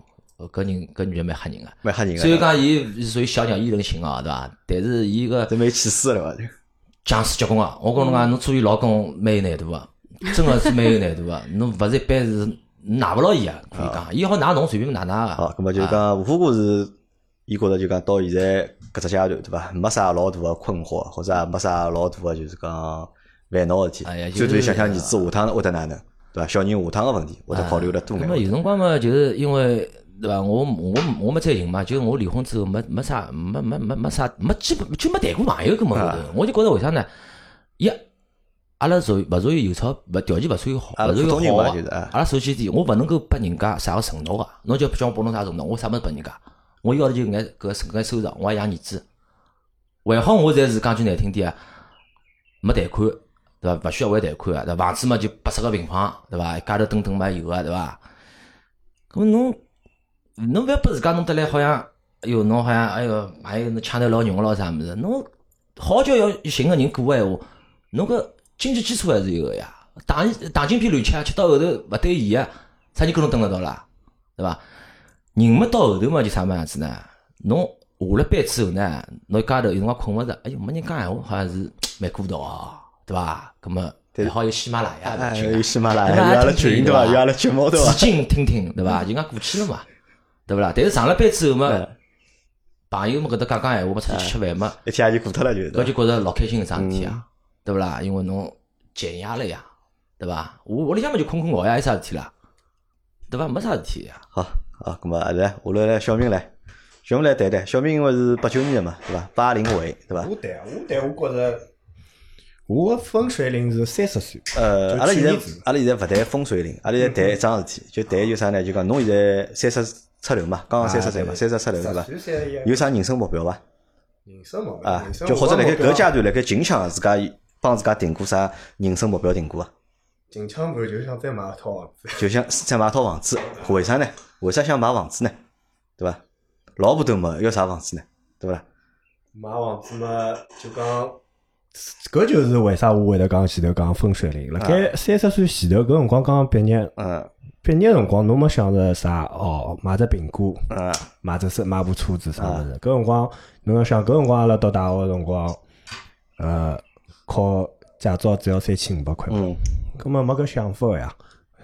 Speaker 4: 搿人搿女个蛮吓人个。
Speaker 1: 蛮吓人个。
Speaker 4: 虽然讲伊是属于小鸟依人型哦，对伐？但是伊个
Speaker 1: 这没气势了伐？
Speaker 4: 强势结棍啊！我跟侬讲，侬做伊老公蛮有难度个，真个是蛮有难度个。 侬勿是一般是拿勿牢伊个，可以
Speaker 1: 啊
Speaker 4: 讲，伊好拿侬随便拿拿
Speaker 1: 好
Speaker 4: 个。，
Speaker 1: 咁么就是讲，无火哥是，伊觉着就讲到现在搿只阶段，对伐？没啥老大个困惑，或者也没啥老大个就是讲烦恼个事
Speaker 4: 哎呀
Speaker 1: 体。
Speaker 4: 就
Speaker 1: 最
Speaker 4: 是
Speaker 1: 多想想儿子下趟会得哪能，对伐？小人下趟个问题，会得考虑了多
Speaker 4: 啊哎那
Speaker 1: 眼问题。
Speaker 4: 么有辰光嘛，就是因为对伐？我我我没再寻嘛，就是我离婚之后没没啥没没没没啥没基本就没谈过朋友搿
Speaker 1: 啊
Speaker 4: 么头，我就觉着为啥呢？一阿拉属于勿属于有钞，勿条件勿属于好，
Speaker 1: 阿拉
Speaker 4: 勿属
Speaker 1: 普通
Speaker 4: 于
Speaker 1: 人
Speaker 4: 好
Speaker 1: 嘛，
Speaker 4: 啊
Speaker 1: 就是啊，
Speaker 4: 阿拉首先第一，我勿能够拨人家啥个承诺个，侬就叫我拨侬啥承诺，我啥物事拨人家，我要的就搿眼搿搿眼收入，我也养儿子。还好我侪是讲句难听点啊，没贷款，对伐？勿需要还贷款啊，对伐房子嘛就八十个平方，对伐？一家头等等嘛有个，对伐？搿么侬侬勿要拨自家弄得来好像，哎哟，侬好像哎哟，还有侬腔头老牛咯啥物事，侬好叫要寻个人过个闲话，侬搿经济基础还是有个呀。打打进片乱吃，吃到后头勿对伊个，啥人跟侬等得到啦？对伐？人没到后头嘛，就啥么样子呢？侬下了班之后呢，侬一家头有辰光困勿着，哎哟，没人讲闲话，好像是蛮孤独哦，对伐？搿么
Speaker 1: 对
Speaker 4: 还好有喜马拉雅
Speaker 1: 哎，
Speaker 4: 搿
Speaker 1: 有
Speaker 4: 群
Speaker 1: 喜马拉雅，
Speaker 4: 对吧
Speaker 1: 有阿拉
Speaker 4: 听听
Speaker 1: 群对
Speaker 4: 对
Speaker 1: 伐？
Speaker 4: 吧
Speaker 1: 有阿拉节目对伐
Speaker 4: 使？劲听听，对伐？就讲过去了嘛，对勿啦？但是上了班之后嘛
Speaker 1: 哎，
Speaker 4: 朋友们搿搭讲讲闲话嘛，出去吃饭嘛，
Speaker 1: 一天也就过脱了，就是
Speaker 4: 搿
Speaker 1: 对伐。
Speaker 4: 就觉着老开心个桩事体
Speaker 1: 嗯
Speaker 4: 啊，对勿啦？因为侬减压了呀，对伐？我屋里向嘛就困困觉呀，有啥事体啦？对伐？没啥事体啊呀。
Speaker 1: 好，好，咁么阿拉下来小明来，小明来谈谈。小明因为是八九年的嘛，对伐？八零尾，对伐？
Speaker 3: 我对我对我觉着，我的分水岭是三十岁，
Speaker 1: 呃，
Speaker 3: 就
Speaker 1: 阿拉
Speaker 3: 去
Speaker 1: 现在
Speaker 3: 年子
Speaker 1: 阿拉现在勿谈风水岭，阿拉现在谈一桩事体，就谈就啥呢？就讲侬现在三十出头嘛，刚刚三十岁嘛，
Speaker 3: 啊
Speaker 1: 三
Speaker 3: 对
Speaker 1: 十出头对伐？
Speaker 3: 十岁
Speaker 1: 有
Speaker 3: 有
Speaker 1: 啥人生目标伐？
Speaker 3: 人生目标
Speaker 1: 啊
Speaker 3: 人，生
Speaker 1: 就
Speaker 3: 目
Speaker 1: 或者
Speaker 3: 标
Speaker 1: 辣盖
Speaker 3: 目标
Speaker 1: 搿阶段辣盖近腔自家帮自家定过啥人生目标定过啊？
Speaker 3: 近腔盘就想再买一套房子，
Speaker 1: 就想想买套房子，为啥呢？为啥想买房子呢？对伐？老婆都没，要啥房子呢？对伐？
Speaker 3: 买房子嘛就讲。搿就是为啥我会得讲前头讲分水岭。辣
Speaker 1: 啊
Speaker 3: 盖三十岁前头搿辰光，刚刚毕业，
Speaker 1: 嗯
Speaker 3: 毕业辰光侬没想着啥哦，买只苹果，
Speaker 1: 嗯
Speaker 3: 买只车，买部车子啥物事。搿辰光，侬要想，搿辰光阿拉读大学个辰光，呃，考驾照只要三千五百块嘛，
Speaker 1: 嗯
Speaker 3: 根本没搿想法个呀。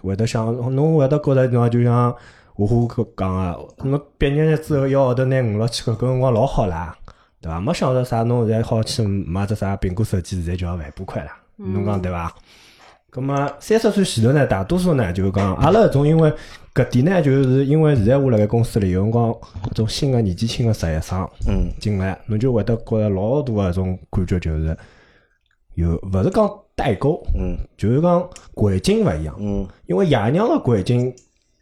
Speaker 3: 会得想，侬会得觉着侬就像我虎哥讲个，侬毕业之后一个号头拿五六千块，搿辰光老好啦，对伐？没想着啥，侬现在好去买只啥苹果手机，现在就要万把块啦，侬讲对伐？咁么三十岁前头呢，大多数呢就是讲，阿拉搿种因为搿点呢，就是因为现在我辣盖公司里有辰光，搿种新个年纪轻个实习生
Speaker 1: 嗯
Speaker 3: 进来，侬就会得觉着老大个种感觉，就是有勿是讲代沟，
Speaker 1: 嗯
Speaker 3: 就是讲环境勿一样。
Speaker 1: 嗯
Speaker 3: 因为爷娘个环境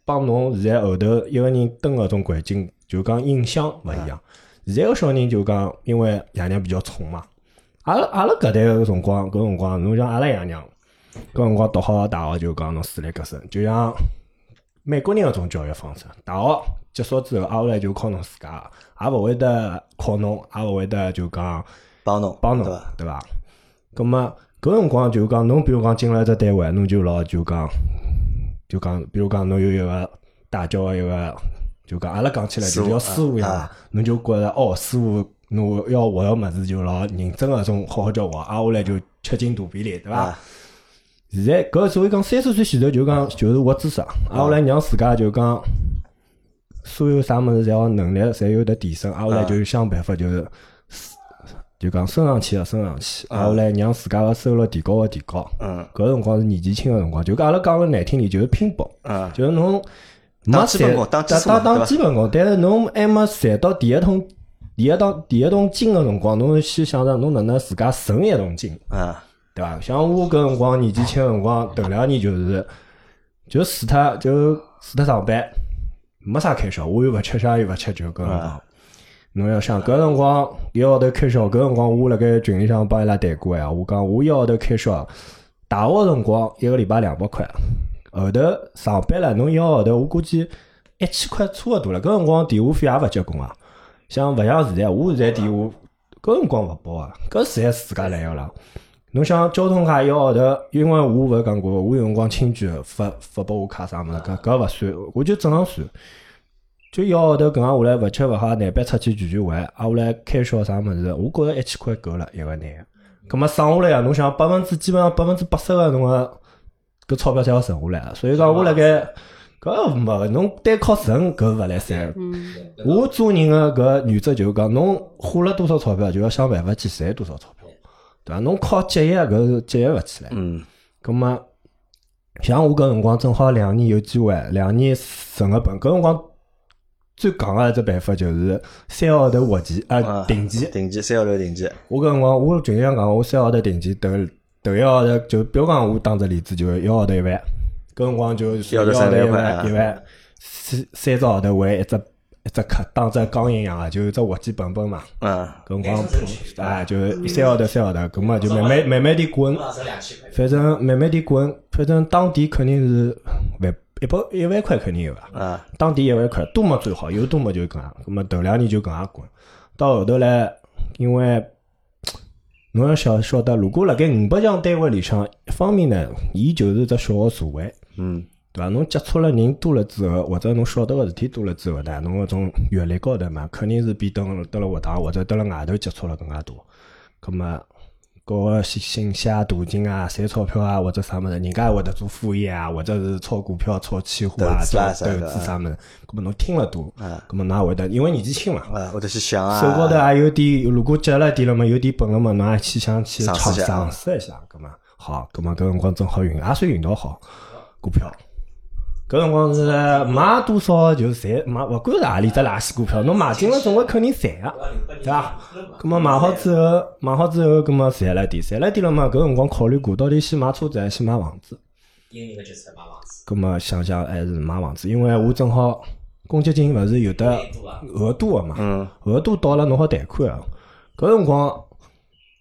Speaker 3: 帮侬现在后头一个人蹲搿种环境，就讲影响勿一样。现在个小人就讲，因为爷娘比较宠嘛，阿拉阿拉搿代个辰光，搿辰光侬像阿拉爷娘，搿辰光读好大学就讲侬私立搿省，就像美国人搿种教育方式，大学结束之后，挨下来就靠侬自家，也勿会得靠侬，也勿会得就讲。
Speaker 1: 帮侬
Speaker 3: 帮侬
Speaker 1: 对伐？，
Speaker 3: 对伐？咁么搿辰光就讲，侬比如讲进了一只单位，侬就老就讲，就讲，比如讲侬有一个大叫个一个，就讲阿拉讲起来就是叫师傅一样
Speaker 1: 啊
Speaker 3: 嘛，侬就觉着哦，师傅侬要学个物事就老认真个种好好叫学，挨下来就吃进肚皮里，对伐
Speaker 1: 啊？
Speaker 3: 现在搿所以讲三十岁前头就讲就是学知识，挨下来让自家就讲。啊
Speaker 1: 啊
Speaker 3: 所有啥物事，侪要能力，侪有得提升。挨下来就是想办法，就是就讲升上去了，升上去，
Speaker 1: 啊
Speaker 3: 挨下来让自家个收入提高个提高。
Speaker 1: 嗯
Speaker 3: 搿辰光是年纪轻个辰光，就讲阿拉讲个难听点，就是拼搏，
Speaker 1: 嗯
Speaker 3: 就是侬
Speaker 1: 当
Speaker 3: 没
Speaker 1: 基本
Speaker 3: 赚
Speaker 1: 功当基
Speaker 3: 当
Speaker 1: 础嘛对
Speaker 3: 当
Speaker 1: 吧
Speaker 3: 当基本功，但是侬还没赚到第一桶第一桶第一桶金个辰光，侬先想着侬哪能自家存一桶金，
Speaker 1: 嗯
Speaker 3: 对伐？像我搿辰光年纪轻个辰光，头两年就是就除脱就除脱上班，没啥开销，我又勿吃啥又勿吃酒，搿辰
Speaker 1: 啊
Speaker 3: 光。侬要想搿辰光一个号头开销，搿辰光我辣盖群里向帮伊拉谈过呀，我讲我一个号头开销，大学辰光一个礼拜两百块，后头上班了，侬一个号头我估计一千块差勿多了。搿辰光电话费也勿结棍啊，像勿像现在，我现在电话搿辰光勿包啊，搿实在是自家来个啦。侬想交通卡一个号头，因为我勿是讲过，我有辰光亲眷发发拨我卡啥物事，搿搿勿算，我就正常算。就一个号头搿样下来，勿吃勿喝，难办出去聚聚会，挨下来开销啥物事，我觉着一千块够了一个男。葛末省下来啊，侬想百分之基本上百分之八十个侬个搿钞票侪要省下来啊，所以讲我辣盖搿没侬单靠省搿勿来三。
Speaker 2: 嗯，
Speaker 3: 我做人个搿原则就是讲，侬花了多少钞票，就要想办法去赚多少钞票，对伐？侬靠节约搿是节约勿起来。
Speaker 1: 嗯
Speaker 3: 咁么，像我搿辰光正好两年有机会，两年存个本。搿辰光最戆个一只办法就是三个号头活期，
Speaker 1: 啊
Speaker 3: 呃，定期。
Speaker 1: 定期三号头定期，
Speaker 3: 我搿辰光我群里向讲，我三个号头定期，头头一个号头就比如讲我打只例子，就一个号头一万，搿辰光就
Speaker 1: 一个号头三万
Speaker 3: 一
Speaker 1: 块啊
Speaker 3: 万一万，三三只号头为一只一只客，当只钢印一样个，就有只活期本本嘛。
Speaker 1: 嗯
Speaker 3: 搿辰光啊，就三个号头三个号头，搿么就慢
Speaker 1: 哎
Speaker 3: 慢慢慢地滚。反正慢慢地滚，反正当地肯定是万一百一万块肯定有啊，
Speaker 1: 啊
Speaker 3: 当地一万块多么最好，有多么就搿样。咁么头两年就搿样滚，到后头唻，因为侬要晓晓得，如果辣盖五百强单位里向，一方面呢，伊就是只小个社会，
Speaker 1: 嗯
Speaker 3: 对伐？侬接触了人多了之后，或者侬晓得个事体多了之后呢，侬搿种阅历高头嘛，肯定是比蹲蹲辣学堂或者蹲辣外头接触了更加多。葛么，搞个信信息啊、镀金啊、赚钞票啊，或者啥物事，人家也会得做副业啊，或者是炒股票、炒期货啊、
Speaker 1: 投资
Speaker 3: 做
Speaker 1: 啊
Speaker 3: 投
Speaker 1: 啥的
Speaker 3: 资啥物事。葛么侬听了多
Speaker 1: 啊，
Speaker 3: 葛么侬也会得，因为年纪轻嘛，
Speaker 1: 啊，我得去想啊，
Speaker 3: 手高头也有点，如果接了点了嘛，有点本了嘛，侬也去想去
Speaker 1: 尝
Speaker 3: 尝
Speaker 1: 试一下
Speaker 3: 尝试一下，搿么好，啊搿么搿辰光正好运，也算运道好，股票。啊搿辰光是买多少就赚，买勿管是何里只垃圾股票，侬买进了总归肯定赚个，对伐？葛么买好之后，买好之后，葛么赚了点，赚了点了嘛，搿辰光考虑过到底先买车子还是先买房子？葛么想想哎还是买房子，因为我正好公积金勿是有的额度个嘛，
Speaker 1: 嗯
Speaker 3: 额度到了侬好贷款啊。搿辰光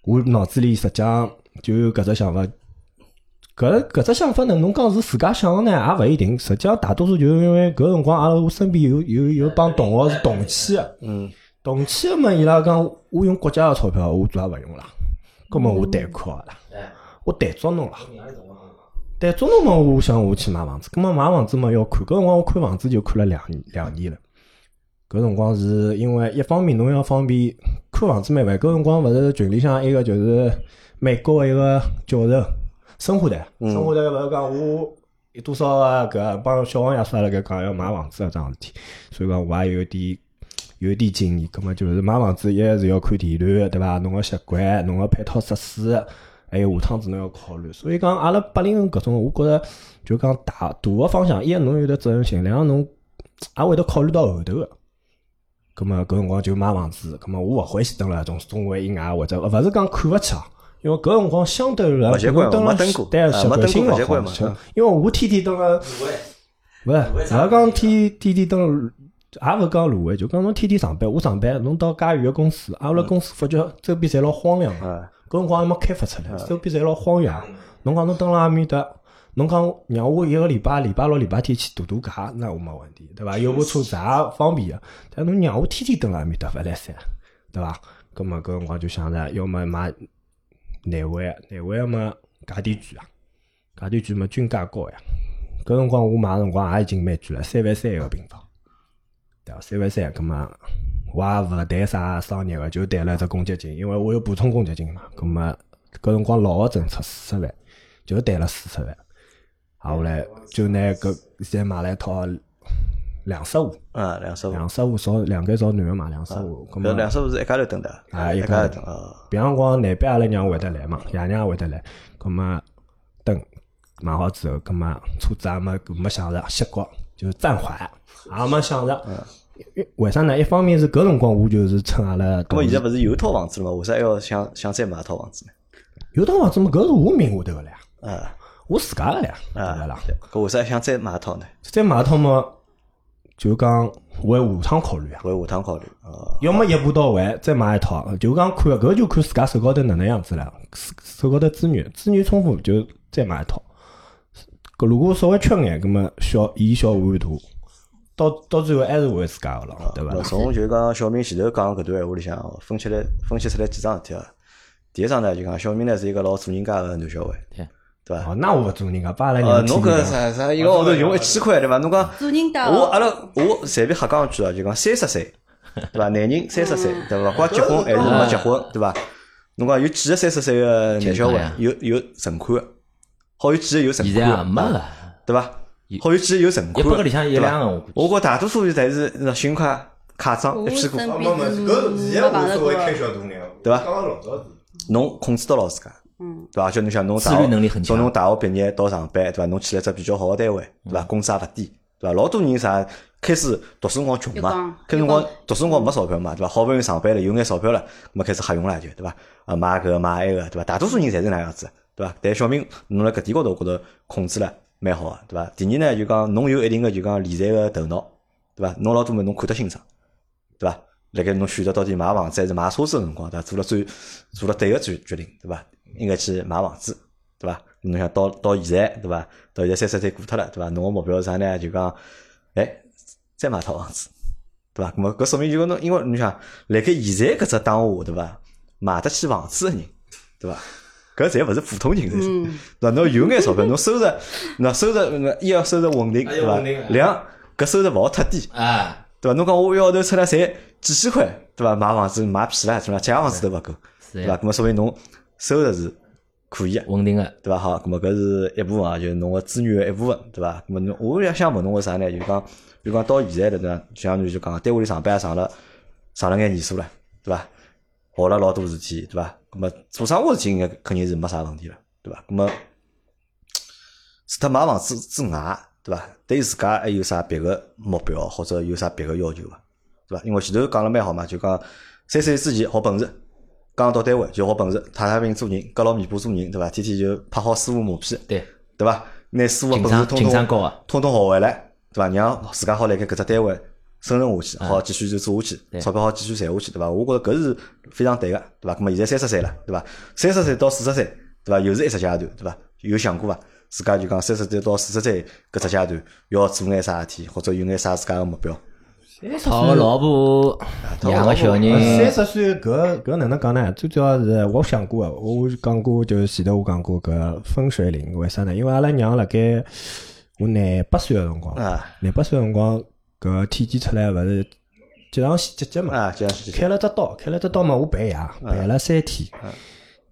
Speaker 3: 我脑子里实际上就有搿只想法，搿搿只想法呢，侬讲是自家想的呢，也勿一定。实际上大多数就是因为搿辰光阿拉我身边有有有帮同学是同期个，
Speaker 1: 嗯
Speaker 3: 同期个嘛，伊拉讲我用国家个钞票，我做也勿用啦，搿么我贷款啦，我贷足侬啦。但中东嘛，我想我去买房子，葛么买房子嘛要看，搿辰光我看房子就看了两年两年了。搿辰光是因为一方面侬要方便看房子蛮烦，搿辰光勿是群里向一个就是美国一个教授，申花台，申花台勿是讲我有多少啊搿帮小王爷啥辣盖讲要买房子啊桩事体，所以讲我也有点有点经验，葛么就是买房子一是要看地段，对伐？侬个习惯，侬个配套设施，还哎有下趟子侬要考虑。所以讲，阿拉八零后搿种，我觉着就讲大大个方向，一侬有得责任心，两侬也会得考虑到后头个。葛么搿辰光就买房子，葛么我勿欢喜蹲辣种中环以外，或者勿是讲看勿起啊。因为搿辰光相对来
Speaker 1: 勿习
Speaker 3: 讲，
Speaker 1: 惯
Speaker 3: 侬蹲
Speaker 1: 没
Speaker 3: 辣
Speaker 1: 蹲过
Speaker 3: 对
Speaker 1: 啊
Speaker 3: 习
Speaker 1: 没
Speaker 3: 惯
Speaker 1: 蹲
Speaker 3: 性
Speaker 1: 过
Speaker 3: 勿
Speaker 1: 勿习惯
Speaker 3: 好
Speaker 1: 嘛，嗯
Speaker 3: 像因为我天天蹲辣 勿是，勿是讲天天天到路，也勿讲芦苇，就讲侬天天上班，我上班，侬到介远个公司，阿拉公司发觉周边侪老荒凉个，
Speaker 1: 啊
Speaker 3: 搿辰光还没开发出来，周边侪老荒凉。侬讲侬蹲辣阿面搭，侬讲让我一个礼拜礼拜六、礼拜天去度度假，那我没问题，对伐？有部车子也方便个，但侬让我天天蹲辣阿面搭，勿来三，对伐？葛末搿辰光就想着，要么买南汇，南汇嘛价钿贵啊，价钿贵嘛均价高呀。搿辰光我买个辰光也已经蛮贵了，三万三一个平方，对伐？啊三万三，葛末我也勿谈啥商业个，就谈了只公积金，因为我有补充公积金嘛。葛末搿辰光老个政策四十万，就谈了四十万。啊，后来就拿搿现在买了一套两十五，
Speaker 1: 嗯，两十五，
Speaker 3: 两十五少两个少男个嘛，两十五，咁
Speaker 1: 搿
Speaker 3: 么
Speaker 1: 两十五是一家头等的，
Speaker 3: 啊
Speaker 1: 一
Speaker 3: 一
Speaker 1: 家
Speaker 3: 家
Speaker 1: 头
Speaker 3: 头
Speaker 1: 等啊，
Speaker 3: 别辰光难边阿拉娘会得来嘛，爷娘也会得来，咁么等买好之后，咁么车子也啊没没想着歇过，就是暂缓，也没想着。为啥呢？一方面是搿辰光我就是趁阿拉
Speaker 1: 咁
Speaker 3: 同
Speaker 1: 么
Speaker 3: 事，
Speaker 1: 现在勿是有一套房子了嘛？为啥还要想想再买一套房子呢？
Speaker 3: 有套房子嘛，搿是我名下头个了呀，
Speaker 1: 啊
Speaker 3: 我自家个了呀，对
Speaker 1: 啊
Speaker 3: 勿啦？，
Speaker 1: 搿为啥想再买一套呢？
Speaker 3: 再买一套嘛，就讲为下趟考虑啊。
Speaker 1: 为下趟考虑啊，
Speaker 3: 要么一步到位，再买一套，就讲看搿就看自家手高头哪能样子了，手手高头资源资源充足就再买一套。搿如果稍微缺眼，葛么小啊以小换大，到到最后还是为自家个咯，对伐
Speaker 1: 那？从就是讲小明前头讲搿段闲话里向哦，分析来分析出来几桩事体啊。第一桩呢，就讲小明呢是一个老做人家个男小孩，
Speaker 4: 对
Speaker 1: 对伐？
Speaker 3: 哦，那我勿做人家，把阿拉
Speaker 1: 呃，
Speaker 3: 娘
Speaker 1: 侬
Speaker 3: 天天
Speaker 1: 搿
Speaker 3: 讲
Speaker 1: 啥啥一个号头用一千块对伐？侬讲
Speaker 2: 做人家
Speaker 1: 我
Speaker 2: 哦
Speaker 1: 阿拉我随便瞎讲一句啊，就讲三十岁对伐？男人三十岁
Speaker 2: 嗯
Speaker 1: 对伐？勿管结婚还是没结婚对伐？侬讲有几个三十岁个男小
Speaker 4: 简单
Speaker 1: 孩
Speaker 4: 呀
Speaker 1: 有有存款的，好有几个有存
Speaker 4: 现在
Speaker 1: 款
Speaker 4: 也
Speaker 1: 的，
Speaker 4: 没个，
Speaker 1: 对伐？好有几个有存
Speaker 4: 一
Speaker 1: 款的，
Speaker 4: 百个里向有
Speaker 1: 对伐
Speaker 4: 两个，我估计
Speaker 1: 我觉大多数人侪是那信用卡卡账
Speaker 2: 我
Speaker 1: 一屁股，
Speaker 2: 身
Speaker 5: 没
Speaker 2: 边
Speaker 5: 没，
Speaker 2: 是
Speaker 5: 搿现在
Speaker 2: 没碰
Speaker 5: 无
Speaker 2: 着
Speaker 5: 所谓
Speaker 2: 过，
Speaker 5: 开销大眼，
Speaker 1: 对吧
Speaker 5: 刚刚老早子，
Speaker 1: 侬控制得牢自家，
Speaker 2: 嗯，
Speaker 1: 对伐？就侬想侬大
Speaker 4: 自
Speaker 1: 学
Speaker 4: 律能力很强
Speaker 1: 从侬大学毕业到上班，对伐？侬去了一只比较好个单位，对
Speaker 4: 嗯
Speaker 1: 伐？工资也勿低，对伐？老多人啥开始读书辰光穷
Speaker 2: 有
Speaker 1: 嘛
Speaker 2: 光，
Speaker 1: 开始辰
Speaker 2: 有
Speaker 1: 光
Speaker 2: 光
Speaker 1: 读书辰光没钞票嘛，对伐？好不容易上班了，有眼钞票了，咾么开始瞎用了就，对伐？啊，买搿个买埃个，对伐？大多数人侪是那样子，对伐？但小明侬辣搿点高头，我觉着控制了蛮好个，对伐？第二呢，就讲侬有一定个就讲理财个头脑，对伐？侬老多物事侬看得清爽。对伐？辣盖侬选择到底买房子还是买车子个辰光，对伐？做了最做了对个决决定，对伐？应该去买房子，对伐？侬想到到现在，对伐？到现在三十岁过脱了，对伐？侬个目标是啥呢？就讲，哎，再买套房子，对伐？咁么搿说明就讲侬，因为侬想，辣盖现在搿只当下，对伐？买得起房子个人，对伐？搿侪勿是普通人，侪是
Speaker 2: 嗯，
Speaker 1: 对伐？侬有眼钞票，侬收入，那收入，呃一要收入稳定，对伐
Speaker 3: 稳定啊？
Speaker 1: 两，搿收入勿好太低，
Speaker 4: 啊，
Speaker 1: 对伐？侬讲我一个号头出来才几千块，对伐？买房子买屁啦，对伐？借房子都勿够，
Speaker 4: 是
Speaker 1: 对伐？
Speaker 4: 呀，
Speaker 1: 咁么说明侬收入是可以个，
Speaker 4: 稳定个，
Speaker 1: 对伐？好，咁么搿是一部分啊，就是侬个资源个一部分，对伐？咁么侬我也想问侬个啥呢？就是讲，比如讲到现在了，对伐？就像侬就讲，单位里上班也上了上了眼年数了，对伐？学了老多事体，对伐？咁么做生活事体应该肯定是没啥问题了，对伐？咁么除脱买房子之外，对伐？对自家还有啥别个目标或者有啥别个要求伐？对伐？因为前头讲了蛮好嘛，就讲三十岁之前学本事，刚到单位就学本事，踏踏平做人，隔牢面部做人，对伐？天天就拍好师傅马屁，
Speaker 4: 对，
Speaker 1: 对伐？拿师傅
Speaker 4: 情
Speaker 1: 本事
Speaker 4: 商
Speaker 1: 通
Speaker 4: 情商
Speaker 1: 通
Speaker 4: 高啊，
Speaker 1: 通通学回来，对伐？让自家好辣盖搿只单位生存下去，好继续就做下去，
Speaker 4: 嗯对
Speaker 1: 钞票好继续赚下去，对伐？我觉着搿是非常对个，对伐？咁么现在三十岁了，对伐？三十岁到四十岁，对伐？又是一只阶段，对伐？有想过伐？自家就讲三十岁到四十岁搿只阶段要做眼啥事体，或者有眼啥自家个目标？
Speaker 4: 讨个老婆，
Speaker 1: 啊
Speaker 4: 养个小
Speaker 3: 三
Speaker 4: 人，
Speaker 3: 十岁搿搿哪能讲呢？最主要是我想过的，我讲过就是前头我讲过搿分水岭，为啥呢？因为阿拉娘辣盖我廿八岁个辰光，
Speaker 1: 啊
Speaker 3: 廿八岁个辰光搿体检出来勿是结肠系结节嘛，
Speaker 1: 啊，这样是
Speaker 3: 开了只刀，开了只刀嘛，我陪爷
Speaker 1: 嗯
Speaker 3: 陪了三天。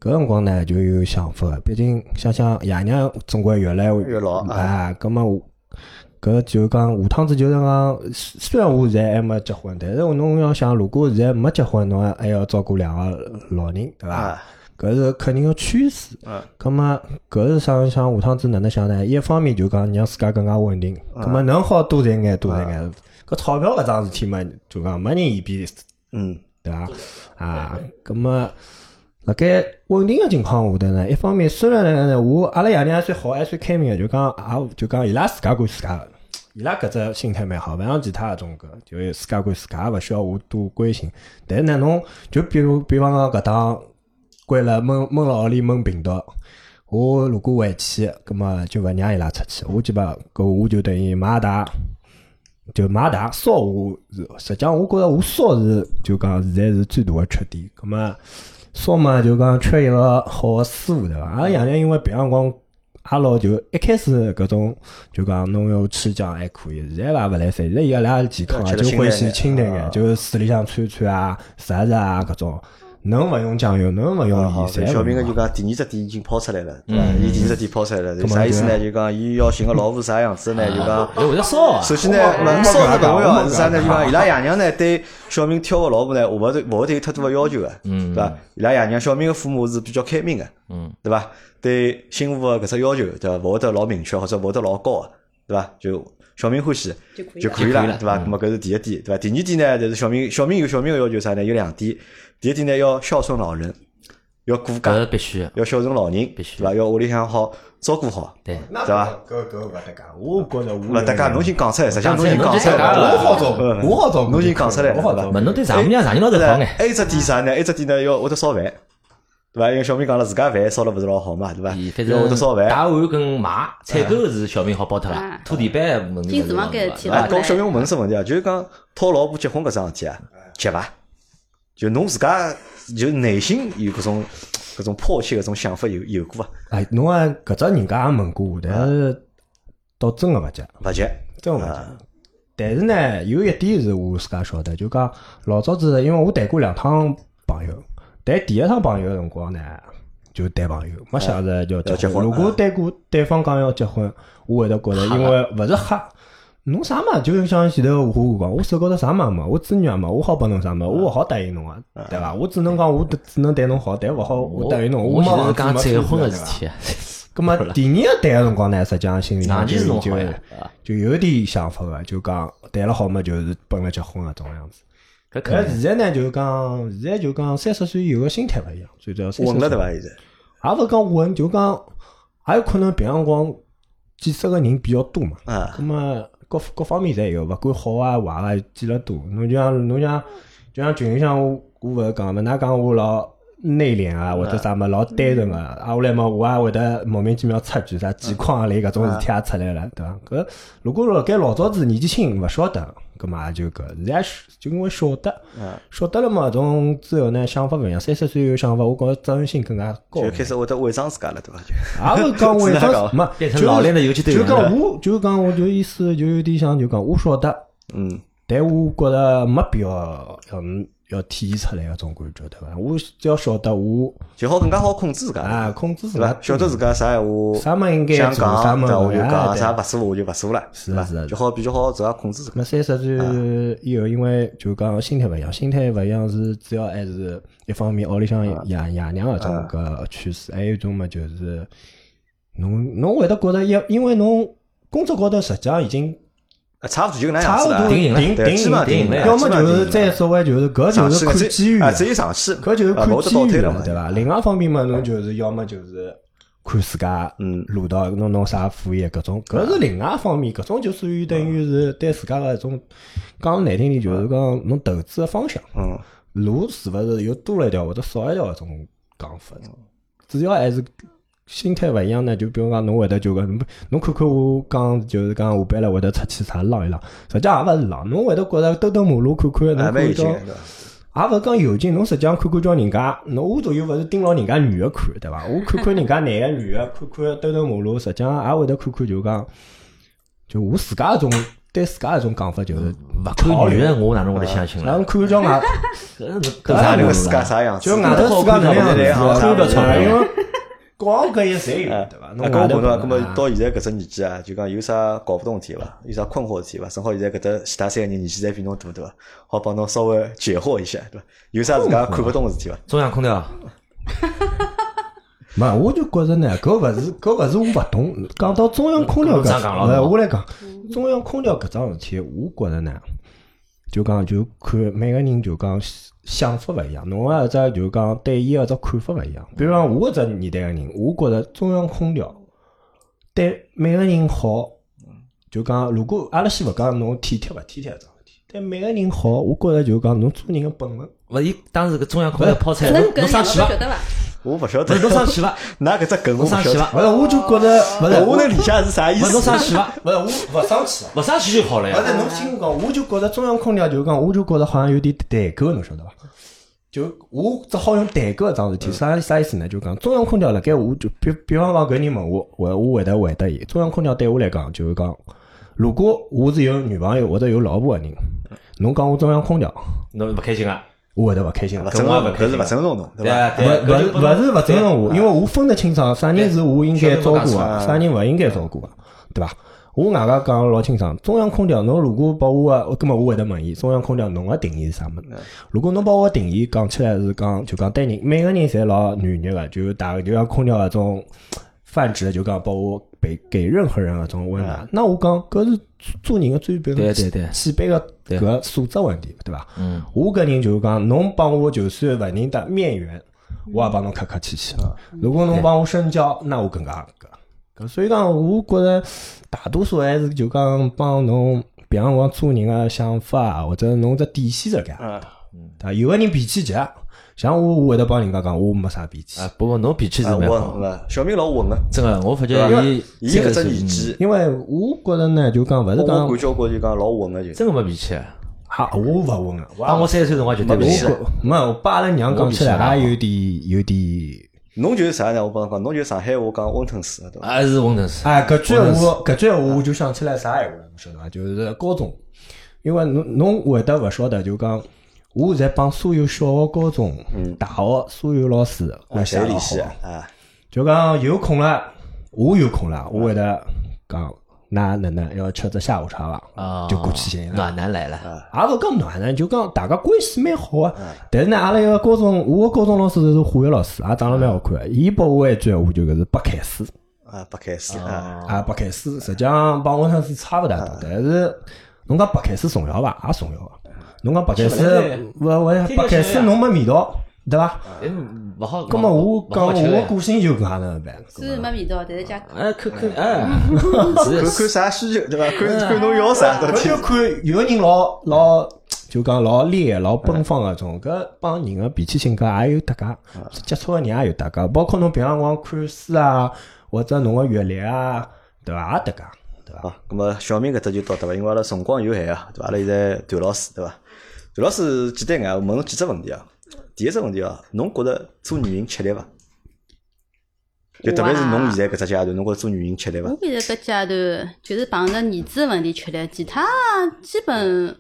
Speaker 3: 搿辰光呢，就有想法，毕竟想想爷娘总归越来
Speaker 1: 越老啊
Speaker 3: 啊，葛么我搿就讲下趟子就是讲，虽虽然我现在还没结婚，但是侬要想，如果现在没结婚，侬还还要照顾两个老人，对伐
Speaker 1: 啊？
Speaker 3: 搿是肯定个趋势。
Speaker 1: 嗯
Speaker 3: 葛么搿是啥？想下趟子哪能想呢？一方面就讲让自家更加稳定，葛
Speaker 1: 嗯
Speaker 3: 么能好多赚眼多赚眼。搿钞票搿桩事体嘛，就讲没人嫌比
Speaker 1: 嗯
Speaker 3: 对伐？啊，咁么，辣盖稳定个情况下头呢，一方面虽然呢，我阿拉爷娘还算好，还算开明个，就讲也就讲伊拉自家管自家个，伊拉搿只心态蛮好，勿像其他搿种个，就是自家管自家，勿需要我多关心。但是呢，侬就比如比方讲搿趟关了闷闷辣屋里闷病毒。我如果回去，葛么就勿让伊拉出去，我基本上搿我就等于买大就马达烧我是，实际上我觉着我烧是就讲现在是最大的缺点。咁么烧嘛就讲缺一个好的师傅对伐？阿拉爷娘因为别个辰光阿拉老就一开始搿种就讲侬要吃酱还可以，现在伐勿来三，现在伊拉健康啊，
Speaker 1: 吃得
Speaker 3: 就
Speaker 1: 清
Speaker 3: 欢
Speaker 1: 淡
Speaker 3: 喜
Speaker 1: 眼
Speaker 3: 清淡
Speaker 1: 啊
Speaker 3: 眼，就是水里向窜窜啊、啥啥啊搿种。侬勿用酱油，侬勿用
Speaker 1: 哦好，
Speaker 3: 盐，侪
Speaker 1: 小
Speaker 3: 勿
Speaker 1: 明
Speaker 3: 用
Speaker 1: 个
Speaker 3: 啊
Speaker 1: 就讲第二只点已经抛出来了，对伐？
Speaker 4: 嗯
Speaker 1: 伊第二只点抛出来了，就啥意思呢？就讲伊要寻个老婆啥样子呢？就讲。
Speaker 4: 哎，会得烧啊，
Speaker 1: 首先呢，没烧呢勿重要，是啥呢？就讲伊拉爷娘呢，对小明挑个老婆呢，勿会勿会得有太多个要求个，对伐？伊拉爷娘小明个父母是比较开明个，
Speaker 4: 嗯，
Speaker 1: 对伐？对新妇个搿只要求，对伐？勿会得老明确或者勿会得老高个，对伐？就小明欢喜
Speaker 2: 就可以
Speaker 1: 就
Speaker 2: 了
Speaker 1: 可以了
Speaker 4: 就可以，了
Speaker 1: 对伐？
Speaker 4: 嗯
Speaker 1: 那么搿是第一点，对伐？第二点呢，就是小明小明有小明个要求啥呢？有两点，第一点呢要孝顺老人，要顾
Speaker 4: 搿
Speaker 1: 家
Speaker 4: 是，必须的。
Speaker 1: 要孝顺老人，
Speaker 4: 必须
Speaker 1: 对伐？要屋里向好照顾好，
Speaker 4: 对，
Speaker 1: 对伐？
Speaker 5: 搿搿勿搭界，
Speaker 3: 我觉着
Speaker 1: 勿大家侬已经讲出来，实际上侬已经讲
Speaker 4: 讲
Speaker 1: 出
Speaker 4: 出
Speaker 1: 来
Speaker 4: 来
Speaker 1: 了。
Speaker 5: 嗯我好照顾
Speaker 1: 嗯，
Speaker 5: 我好照顾，
Speaker 1: 侬已经讲出来了
Speaker 5: 我好照
Speaker 4: 问
Speaker 5: 顾。
Speaker 4: 侬对丈母娘、丈姨娘都哎
Speaker 1: 嗯
Speaker 4: 好
Speaker 1: 对
Speaker 4: 眼，
Speaker 1: 还有一只点啥呢？还有一只点呢，要会得烧饭，对伐？因为小明讲了，自家饭烧了勿是老好嘛，对伐
Speaker 4: 伊反？
Speaker 1: 要会啊得
Speaker 4: 正
Speaker 1: 烧
Speaker 4: 打
Speaker 1: 饭。啊嗯
Speaker 4: 碗跟买采购是小明好包脱了
Speaker 2: 嗯，
Speaker 4: 拖地板问题
Speaker 2: 今
Speaker 4: 勿
Speaker 2: 厨
Speaker 4: 大
Speaker 2: 房间事体
Speaker 1: 啊，
Speaker 2: 了
Speaker 4: 对伐
Speaker 1: 跟我小明问是问题啊，就是讲讨老婆结婚搿桩事体啊，急伐？就侬自家就内心有搿种搿种迫切搿种想法有有过伐？
Speaker 3: 哎，侬啊搿只人家也问过我，但
Speaker 1: 啊
Speaker 3: 是倒真个勿急，
Speaker 1: 勿急，
Speaker 3: 真个勿急。但是呢，有一点是我自家晓得，就讲老早子，因为我谈过两趟朋友，谈第一趟朋友个辰光呢，就谈朋友，没想着啊要
Speaker 1: 要结
Speaker 3: 结
Speaker 1: 婚
Speaker 3: 婚。啊如果
Speaker 1: 嗯
Speaker 3: 对过对方讲要结婚，我会得觉着，因为勿是吓。侬啥嘛，就像前头我讲，我手高头啥嘛没，我子女也没，我好拨侬啥嘛，我勿好答应侬啊，对伐？我只能讲，我只能对侬好，但勿好我答应侬，
Speaker 4: 哦我
Speaker 3: 没
Speaker 4: 现在是
Speaker 3: 房子
Speaker 4: 讲
Speaker 3: 没车子
Speaker 4: 再婚个
Speaker 3: 对
Speaker 4: 事
Speaker 3: 伐
Speaker 4: 体啊，
Speaker 3: 咁么第二个谈个辰光呢，实际上心里
Speaker 4: 硬
Speaker 3: 向嗯
Speaker 4: 气
Speaker 3: 就是
Speaker 4: 侬
Speaker 3: 就
Speaker 4: 好呀，对伐
Speaker 3: 就有点想法个，就讲谈了好嘛，就是奔了结婚啊，种样子。
Speaker 4: 搿肯
Speaker 1: 啊
Speaker 3: 但
Speaker 4: 定
Speaker 3: 现在呢，就讲现在就讲三十岁以后个心态勿一样，最主要三十
Speaker 1: 混
Speaker 3: 岁
Speaker 1: 了对伐？现在
Speaker 3: 也勿讲混，就讲也有可能别辰光见识个人比较多嘛。
Speaker 1: 啊，
Speaker 3: 咁么各各方面侪有，勿管好啊坏啊，见了多。侬就像侬像就像群里向我我勿是讲嘛，㑚讲我老内敛啊，或者啥么老单纯啊，啊后来嘛我也会得莫名其妙出句啥几况啊类搿种事体也出来了，对伐？搿如果辣盖老早子年纪轻勿晓得，搿么也就搿现在是就因为晓得
Speaker 1: 嗯，
Speaker 3: 晓得了嘛，从之后呢想法勿一样，三十岁有想法，我觉着责任心更加高。
Speaker 1: 就开始会得违章自家了，对伐？就
Speaker 3: 也勿讲违
Speaker 1: 自家
Speaker 3: 章，
Speaker 1: 搞
Speaker 3: 没
Speaker 4: 变成
Speaker 3: 就
Speaker 4: 老
Speaker 3: 是
Speaker 4: 练的游击队
Speaker 3: 就
Speaker 4: 员了
Speaker 3: 讲。我，就讲我就意思就有点像，就讲我晓得，
Speaker 1: 嗯，
Speaker 3: 但我觉着没必要要要体现出来搿种感觉，对伐？我只要晓得我
Speaker 1: 就好更加好控制自家了。
Speaker 3: 啊，控制自
Speaker 1: 对
Speaker 3: 家
Speaker 1: 伐？，晓得自家啥闲话，
Speaker 3: 啥么应该
Speaker 1: 想
Speaker 3: 做啥
Speaker 1: 讲，
Speaker 3: 么
Speaker 1: 对伐我就
Speaker 3: 勿要
Speaker 1: 讲，
Speaker 3: 对
Speaker 1: 啥勿舒服我就勿舒服了，
Speaker 3: 是
Speaker 1: 对
Speaker 3: 的
Speaker 1: 伐
Speaker 3: 是啊的
Speaker 1: 就好比较好自家控制自家。
Speaker 3: 那三十
Speaker 4: 啊
Speaker 3: 岁以后，因为就讲心态勿一样，心态勿一样是主要还是一方面，屋里向
Speaker 4: 啊
Speaker 3: 爷爷娘搿种搿趋势，还有一种嘛就是，侬侬会得觉着，因因为侬工作高头实际上已经
Speaker 1: 啊，差勿多就搿能样
Speaker 3: 差
Speaker 1: 子
Speaker 3: 勿
Speaker 1: 了
Speaker 3: 多
Speaker 1: 啊。
Speaker 4: 顶赢了
Speaker 3: 顶
Speaker 1: 对
Speaker 3: 顶
Speaker 1: 基本上顶赢了
Speaker 3: 要么
Speaker 1: 基本上
Speaker 3: 就
Speaker 1: 顶
Speaker 3: 是
Speaker 1: 赢了
Speaker 3: 再稍微就是搿
Speaker 1: 上
Speaker 3: 就
Speaker 1: 去
Speaker 3: 是
Speaker 1: 搿
Speaker 3: 看
Speaker 1: 只
Speaker 3: 机遇
Speaker 1: 啊，
Speaker 3: 了
Speaker 1: 只有上去，
Speaker 3: 搿就是
Speaker 1: 啊
Speaker 3: 看
Speaker 1: 勿会得
Speaker 3: 机
Speaker 1: 倒
Speaker 3: 遇
Speaker 1: 退了
Speaker 3: 了
Speaker 1: 嘛，，
Speaker 3: 对伐？另外一方面嘛，侬就是要么就是看自家
Speaker 1: 嗯
Speaker 3: 路到侬弄啥副业搿种，搿是另外一方面，搿种就属于等于是对自家个一种讲难听点，就是讲侬投资个方向
Speaker 1: 嗯，
Speaker 3: 路是勿是又多了一条或者少一条搿种讲法，主要还是。心态勿一样呢，就比如讲，侬会得就讲，侬看看我讲，就是讲下班了会得出去啥浪一浪，实际上也勿是浪，侬会得觉着兜兜马路看看，
Speaker 1: 啊
Speaker 3: 侬
Speaker 1: 蛮有
Speaker 3: 看
Speaker 1: 劲
Speaker 3: 到
Speaker 1: 的，对伐
Speaker 3: 也勿是讲有劲，侬实际上看看叫人家，侬我左右勿是盯牢人家女个看，对伐？我看看人家男个女个，看看兜兜马路，实际上也会得看看，就讲，就我自家一种对自家一种讲法，
Speaker 1: 嗯
Speaker 3: 就是
Speaker 4: 勿看女的，我哪能会得相信
Speaker 3: 然
Speaker 4: 了
Speaker 3: 后？看看 叫外，
Speaker 4: 搿
Speaker 1: 啥
Speaker 4: 能
Speaker 1: 人个自家啥样子？
Speaker 3: 就外头自家能样子，看得出来，因为光搿一侪有，
Speaker 1: 哎
Speaker 3: 对伐？
Speaker 1: 啊，
Speaker 3: 侬
Speaker 1: 搿我
Speaker 3: 外头
Speaker 1: 问侬啊，搿么到现在搿只年纪啊，就讲有啥搞不懂事体伐？有啥困惑的事体伐？正好现在搿搭其他三个人年纪侪比侬大，对伐？好帮侬稍微解惑一下，对伐？有啥自家看不懂的事体伐？
Speaker 4: 中央空调，
Speaker 3: 没，我就觉着呢，搿勿是搿勿是我勿懂。讲到中央空调
Speaker 4: 搿侬上讲
Speaker 3: 搿，
Speaker 4: 了
Speaker 3: 勿是
Speaker 4: 侬
Speaker 3: 我来讲，中央空调搿桩事体，我觉着呢，就讲就看每个人就讲想法勿一样，侬啊只就讲对伊个只看法勿一样。比如讲我搿只年代个人，我觉着中央空调对每个人好，就讲如果阿拉先勿讲侬体贴勿体贴搿桩事体，对每个人好，我觉着就讲侬做人个本分。
Speaker 4: 勿伊当时搿中央空调抛出来，
Speaker 2: 侬
Speaker 4: 侬
Speaker 2: 搿
Speaker 4: 侬
Speaker 2: 是
Speaker 4: 上
Speaker 2: 两个
Speaker 4: 去伐
Speaker 2: 勿？晓得伐？
Speaker 1: 我勿晓
Speaker 4: 勿
Speaker 1: 得
Speaker 4: 是，侬上去伐？
Speaker 1: 㑚搿只梗我勿
Speaker 4: 侬上
Speaker 1: 晓
Speaker 4: 去
Speaker 1: 得，
Speaker 4: 伐？
Speaker 3: 勿是，我就觉着勿是，
Speaker 1: 我能理解是啥意
Speaker 4: 勿
Speaker 1: 思
Speaker 4: 是侬。上去伐？
Speaker 3: 勿是我勿生气。啊
Speaker 4: 勿上去就好了
Speaker 3: 勿是
Speaker 4: 呀。
Speaker 3: 侬听我讲，我就觉着中央空调就是讲，我就觉着好像有点代沟，侬晓得伐？就我只好用代沟搿桩事体，啥啥意思呢？就讲中央空调辣盖我就比比方讲搿人问我，我我会得回答伊。中央空调对我来讲就是讲，如果我是有女朋友或者有老婆个人，侬讲我中央空调，
Speaker 4: 侬勿开心啊？
Speaker 3: 我我会得勿开心，
Speaker 1: 勿
Speaker 3: 搿
Speaker 1: 尊重
Speaker 3: 我也勿
Speaker 1: 侬，
Speaker 3: 开
Speaker 1: 搿是
Speaker 3: 心
Speaker 1: 勿。尊重侬，对
Speaker 4: 对啊
Speaker 1: 伐？
Speaker 3: 勿勿是勿是勿尊重我，因为我分得清爽啥人是我应该照顾
Speaker 1: 啊
Speaker 3: 的，啥人勿应该照顾的，对伐？我外加讲老清爽，中央空调侬如果把我个，葛末我会得问伊，中央空调侬个定义是啥物事？如果侬把我个定义讲起来是讲就讲对人每个人侪老软弱个，就大就像空调搿种泛指，就讲把我给给任何人搿种温暖，那我讲搿是做人个最基本
Speaker 4: 对对对
Speaker 3: 基本个
Speaker 4: 对
Speaker 3: 搿个素质问题，对伐？嗯，我搿人就是讲，侬帮我就算勿认得面缘，我也帮侬客客气气。如果侬帮我深交，那我更加搿。搿嗯所以讲，我觉着大多数还是就讲帮侬，比方讲做人个想法，或者侬只底线这个，
Speaker 1: 嗯，
Speaker 3: 对伐？有个人脾气急，啊像我，我会得帮人家讲，我没啥脾气
Speaker 4: 啊，，不过侬脾气是
Speaker 1: 啊
Speaker 4: 蛮
Speaker 1: 稳
Speaker 4: 好
Speaker 1: 是，伐？小明老稳个，
Speaker 4: 真个，我发觉
Speaker 1: 对吧
Speaker 4: 伊
Speaker 1: 伊搿只
Speaker 4: 真的
Speaker 1: 年
Speaker 4: 是
Speaker 1: 纪，
Speaker 3: 因为我觉着呢，就讲勿是
Speaker 1: 我
Speaker 3: 讲
Speaker 1: 感觉我就讲老稳个就。
Speaker 4: 真个没脾气啊。
Speaker 3: 啊，我勿混个，我也
Speaker 4: 当我三十岁辰光绝对
Speaker 1: 没
Speaker 4: 没
Speaker 1: 脾
Speaker 4: 脾
Speaker 1: 气
Speaker 4: 气
Speaker 1: 了
Speaker 4: 了。
Speaker 3: 我没，我啊爸阿拉娘讲起来也有点有点。
Speaker 1: 侬就是啥呢？我帮侬讲，侬就是上海话讲温吞水，对伐？
Speaker 4: 还是混沌水，
Speaker 3: 哎，搿句闲话，搿句闲话我就想起来啥闲话了，侬晓得伐？就是高中，因为侬侬会得勿晓得，就讲我现在帮所有小学、高中、大学所有老师
Speaker 1: 啊
Speaker 3: 我
Speaker 1: 侪
Speaker 3: 写
Speaker 1: 联
Speaker 3: 联
Speaker 1: 系
Speaker 3: 系
Speaker 1: 的，啊，
Speaker 3: 就讲有空了，我有空了，我会得讲，那哪能要吃只下午茶伐
Speaker 4: 啊？
Speaker 3: 就过去寻伊拉。
Speaker 4: 暖男来了，
Speaker 3: 也勿讲暖男，就讲大家关系蛮好啊。但是呢，阿拉一个高中，我个高中老师是化学老师，也长得蛮好看的。伊拨我一句闲话，就搿是白开水。
Speaker 1: 啊，白开
Speaker 4: 哦
Speaker 1: 水啊，
Speaker 3: 啊，白开水实际上帮温汤水差勿大多，但是侬讲白开水重要伐？也重要啊。侬讲白开
Speaker 4: 吃勿来
Speaker 3: 水，勿勿
Speaker 4: 天天
Speaker 3: 白开
Speaker 4: 吃
Speaker 3: 水
Speaker 4: 呀
Speaker 3: 侬没味道，对伐？
Speaker 4: 嗯，勿好。
Speaker 3: 葛末我
Speaker 4: 勿
Speaker 3: 讲
Speaker 4: 好吃
Speaker 3: 我
Speaker 4: 呀
Speaker 3: 个性就搿能能办？
Speaker 2: 虽然没味道，但是加
Speaker 4: 哎，看看 哎，
Speaker 1: 看
Speaker 4: 是
Speaker 1: 看啥需求，对伐？看
Speaker 2: 嗯
Speaker 1: 看侬要啥，对
Speaker 3: 搿
Speaker 1: 伐
Speaker 3: 就？看有个人老老就讲老烈、老奔放搿种，搿帮人个脾气性格也有搭界，接触个人也有搭界，包括侬平常光看书啊，或者侬个阅历啊，对伐？也搭界，对伐？
Speaker 1: 好，咁啊么小明搿只就到对伐？因为阿拉辰光有限啊，对伐？阿拉现在段老师对伐？段老师简单眼，我问侬几只问题啊。第一只问题啊，侬觉着做女人吃力伐？就特别是侬现在搿只阶段，侬觉着做女人吃力伐
Speaker 2: 我？现在搿阶段就是碰着儿子问题吃力，其他基本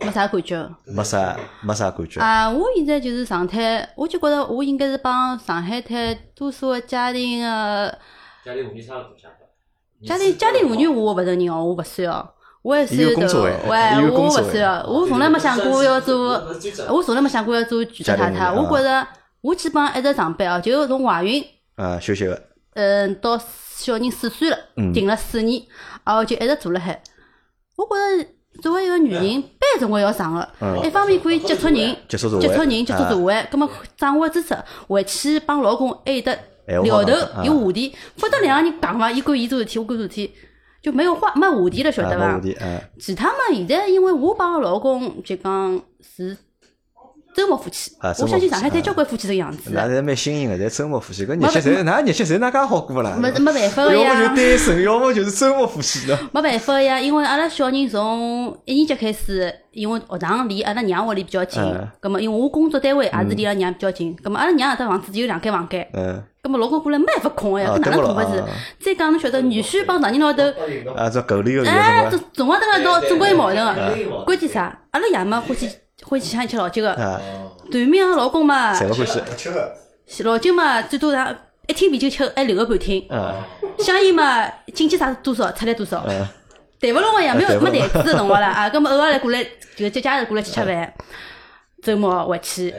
Speaker 2: 没啥感觉。
Speaker 1: 没啥没啥感觉。
Speaker 2: 啊，我现在就是上海，我就觉着我应该是帮上海滩多数的家庭个
Speaker 4: 家里妇女差勿多，
Speaker 2: 家庭家庭妇女，我勿承认哦，我勿算哦，我还算
Speaker 1: 伊有工
Speaker 2: 头，
Speaker 1: 作哎伊
Speaker 2: 喂，
Speaker 1: 有
Speaker 2: 我
Speaker 1: 工
Speaker 2: 勿
Speaker 1: 作
Speaker 2: 算哦，我从来没想过要做。我从来没想过要做全职太
Speaker 1: 家
Speaker 2: 太，
Speaker 1: 庭妇女
Speaker 2: 我觉着我基本上一直上班哦，就从怀孕，
Speaker 1: 啊，休息个，
Speaker 2: 嗯，到小人四岁了
Speaker 1: 嗯，
Speaker 2: 停了四年，然后就一直做了海。我觉着作为一个女人，班总归要上个
Speaker 1: 哎嗯，
Speaker 2: 一方面可以接触人，
Speaker 1: 接触社会，
Speaker 2: 接触人，接触
Speaker 1: 啊
Speaker 2: 社会，葛么掌握知识，回去帮老公还有得
Speaker 1: 哎我
Speaker 2: 聊头
Speaker 1: 好像啊
Speaker 2: 有话题，否则两个人讲伐，伊管伊做事体，我管事体，就没有话没话题了，晓
Speaker 1: 啊，
Speaker 2: 得
Speaker 1: 没
Speaker 2: 伐
Speaker 1: 问？题啊，
Speaker 2: 其他嘛，现在因为我帮我老公就讲是周末夫妻，
Speaker 1: 啊周末
Speaker 2: 我相信
Speaker 1: 夫妻
Speaker 2: 上海滩
Speaker 1: 啊
Speaker 2: 交关夫妻这个样子
Speaker 1: 那
Speaker 2: 的，
Speaker 1: 侪蛮新颖个，侪周末夫妻，搿日节侪哪日节侪哪介好过勿啦？
Speaker 2: 没没办法
Speaker 1: 要么
Speaker 2: 个
Speaker 1: 就
Speaker 2: 呀，
Speaker 1: 单身，要么就是周末夫妻的。
Speaker 2: 没办法个呀，因为阿拉小人从一年级开始，因为学堂离阿拉娘屋里比较近
Speaker 1: 嗯，
Speaker 2: 葛么因为我工作单位也是离阿拉娘比较近，葛么阿拉娘搿搭房子只有两间房间，
Speaker 1: 嗯，
Speaker 2: 葛么老公过来没办法空个呀，
Speaker 1: 啊
Speaker 2: 搿哪
Speaker 1: 对
Speaker 2: 能
Speaker 1: 不
Speaker 2: 做法
Speaker 1: 咯
Speaker 2: 子
Speaker 1: 啊？
Speaker 2: 再讲侬晓得，女婿帮丈人老头。
Speaker 1: 啊，这狗里个
Speaker 2: 哎，
Speaker 1: 有
Speaker 2: 总
Speaker 1: 什
Speaker 2: 总归等一道，总归有矛盾
Speaker 5: 对对
Speaker 2: 个。关键啥？阿拉爷妈欢喜欢喜请伊吃老酒
Speaker 1: 么
Speaker 2: 个，
Speaker 1: 啊？
Speaker 2: 对面个老公嘛，
Speaker 1: 侪勿欢喜。
Speaker 5: 吃的，
Speaker 2: 老酒嘛最多上一听啤酒吃还留个半听，
Speaker 1: 啊，
Speaker 2: 香烟嘛进去啥多少出来多少，
Speaker 1: 嗯
Speaker 2: 谈勿拢个呀，没
Speaker 1: 谈
Speaker 2: 有
Speaker 1: 不拢
Speaker 2: 没谈资个辰光了啊，搿么偶尔来过来就节假日过来吃吃饭，周末回去，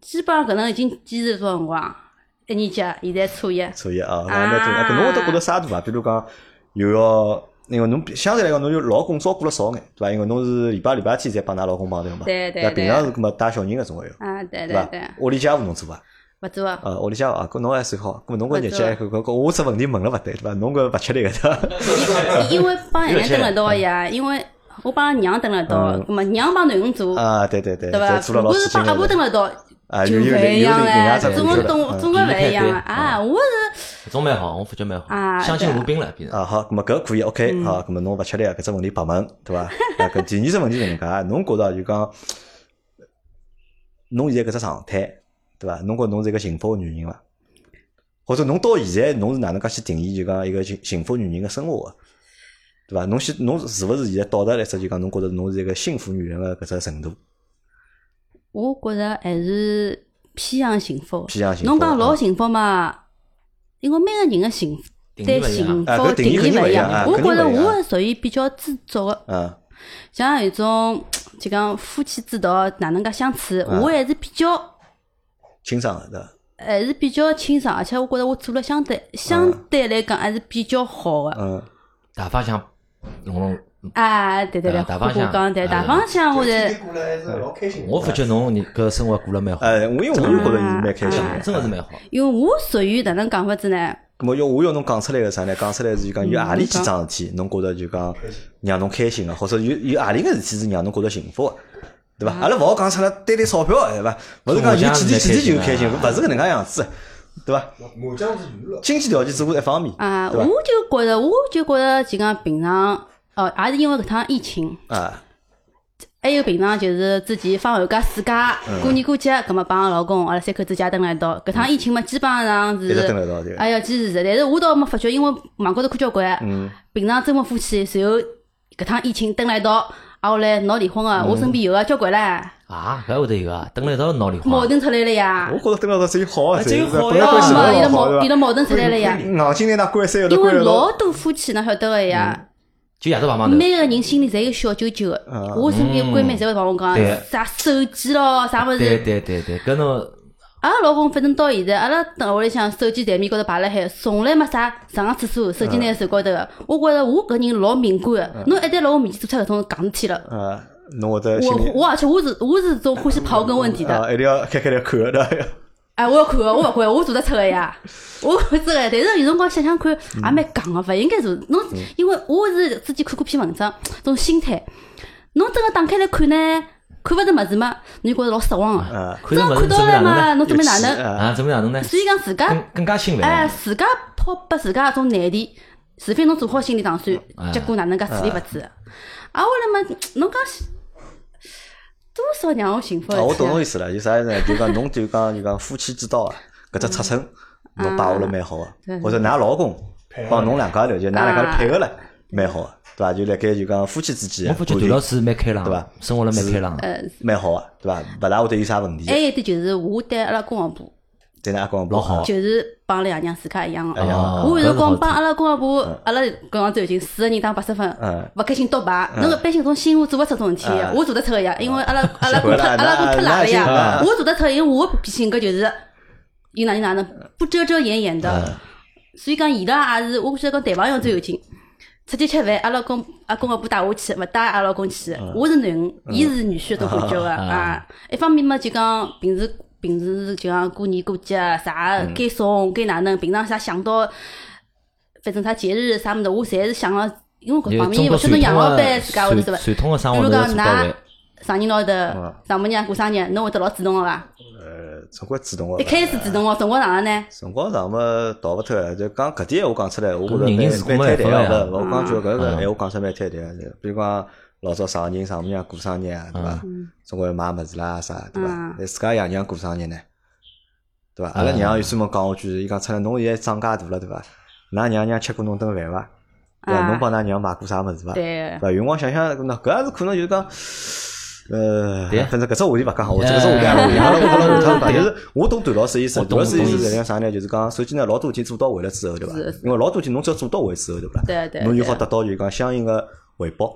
Speaker 2: 基本上搿能已经坚持多少辰光，一年级现在初一，
Speaker 1: 所以啊，
Speaker 2: 啊
Speaker 1: 那对，那搿侬会得觉得啥大啊？比如讲，又要因为侬比相对来讲，侬就老公照顾了少眼，对伐？因为侬是礼拜六礼拜天才帮㑚老公帮对嘛，
Speaker 2: 对对
Speaker 1: 那
Speaker 2: 对
Speaker 1: 平常是搿么带小人搿种个哟，
Speaker 2: 啊对
Speaker 1: 对
Speaker 2: 对
Speaker 1: 伐
Speaker 2: 对，？
Speaker 1: 屋里家务侬做伐？
Speaker 2: 勿做啊，
Speaker 1: 啊，屋里家务啊，搿侬还算好。搿么侬搿日
Speaker 2: 勿做
Speaker 1: 节搿搿搿我只问题问了勿对，对伐？侬搿勿吃力个对 伐？
Speaker 2: 因因为帮爷娘蹲了一道呀，因为我帮娘蹲了一道，葛么娘帮囡恩做，
Speaker 1: 啊，对对对，
Speaker 2: 对伐
Speaker 1: 侪？做了
Speaker 2: 如
Speaker 1: 老
Speaker 2: 果
Speaker 1: 几
Speaker 2: 是帮
Speaker 1: 斤
Speaker 2: 阿婆
Speaker 1: 个
Speaker 2: 蹲了一道
Speaker 1: 啊，
Speaker 2: 就
Speaker 1: 有有有
Speaker 2: 勿一
Speaker 1: 有
Speaker 2: 样
Speaker 1: 另外
Speaker 2: 唻
Speaker 1: 只，
Speaker 2: 总
Speaker 1: 感觉
Speaker 2: 归
Speaker 1: 了
Speaker 2: 懂，
Speaker 1: 嗯
Speaker 2: 总归勿一样啊！啊，我是
Speaker 4: 搿种蛮好，我发觉蛮好，
Speaker 2: 啊
Speaker 4: 相敬
Speaker 2: 对啊
Speaker 4: 如宾了，变成。
Speaker 1: 啊，好，咁么搿可以，OK，好，
Speaker 2: 嗯
Speaker 1: 咁么侬勿吃力啊，搿只问题白问，对伐？啊，搿第二只问题是搿能介， 侬觉着就讲，侬现在搿只状态，对伐？侬觉侬是一个幸福个女人伐？或者侬到现在侬是哪能介去定义就讲一个幸幸福女人个生活个，对伐？侬先侬是勿是现在到达了一只就讲侬觉着侬是一个幸福女人个搿只程度？
Speaker 2: 我觉着还是偏向幸福。
Speaker 1: 偏向幸福啊
Speaker 2: 侬讲老幸福嘛，因为每个人的幸福
Speaker 4: 定义
Speaker 2: 对
Speaker 4: 不一样
Speaker 2: 幸
Speaker 1: 啊
Speaker 2: 福
Speaker 1: 搿定义肯定
Speaker 2: 勿
Speaker 1: 勿
Speaker 2: 一
Speaker 1: 一样啊
Speaker 2: 我
Speaker 1: 肯定
Speaker 2: 觉着
Speaker 1: 勿一样
Speaker 2: 我是属于比较知足的，
Speaker 1: 嗯，
Speaker 2: 像有种就讲夫妻之道哪能介相处，
Speaker 1: 啊
Speaker 2: 我还是比较
Speaker 1: 清爽的，对伐？
Speaker 2: 还是比较清爽，而且我觉着我做了相
Speaker 1: 啊
Speaker 2: 对相对来讲还是比较好的。
Speaker 1: 嗯，
Speaker 4: 大方向弄弄，
Speaker 2: 啊，对对对，
Speaker 4: 啊大方
Speaker 2: 虎
Speaker 4: 向
Speaker 2: 虎讲对大方向，我
Speaker 3: 今
Speaker 2: 是
Speaker 3: 天过来还是老开心的。
Speaker 4: 我发觉侬你搿生活过了蛮
Speaker 2: 哎
Speaker 4: 好，
Speaker 1: 呃，我因为我就觉着你蛮开心
Speaker 4: 真的
Speaker 1: 的。
Speaker 4: 真的是蛮好。
Speaker 2: 因为我属于哪能讲法子呢？
Speaker 1: 咁么要我要侬讲出来个啥呢？讲出来是就讲
Speaker 2: 嗯
Speaker 1: 有何里几桩事体，侬觉着就讲让侬开心个，或者有有何里个事体是让侬觉着幸福个，对
Speaker 2: 嗯
Speaker 1: 伐？阿拉勿好讲出来单单钞票，对伐？勿是讲有几钿几钿就开心，勿是搿能介样子，对伐？
Speaker 5: 麻将是娱乐，
Speaker 1: 经济条件只顾一方面，
Speaker 2: 啊，
Speaker 1: 对
Speaker 2: 我
Speaker 1: 伐？
Speaker 2: 就觉着，我就觉着就讲平常，哦，也是因为搿趟疫情，
Speaker 1: 啊，
Speaker 2: 还有平常就是之前放寒假暑假，
Speaker 1: 嗯
Speaker 2: 过年过节，葛末帮老公阿拉三口子家蹲辣一道。搿趟疫情嘛，基本上
Speaker 1: 一直蹲辣
Speaker 2: 是，
Speaker 1: 一道对伐。
Speaker 2: 哎呀，坚持着。但是我倒没发觉，因为网高头看交
Speaker 1: 嗯
Speaker 2: 关，平常周末夫妻，随后搿趟疫情蹲辣一道，挨下啊来闹离婚个，
Speaker 1: 嗯
Speaker 2: 我身边有个交关唻，
Speaker 4: 啊，搿会得有啊，等了一道闹离婚
Speaker 2: 矛
Speaker 4: 啊，
Speaker 2: 盾出来了呀
Speaker 1: 我。觉着蹲辣一道只有好
Speaker 2: 啊
Speaker 1: 个，
Speaker 4: 哎只有好
Speaker 1: 本来
Speaker 4: 呀
Speaker 1: 关系
Speaker 2: 嘛，伊
Speaker 1: 老
Speaker 2: 拉
Speaker 1: 好，
Speaker 2: 矛伊
Speaker 1: 对伐
Speaker 2: 拉？矛盾出来了呀。
Speaker 1: 硬劲拿那关三个嗯
Speaker 2: 因
Speaker 1: 关
Speaker 2: 为
Speaker 1: 一道
Speaker 2: 老，多夫妻哪晓得个呀，
Speaker 4: 就夜到碰碰头。
Speaker 2: 每个人心里侪有小九九
Speaker 1: 嗯
Speaker 2: 个。我身边闺蜜侪会帮我讲
Speaker 4: 对
Speaker 2: 啥手机咯，啥物事。
Speaker 4: 对对对对，搿侬
Speaker 2: 阿拉老公反正到现在，阿拉等屋里向手机台面高头摆辣海，从来没啥上个厕所手机拿手高头个。我觉着我搿人老敏感个，侬一旦辣我面前做出搿种戆事体了，
Speaker 1: 啊，侬会得心
Speaker 2: 我
Speaker 1: 里
Speaker 2: 我而且我是我是种欢喜刨根问底的。
Speaker 1: 啊，一定要开开来看个，对伐？
Speaker 2: 哎，我要看个，我勿管，我做得出个呀，我做得出个。但是有辰光想想看，也蛮戆个，勿应该做。侬因为我是之前看过篇文章，种心态，侬真个打开来看呢，看勿着物事嘛，侬就觉着老失望个。
Speaker 1: 啊，
Speaker 4: 看
Speaker 2: 真
Speaker 4: 到
Speaker 2: 个
Speaker 4: 物事
Speaker 2: 看
Speaker 4: 怎
Speaker 2: 到
Speaker 4: 么哪
Speaker 2: 了
Speaker 4: 能
Speaker 2: 嘛，
Speaker 4: 呢？
Speaker 2: 侬怎么哪
Speaker 1: 有气
Speaker 2: 能？
Speaker 1: 啊
Speaker 4: 啊，怎么哪能呢？
Speaker 2: 所以讲自家，
Speaker 4: 更更加心
Speaker 2: 哎，
Speaker 4: 烦。
Speaker 2: 自家抛拨自家一种难题，除非侬做好心理打算，
Speaker 1: 哦哎
Speaker 2: 结果哪能介处理勿知？啊，我来嘛，侬讲多少让我幸福
Speaker 1: 啊，我懂侬
Speaker 2: 一
Speaker 1: 意思了，有啥意思呢？就讲侬就讲就讲夫妻之道啊，搿只尺寸侬把握了蛮好个
Speaker 2: 嗯对，嗯
Speaker 1: 或者㑚老公帮侬两家头就㑚两家头配合了蛮好个，对伐？就辣盖就讲夫妻之间
Speaker 4: 我
Speaker 1: 的
Speaker 4: 发觉
Speaker 1: 感
Speaker 4: 段
Speaker 1: 情
Speaker 4: 老师蛮开朗，
Speaker 1: 对吧
Speaker 4: 生活了蛮开朗。
Speaker 2: 呃，
Speaker 1: 蛮好个，对伐？勿大会得有啥问题啊
Speaker 2: 还，有一点哎就是我对阿拉公公婆。
Speaker 1: 对㑚阿公
Speaker 4: 老好
Speaker 2: 就是帮两娘自家一样
Speaker 1: 哎呀
Speaker 2: 个。
Speaker 4: 啊
Speaker 2: 我
Speaker 4: 搿
Speaker 2: 有
Speaker 4: 是
Speaker 2: 辰
Speaker 4: 好
Speaker 2: 光
Speaker 4: 事
Speaker 2: 帮阿拉公阿婆，阿拉公上最近四个人打八十分
Speaker 1: 嗯，
Speaker 2: 勿开心倒牌。侬一般性种心我做勿出种事体的
Speaker 1: 嗯，
Speaker 2: 我做得出个呀，因为阿拉阿拉公
Speaker 1: 回
Speaker 2: 特
Speaker 1: 来
Speaker 2: 阿拉公
Speaker 1: 那那
Speaker 2: 特懒了
Speaker 1: 行
Speaker 2: 呀
Speaker 1: 啊，
Speaker 2: 我做得出的，因为我脾性格就是有哪有哪能，不遮遮掩掩
Speaker 1: 嗯
Speaker 2: 的。所以讲伊拉也是，我觉得跟谈朋友最有劲。出去吃饭，阿拉公阿公阿婆带我去，勿带阿拉公去。我是囡恩，伊是女婿，都感觉个啊。一方面嘛，就讲平时平时就讲过年过节啊啥该送该哪能，平常啥想到，反正啥节日啥物事，我侪是想个，因为
Speaker 4: 因
Speaker 2: 搿
Speaker 4: 为
Speaker 2: 方
Speaker 4: 中
Speaker 2: 面勿晓得养
Speaker 4: 国传统
Speaker 2: 老
Speaker 4: 的
Speaker 2: 板自家会得做
Speaker 4: 传
Speaker 2: 伐？
Speaker 4: 传统的生
Speaker 2: 比
Speaker 4: 活
Speaker 2: 如
Speaker 4: 都
Speaker 2: 讲
Speaker 4: 是做到
Speaker 2: 㑚
Speaker 4: 位。
Speaker 2: 上年老头丈母娘过生日，侬会得老主动个伐？
Speaker 1: 呃，总归主动个
Speaker 2: 一。开始主动哦，辰光长了呢？
Speaker 1: 辰光长嘛，逃勿脱了。就讲搿点闲话讲出来，我觉着
Speaker 4: 人人是
Speaker 1: 蛮蛮
Speaker 4: 没
Speaker 1: 坍
Speaker 4: 办法
Speaker 1: 台
Speaker 4: 的
Speaker 1: 个。勿勿我讲句搿个闲话
Speaker 4: 嗯
Speaker 1: 讲出来蛮坍台个。比如讲老早上人上母娘过生日啊，对伐？
Speaker 4: 嗯
Speaker 1: 总归要买物事啦啥，对伐
Speaker 2: 嗯？
Speaker 1: 但自家爷娘过生日呢，对
Speaker 4: 嗯
Speaker 1: 伐？阿拉娘有专门讲我一句，伊讲出来侬现在长介大了，对伐？㑚娘娘吃过侬顿饭伐？对
Speaker 4: 嗯
Speaker 1: 伐？
Speaker 2: 啊
Speaker 1: 侬帮㑚娘买过啥物事伐？
Speaker 2: 对
Speaker 1: 对。伐？有辰光想想，搿能搿也是可能就是讲，呃
Speaker 4: 对，
Speaker 1: 反正搿只话题勿讲好，我
Speaker 4: 哎
Speaker 1: 这搿只话题阿拉下趟阿拉下趟讲。
Speaker 4: 对
Speaker 1: 就是我懂段老师意思，
Speaker 4: 我懂
Speaker 1: 段老师
Speaker 4: 懂
Speaker 1: 意思
Speaker 4: 懂
Speaker 1: 是在讲啥呢？就是讲，首先呢，老多事体做到位了之后，对伐
Speaker 2: 是是？
Speaker 1: 因为老多事体侬只要做到位之后，对伐？
Speaker 2: 对对
Speaker 1: 侬就好
Speaker 2: 对
Speaker 1: 得到就是讲相应个回报，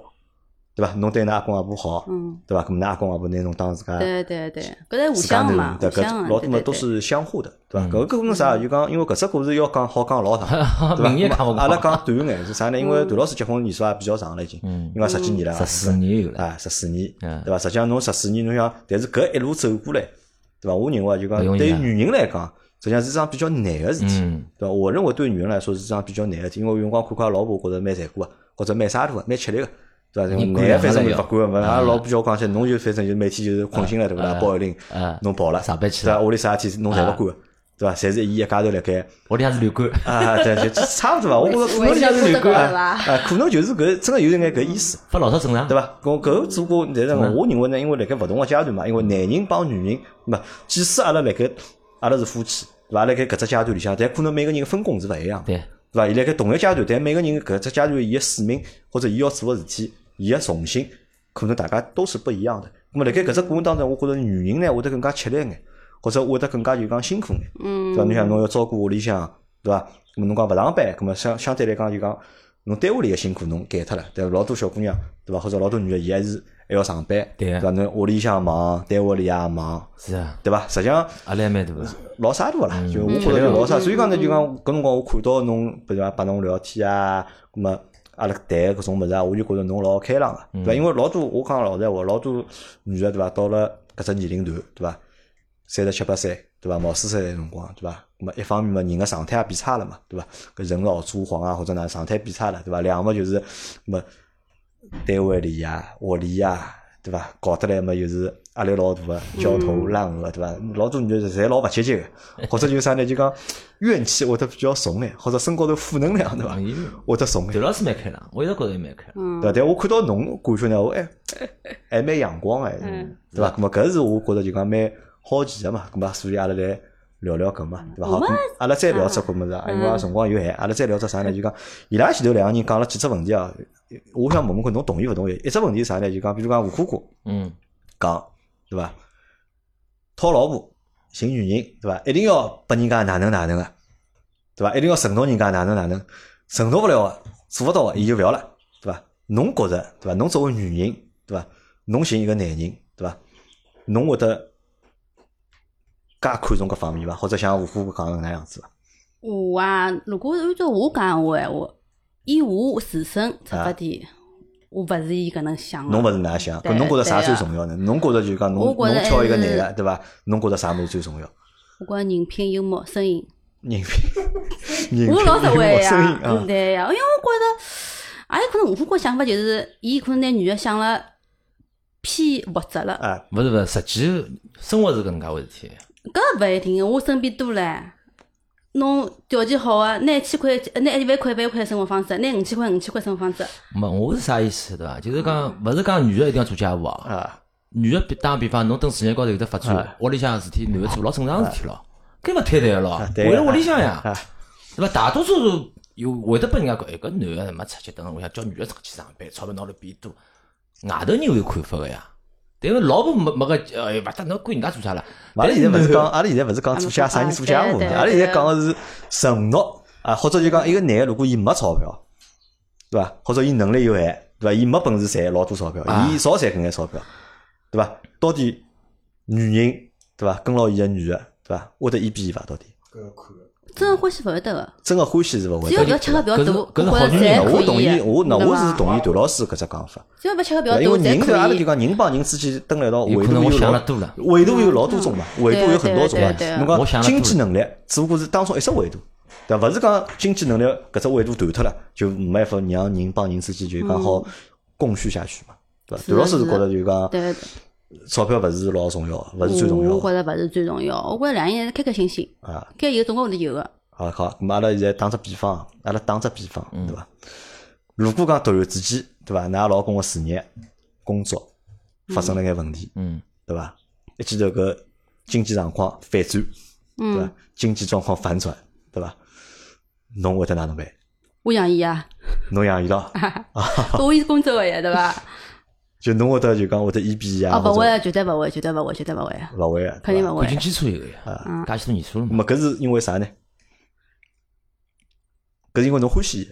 Speaker 1: 对伐？侬对㑚阿公阿婆好，
Speaker 2: 嗯
Speaker 1: 对伐？咾么㑚阿公阿婆拿侬当自家
Speaker 2: 对对对，搿是互
Speaker 1: 自家
Speaker 2: 相
Speaker 1: 囡
Speaker 2: 的
Speaker 1: 恩
Speaker 2: 嘛，
Speaker 1: 对
Speaker 2: 互
Speaker 1: 搿
Speaker 2: 相
Speaker 1: 老
Speaker 2: 的
Speaker 1: 多
Speaker 2: 对
Speaker 1: 么
Speaker 2: 对
Speaker 1: 都
Speaker 2: 对
Speaker 1: 是相互的，对伐？搿个故事啥？就讲，因为搿只故事要讲好讲老长， 对
Speaker 4: 明年
Speaker 1: 伐
Speaker 4: 看？我
Speaker 1: 阿拉讲短眼是啥呢？因为段老师结婚年数也比较长了，已经应该十几年了啊，
Speaker 4: 嗯十四年有了，
Speaker 1: 啊，十四年，
Speaker 4: 嗯
Speaker 1: 对伐？实际上侬十四年，侬想，但是搿一路走过来，对伐？我认为就讲
Speaker 4: 勿容易啊
Speaker 1: 对于女人来讲，实际上是桩比较难个事体，
Speaker 4: 嗯
Speaker 1: 对伐？我认为对于女人来说是桩比较难个事体，因为有辰光看看老婆觉着蛮残酷个，或者蛮沙土个，蛮吃力个。对伐？
Speaker 4: 你
Speaker 1: 男个反正
Speaker 4: 管
Speaker 1: 勿
Speaker 4: 不
Speaker 1: 管个，阿拉老婆叫我讲起来，侬就反正就每天就是困醒了，对伐？拿包一拎
Speaker 4: 啊啊，
Speaker 1: 侬跑了，
Speaker 4: 上班去
Speaker 1: 对伐？
Speaker 4: 了，
Speaker 1: 屋里啥事体侬侪
Speaker 4: 啊
Speaker 1: 勿管个，对伐？侪是伊一家头辣盖
Speaker 4: 屋里向是旅馆，
Speaker 1: 啊，对，就差勿多伐？我觉着可能
Speaker 2: 我也
Speaker 1: 就是
Speaker 2: 觉得搿个
Speaker 1: 啊
Speaker 2: 吧
Speaker 1: 啊，可能就是搿真个有眼搿意思。
Speaker 4: 发老早正常，
Speaker 1: 对
Speaker 4: 吧？
Speaker 1: 伐？搿搿做过，但是我认为呢，因为辣盖勿同个阶段嘛，因为男人帮女人，那么即使阿拉辣盖阿拉是夫妻，对伐？辣盖搿只阶段里向，但可能每个人的分工是勿一样的，
Speaker 4: 对，
Speaker 1: 对伐？伊辣盖同一阶段，但每个人搿只阶段伊个使命或者伊要做个事体，伊个重心，可能大家都是不一样的。那么辣盖搿只过程当中，我觉着女人呢会得更加吃力眼，或者会得更加就讲辛苦眼，对伐？
Speaker 2: 嗯
Speaker 1: 侬想侬要照顾屋里向，对伐？那么侬讲勿上班，那么相相对来讲就讲侬单位里个辛苦侬减脱了，对伐？老多小姑娘，对伐？或者老多女个，伊还是还要上班，
Speaker 4: 对
Speaker 1: 伐？侬屋里向忙，单位里也忙，
Speaker 4: 是啊，
Speaker 1: 对伐？实际上。
Speaker 4: 压力还蛮大的。
Speaker 1: 老啥都勿啦，就我觉着就老啥，所以讲呢，就讲搿辰光我看到侬，比如讲帮侬聊天啊，咁么阿拉谈搿种物事啊，我就觉着侬老开朗个，啊对伐？因为老多我讲老实话，老多女个对伐，到了搿只年龄段，对伐？三十七八岁，对伐？毛四十岁个辰光，对伐？咁么一方面嘛，人个状态也变差了嘛，对伐？搿人老珠黄啊，或者哪状态变差了，对伐？两个就是，咁么单位里呀、屋里呀，对伐？搞得来嘛，又是压力老大个，焦头烂额，对伐？老多女的侪老勿积极个，或者就是啥呢？就讲怨气会得比较重眼，或者身高头负能量，对伐
Speaker 4: 嗯伊？
Speaker 1: 会得重眼
Speaker 4: 头，老师蛮开朗，我一直觉着伊蛮开朗。
Speaker 2: 嗯
Speaker 1: 对伐？但我看到侬感觉呢，我哎还蛮阳光个，
Speaker 2: 嗯
Speaker 1: 对伐？咁么搿是我觉着就讲蛮好奇个嘛，咁么所以阿拉来。聊聊搿嘛，对伐？好，咁阿拉再聊只搿物事啊，因为
Speaker 2: 嗯
Speaker 1: 阿拉辰光有限，阿拉再聊只啥呢？就讲伊拉前头两个人讲了几只问题啊，我想问问看侬同意勿同意？一只问题是啥呢？就讲比如讲吴哥哥，
Speaker 4: 嗯，
Speaker 1: 讲，对伐？讨老婆、寻女人，对伐？一定要拨人家哪能哪能个，对伐？一定要承诺人家哪能哪能，承诺勿了个，做勿到个，伊就勿要了，对伐？侬觉着，对伐？侬作为女人，对伐？侬寻一个男人，对伐？侬会得介看重搿方面伐？或者像吴虎讲个那样子伐？
Speaker 2: 我啊，如果按照我讲个闲话，以我自身出发点，我勿是伊搿能想
Speaker 1: 啊侬
Speaker 2: 个。
Speaker 1: 勿是哪样想？
Speaker 2: 对
Speaker 1: 搿侬觉着啥
Speaker 2: 对
Speaker 1: 最
Speaker 2: 啊
Speaker 1: 重要呢？侬觉着就是讲
Speaker 2: 我
Speaker 1: 侬
Speaker 2: 觉着
Speaker 1: 侬挑一个男
Speaker 2: 还
Speaker 1: 个，
Speaker 2: 是
Speaker 1: 对伐？侬觉着啥物事最重要？
Speaker 2: 我觉着人品、幽默、声音，
Speaker 1: 人 品，人品，
Speaker 2: 我老实
Speaker 1: 幽
Speaker 2: 惠
Speaker 1: 默声音
Speaker 2: 呀，
Speaker 1: 啊
Speaker 2: 嗯，对呀，因为我觉着，也有可能我哥想法就是，伊可能拿女个想了偏物质了，
Speaker 1: 啊，
Speaker 4: 勿是勿是，实际生活是搿能介回事体。
Speaker 2: 搿勿一定，啊我身边多唻。侬条件好个，拿一千块，拿一万块一万块生活方式，拿五千块五千块生活方式，
Speaker 4: 没，我是啥意思对伐？就是讲，勿是讲女个一定要做家务啊。
Speaker 1: 嗯啊，
Speaker 4: 女个比打个比方，侬等事业高头有得发展，屋里向事体男个做老正常的事体咯，搿么推脱咯，
Speaker 1: 啊对啊
Speaker 4: 回了屋里向呀
Speaker 1: 啊啊，
Speaker 4: 对伐？大多数都有会得被人家讲，哎，搿男个没出去，等我想叫女个出去上班，钞票拿了变多。外头人有看法个呀，但是老婆没没个，哎，勿得侬管人家做啥啦？
Speaker 1: 阿
Speaker 4: 但
Speaker 1: 拉
Speaker 4: 是
Speaker 1: 现在勿是
Speaker 4: 男
Speaker 1: 讲，
Speaker 4: 的
Speaker 1: 阿拉现在勿是讲做家啥人做家务
Speaker 2: 对
Speaker 1: 呢，
Speaker 2: 对
Speaker 1: 阿拉现在讲
Speaker 2: 对
Speaker 1: 个是承诺啊，或者就讲一个男个如果伊没钞票，对伐？或者伊能力有限，对伐？伊没本事赚老多钞票
Speaker 4: 啊，
Speaker 1: 伊少赚搿眼钞票，对伐？到底女人对伐？跟牢伊个女个对伐？会得一比一伐？到底
Speaker 5: 搿个看的。
Speaker 2: 真个欢喜勿会得个。
Speaker 1: 真个欢喜是勿会
Speaker 2: 只要
Speaker 1: 得
Speaker 2: 勿要
Speaker 1: 的。
Speaker 2: 吃个比较
Speaker 4: 搿是
Speaker 2: 大，
Speaker 4: 搿是
Speaker 2: 觉着
Speaker 4: 好女
Speaker 2: 侪可
Speaker 4: 人
Speaker 1: 啊我
Speaker 2: 以啊
Speaker 1: 同意，
Speaker 2: 的。
Speaker 1: 我那
Speaker 2: 对
Speaker 1: 我是
Speaker 2: 伐
Speaker 1: 同意段老师搿只讲法，
Speaker 2: 只要勿吃个比较
Speaker 1: 对伐
Speaker 2: 大，
Speaker 1: 因为人对阿拉
Speaker 2: 侪可
Speaker 1: 就
Speaker 2: 以。
Speaker 1: 讲人帮人之间蹲辣一道，
Speaker 4: 有
Speaker 1: 维度
Speaker 4: 可能我
Speaker 1: 有老
Speaker 4: 想了多了
Speaker 1: 维度有老多种嘛，维度有很多种嘛
Speaker 2: 嗯对啊对啊对啊。
Speaker 1: 侬讲
Speaker 4: 我想了多
Speaker 1: 经
Speaker 4: 了
Speaker 1: 济能力只不过是当中一只维度，对伐？勿是讲经济能力搿只维度断脱了，就没办法让人帮人之间就讲好共续下去嘛，对伐？
Speaker 2: 嗯是
Speaker 1: 段
Speaker 2: 的
Speaker 1: 老师是
Speaker 2: 是
Speaker 1: 觉
Speaker 2: 的
Speaker 1: 得就讲
Speaker 2: 对，
Speaker 1: 钞票勿是老重要，勿是最重要
Speaker 2: 我觉
Speaker 1: 的
Speaker 2: 着勿是最重要，我觉着两个人开开心心，
Speaker 1: 啊。
Speaker 2: 该有总归会得有个。
Speaker 1: 好好，咁阿拉现在打只比方，阿拉打只比方，
Speaker 4: 嗯
Speaker 1: 对伐？如果讲突然之间，对伐？㑚老公个事业、工作发生了眼问题，
Speaker 4: 嗯，
Speaker 1: 对伐？一记头搿经济状况反转，对伐
Speaker 2: 嗯，？
Speaker 1: 经济状况反转，对伐？侬会得哪能办？
Speaker 2: 我养 伊啊，
Speaker 1: 侬养伊 咯，
Speaker 2: 我伊是工作个呀，对伐？
Speaker 1: 就侬会得就讲会得一比一啊，
Speaker 2: 哦，勿
Speaker 1: 或
Speaker 2: 会
Speaker 1: 者
Speaker 2: 的，绝对勿会，绝对勿会，绝对勿会，
Speaker 1: 勿会啊，
Speaker 2: 肯定
Speaker 1: 对伐
Speaker 2: 勿会
Speaker 4: 感嗯情。基础有个呀，
Speaker 1: 啊
Speaker 4: 介许多年数了
Speaker 1: 那么
Speaker 4: 嘛。
Speaker 1: 搿是因为啥呢？搿是因为侬欢喜伊，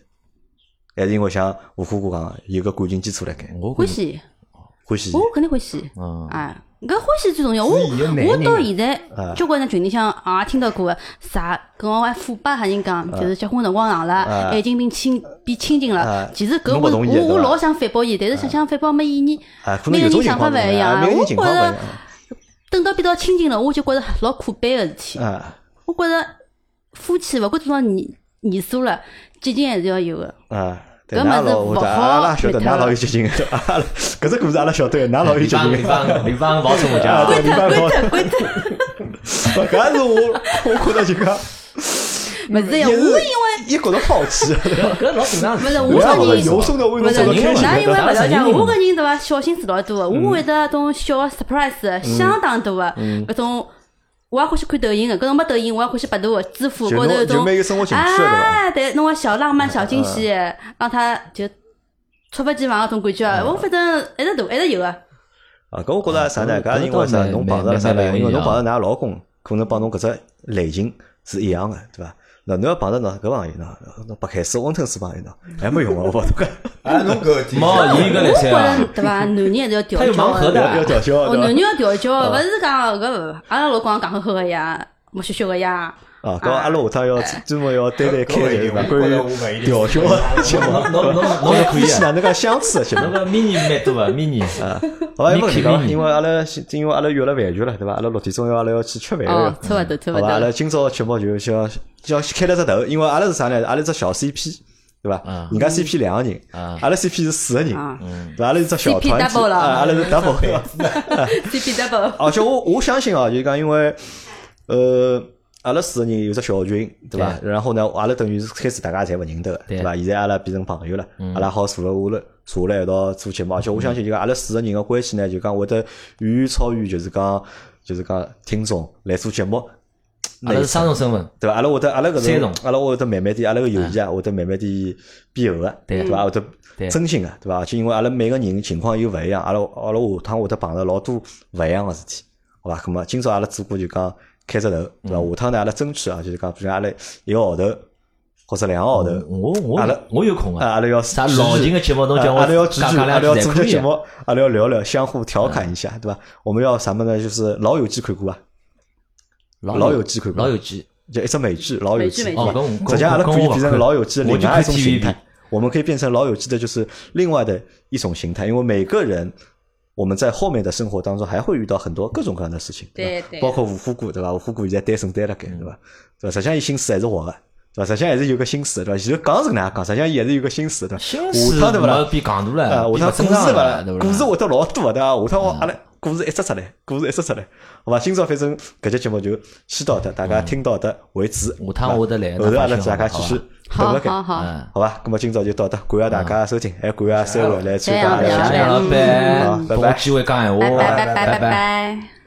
Speaker 1: 还是因为像吴哥哥讲的有个感情基础辣盖，
Speaker 4: 我
Speaker 2: 欢
Speaker 4: 感觉，
Speaker 2: 喜，哦
Speaker 1: 欢喜伊
Speaker 2: 我肯定欢喜。
Speaker 4: 嗯，
Speaker 2: 啊，搿欢喜最重要。我
Speaker 3: 是伊个男
Speaker 2: 我
Speaker 3: 人
Speaker 2: 到
Speaker 3: 啊
Speaker 2: 现在交关人群里向也听到过个啥，跟我还腐败哈人讲，就是结婚辰光长
Speaker 1: 啊
Speaker 2: 了，爱情变亲变亲近
Speaker 1: 啊
Speaker 2: 了。其实搿
Speaker 1: 侬
Speaker 2: 我
Speaker 1: 勿同意
Speaker 2: 我
Speaker 1: 对
Speaker 2: 我
Speaker 1: 伐
Speaker 2: 老想反驳伊，但是想想反驳没意义。
Speaker 1: 啊，可能
Speaker 2: 每个
Speaker 1: 有种情
Speaker 2: 人想
Speaker 1: 况
Speaker 2: 法勿
Speaker 1: 勿一
Speaker 2: 一
Speaker 1: 样
Speaker 2: 样
Speaker 1: 啊，
Speaker 2: 啊，
Speaker 1: 每个
Speaker 2: 我
Speaker 1: 人
Speaker 2: 觉
Speaker 1: 情况勿一
Speaker 2: 着
Speaker 1: 样
Speaker 2: 等到变到亲近了，我就觉着老可悲个事体。
Speaker 1: 啊
Speaker 2: 我觉着夫妻勿管多少年年数了，激情还是要有个。
Speaker 1: 啊。对，
Speaker 2: 搿
Speaker 1: 㑚
Speaker 2: 物事
Speaker 1: 老我
Speaker 2: 勿
Speaker 1: 得
Speaker 2: 好
Speaker 1: 阿拉晓得，
Speaker 2: 开头
Speaker 1: 㑚老有激情，对伐阿拉搿只故事阿拉晓得，㑚老有
Speaker 4: 李
Speaker 1: 激情
Speaker 4: 芳，。李芳，李芳，保守我家
Speaker 1: 啊，对，
Speaker 4: 啊。
Speaker 1: 你帮 我。 搿是我，我觉得就讲，
Speaker 2: 勿是
Speaker 1: 嗯也
Speaker 2: 哎呀，
Speaker 1: 是
Speaker 2: 我因为
Speaker 1: 也觉得好奇。啊
Speaker 4: 搿老正常
Speaker 2: 勿是
Speaker 1: 我
Speaker 2: 我
Speaker 1: 讲
Speaker 2: 个
Speaker 1: 你
Speaker 2: 人
Speaker 1: 由衷的为侬
Speaker 2: 勿是，
Speaker 1: 感到开
Speaker 2: 㑚
Speaker 1: 心
Speaker 2: 因为。勿了解，我个人对伐，小心思老多个，
Speaker 1: 嗯
Speaker 2: 我会得种小个 surprise 相当大个，搿种我也欢喜看抖音个，搿种没抖音我也欢喜百度个知乎
Speaker 1: 就
Speaker 2: 高头
Speaker 1: 侬
Speaker 2: 有
Speaker 1: 就
Speaker 2: 种
Speaker 1: 蛮有生活情趣的啊对伐
Speaker 2: 啊，对，弄个小浪漫小惊喜，让他就猝不及防搿种感觉，我反正一直都一直有个。
Speaker 1: 啊，搿我觉着啥呢？搿也因为啥？侬碰着了啥呢？因为侬碰着㑚老公，可能帮侬搿只类型是一样的，对伐？那侬要碰着喏搿朋友喏，侬白开水、温吞水朋友喏，还没用啊！我讲
Speaker 5: 哎，侬搿提
Speaker 4: 毛伊搿来
Speaker 2: 我觉
Speaker 4: 塞啊
Speaker 2: 着，对伐？男人还是要调
Speaker 4: 他有盲盒
Speaker 2: 教
Speaker 4: 的
Speaker 2: 的。
Speaker 1: 要调教啊
Speaker 2: 哦，
Speaker 1: 对
Speaker 2: 男
Speaker 1: 伐？
Speaker 2: 人要调教，勿是讲搿勿，阿拉老公讲呵呵个呀，没羞羞个呀。
Speaker 1: 啊，搿阿拉下趟要专门要单单开一个关
Speaker 5: 搿我也
Speaker 1: 于
Speaker 5: 我勿一定
Speaker 1: 调教的节目，
Speaker 4: 侬侬侬也可以
Speaker 1: 是
Speaker 4: 啊，
Speaker 1: 哪能介相处 的节目
Speaker 4: 侬？个 mini 蛮多啊，mini
Speaker 1: 啊，好吧，
Speaker 4: 你
Speaker 1: 没问题
Speaker 4: 肯定
Speaker 1: 了，因为阿拉现因为阿拉约了饭局了，对伐？阿拉六点钟要阿拉要去吃饭
Speaker 2: 哦
Speaker 1: 了，，
Speaker 2: 差勿多，差
Speaker 1: 好
Speaker 2: 勿
Speaker 1: 吧？阿
Speaker 2: 多。
Speaker 1: 拉今朝节目就像就像开了只头，因为阿拉是啥呢？阿拉只小 CP，对伐
Speaker 4: 啊？
Speaker 1: 人家 CP 两个人，
Speaker 4: 啊
Speaker 1: 阿拉 CP 是四个人，
Speaker 2: 啊
Speaker 1: 对伐？阿拉是只小
Speaker 2: CP
Speaker 1: 团体，
Speaker 2: double 了
Speaker 1: 啊阿拉是 double。
Speaker 2: C P double，
Speaker 1: 而且哦我我相信啊，就是讲因为呃。阿拉四个人有只小群，对伐？然后呢，阿拉等于是开始大家侪勿认得个，
Speaker 4: 对嗯
Speaker 1: 对伐？现在阿拉变成朋友了，阿拉好坐了下来，坐了一道做节目。而且我相信，就讲阿拉四个人个关系呢，就讲会得远远超于，就是讲就是讲听众来做节目，
Speaker 4: 阿拉是三种身份，
Speaker 1: 对伐？阿拉会得阿拉搿
Speaker 4: 三种嗯
Speaker 1: 阿拉会得慢慢点，阿拉个友谊啊，会得慢慢点变厚个，
Speaker 4: 对
Speaker 1: 对伐？会
Speaker 4: 对
Speaker 1: 得真心个，对伐？就因为阿拉每个人情况又勿一样，阿拉阿拉下趟会得碰着老多勿一样个事体，好伐？咁么今朝阿拉只不过就讲开只头，对
Speaker 4: 嗯
Speaker 1: 伐？下趟呢，阿拉争取啊，就是讲，比如讲阿拉一个号头或者两个号头，
Speaker 4: 我我
Speaker 1: 阿拉
Speaker 4: 我有空
Speaker 1: 啊，
Speaker 4: 啊，
Speaker 1: 阿拉要
Speaker 4: 嗯啥老
Speaker 1: 人
Speaker 4: 型的节目侬叫我
Speaker 1: 阿拉要聚
Speaker 4: 讲
Speaker 1: 聚，
Speaker 4: 讲
Speaker 1: 阿
Speaker 4: 两
Speaker 1: 拉要
Speaker 4: 句
Speaker 1: 做
Speaker 4: 侪
Speaker 1: 个
Speaker 4: 可以
Speaker 1: 节
Speaker 4: 啊。嗯
Speaker 1: 目，阿拉要聊聊，相互调侃一下，对伐？我们要啥么呢？就是老友记看过伐？老友记看过
Speaker 4: 老
Speaker 1: 伐
Speaker 4: 友记，
Speaker 1: 就一只美剧《老友记》
Speaker 2: 美剧
Speaker 1: 好吧
Speaker 4: 美剧哦跟我
Speaker 1: 实际上阿拉可以变成《老友记》
Speaker 4: 跟我
Speaker 1: 另外一种形
Speaker 4: 我就看 TVB
Speaker 1: 态，我们可以变成《老友记》的就是另外的一种形态，因为每个人我们在后面的生活当中还会遇到很多各种各样的事情，吧
Speaker 2: 对对
Speaker 1: 包括吴虎哥对吧？吴虎哥现在单身单了该对吧？对吧？实际上伊心思还是活的。对吧？实际上还是有个心思的，对吧？现在讲是搿能样讲，实际上伊还是有个心思的，对吧？
Speaker 4: 心
Speaker 1: 下
Speaker 4: 思
Speaker 1: 趟对勿啦
Speaker 4: 没？比戆大
Speaker 1: 啊，
Speaker 4: 了，
Speaker 1: 下趟
Speaker 4: 比勿
Speaker 1: 故
Speaker 4: 正
Speaker 1: 事
Speaker 4: 常
Speaker 1: 勿
Speaker 4: 了，
Speaker 1: 啦
Speaker 4: 对勿，啦？嗯
Speaker 1: 故事会得老多的，对伐？下趟我阿拉故事一只出来，故事一只出来，好伐？今朝反正搿节节目就先到得，大家听到得为止。
Speaker 4: 嗯下趟我得来
Speaker 1: 后头阿拉
Speaker 4: 那发
Speaker 1: 大家
Speaker 4: 信号
Speaker 1: 继续等
Speaker 2: 好
Speaker 1: 辣
Speaker 2: 好
Speaker 1: 盖，
Speaker 2: 好，
Speaker 4: 嗯，
Speaker 1: 好伐？咁么今朝就到得，感谢大家收听，还感谢三位来参加
Speaker 2: 这样
Speaker 1: 聊
Speaker 2: 子
Speaker 1: 天
Speaker 2: 啊
Speaker 4: 谢谢老
Speaker 2: 嗯
Speaker 1: 好
Speaker 4: 板，
Speaker 1: 拜
Speaker 4: 给我
Speaker 1: 拜
Speaker 4: 机会讲闲话，
Speaker 2: 拜拜拜拜
Speaker 4: 拜
Speaker 2: 拜。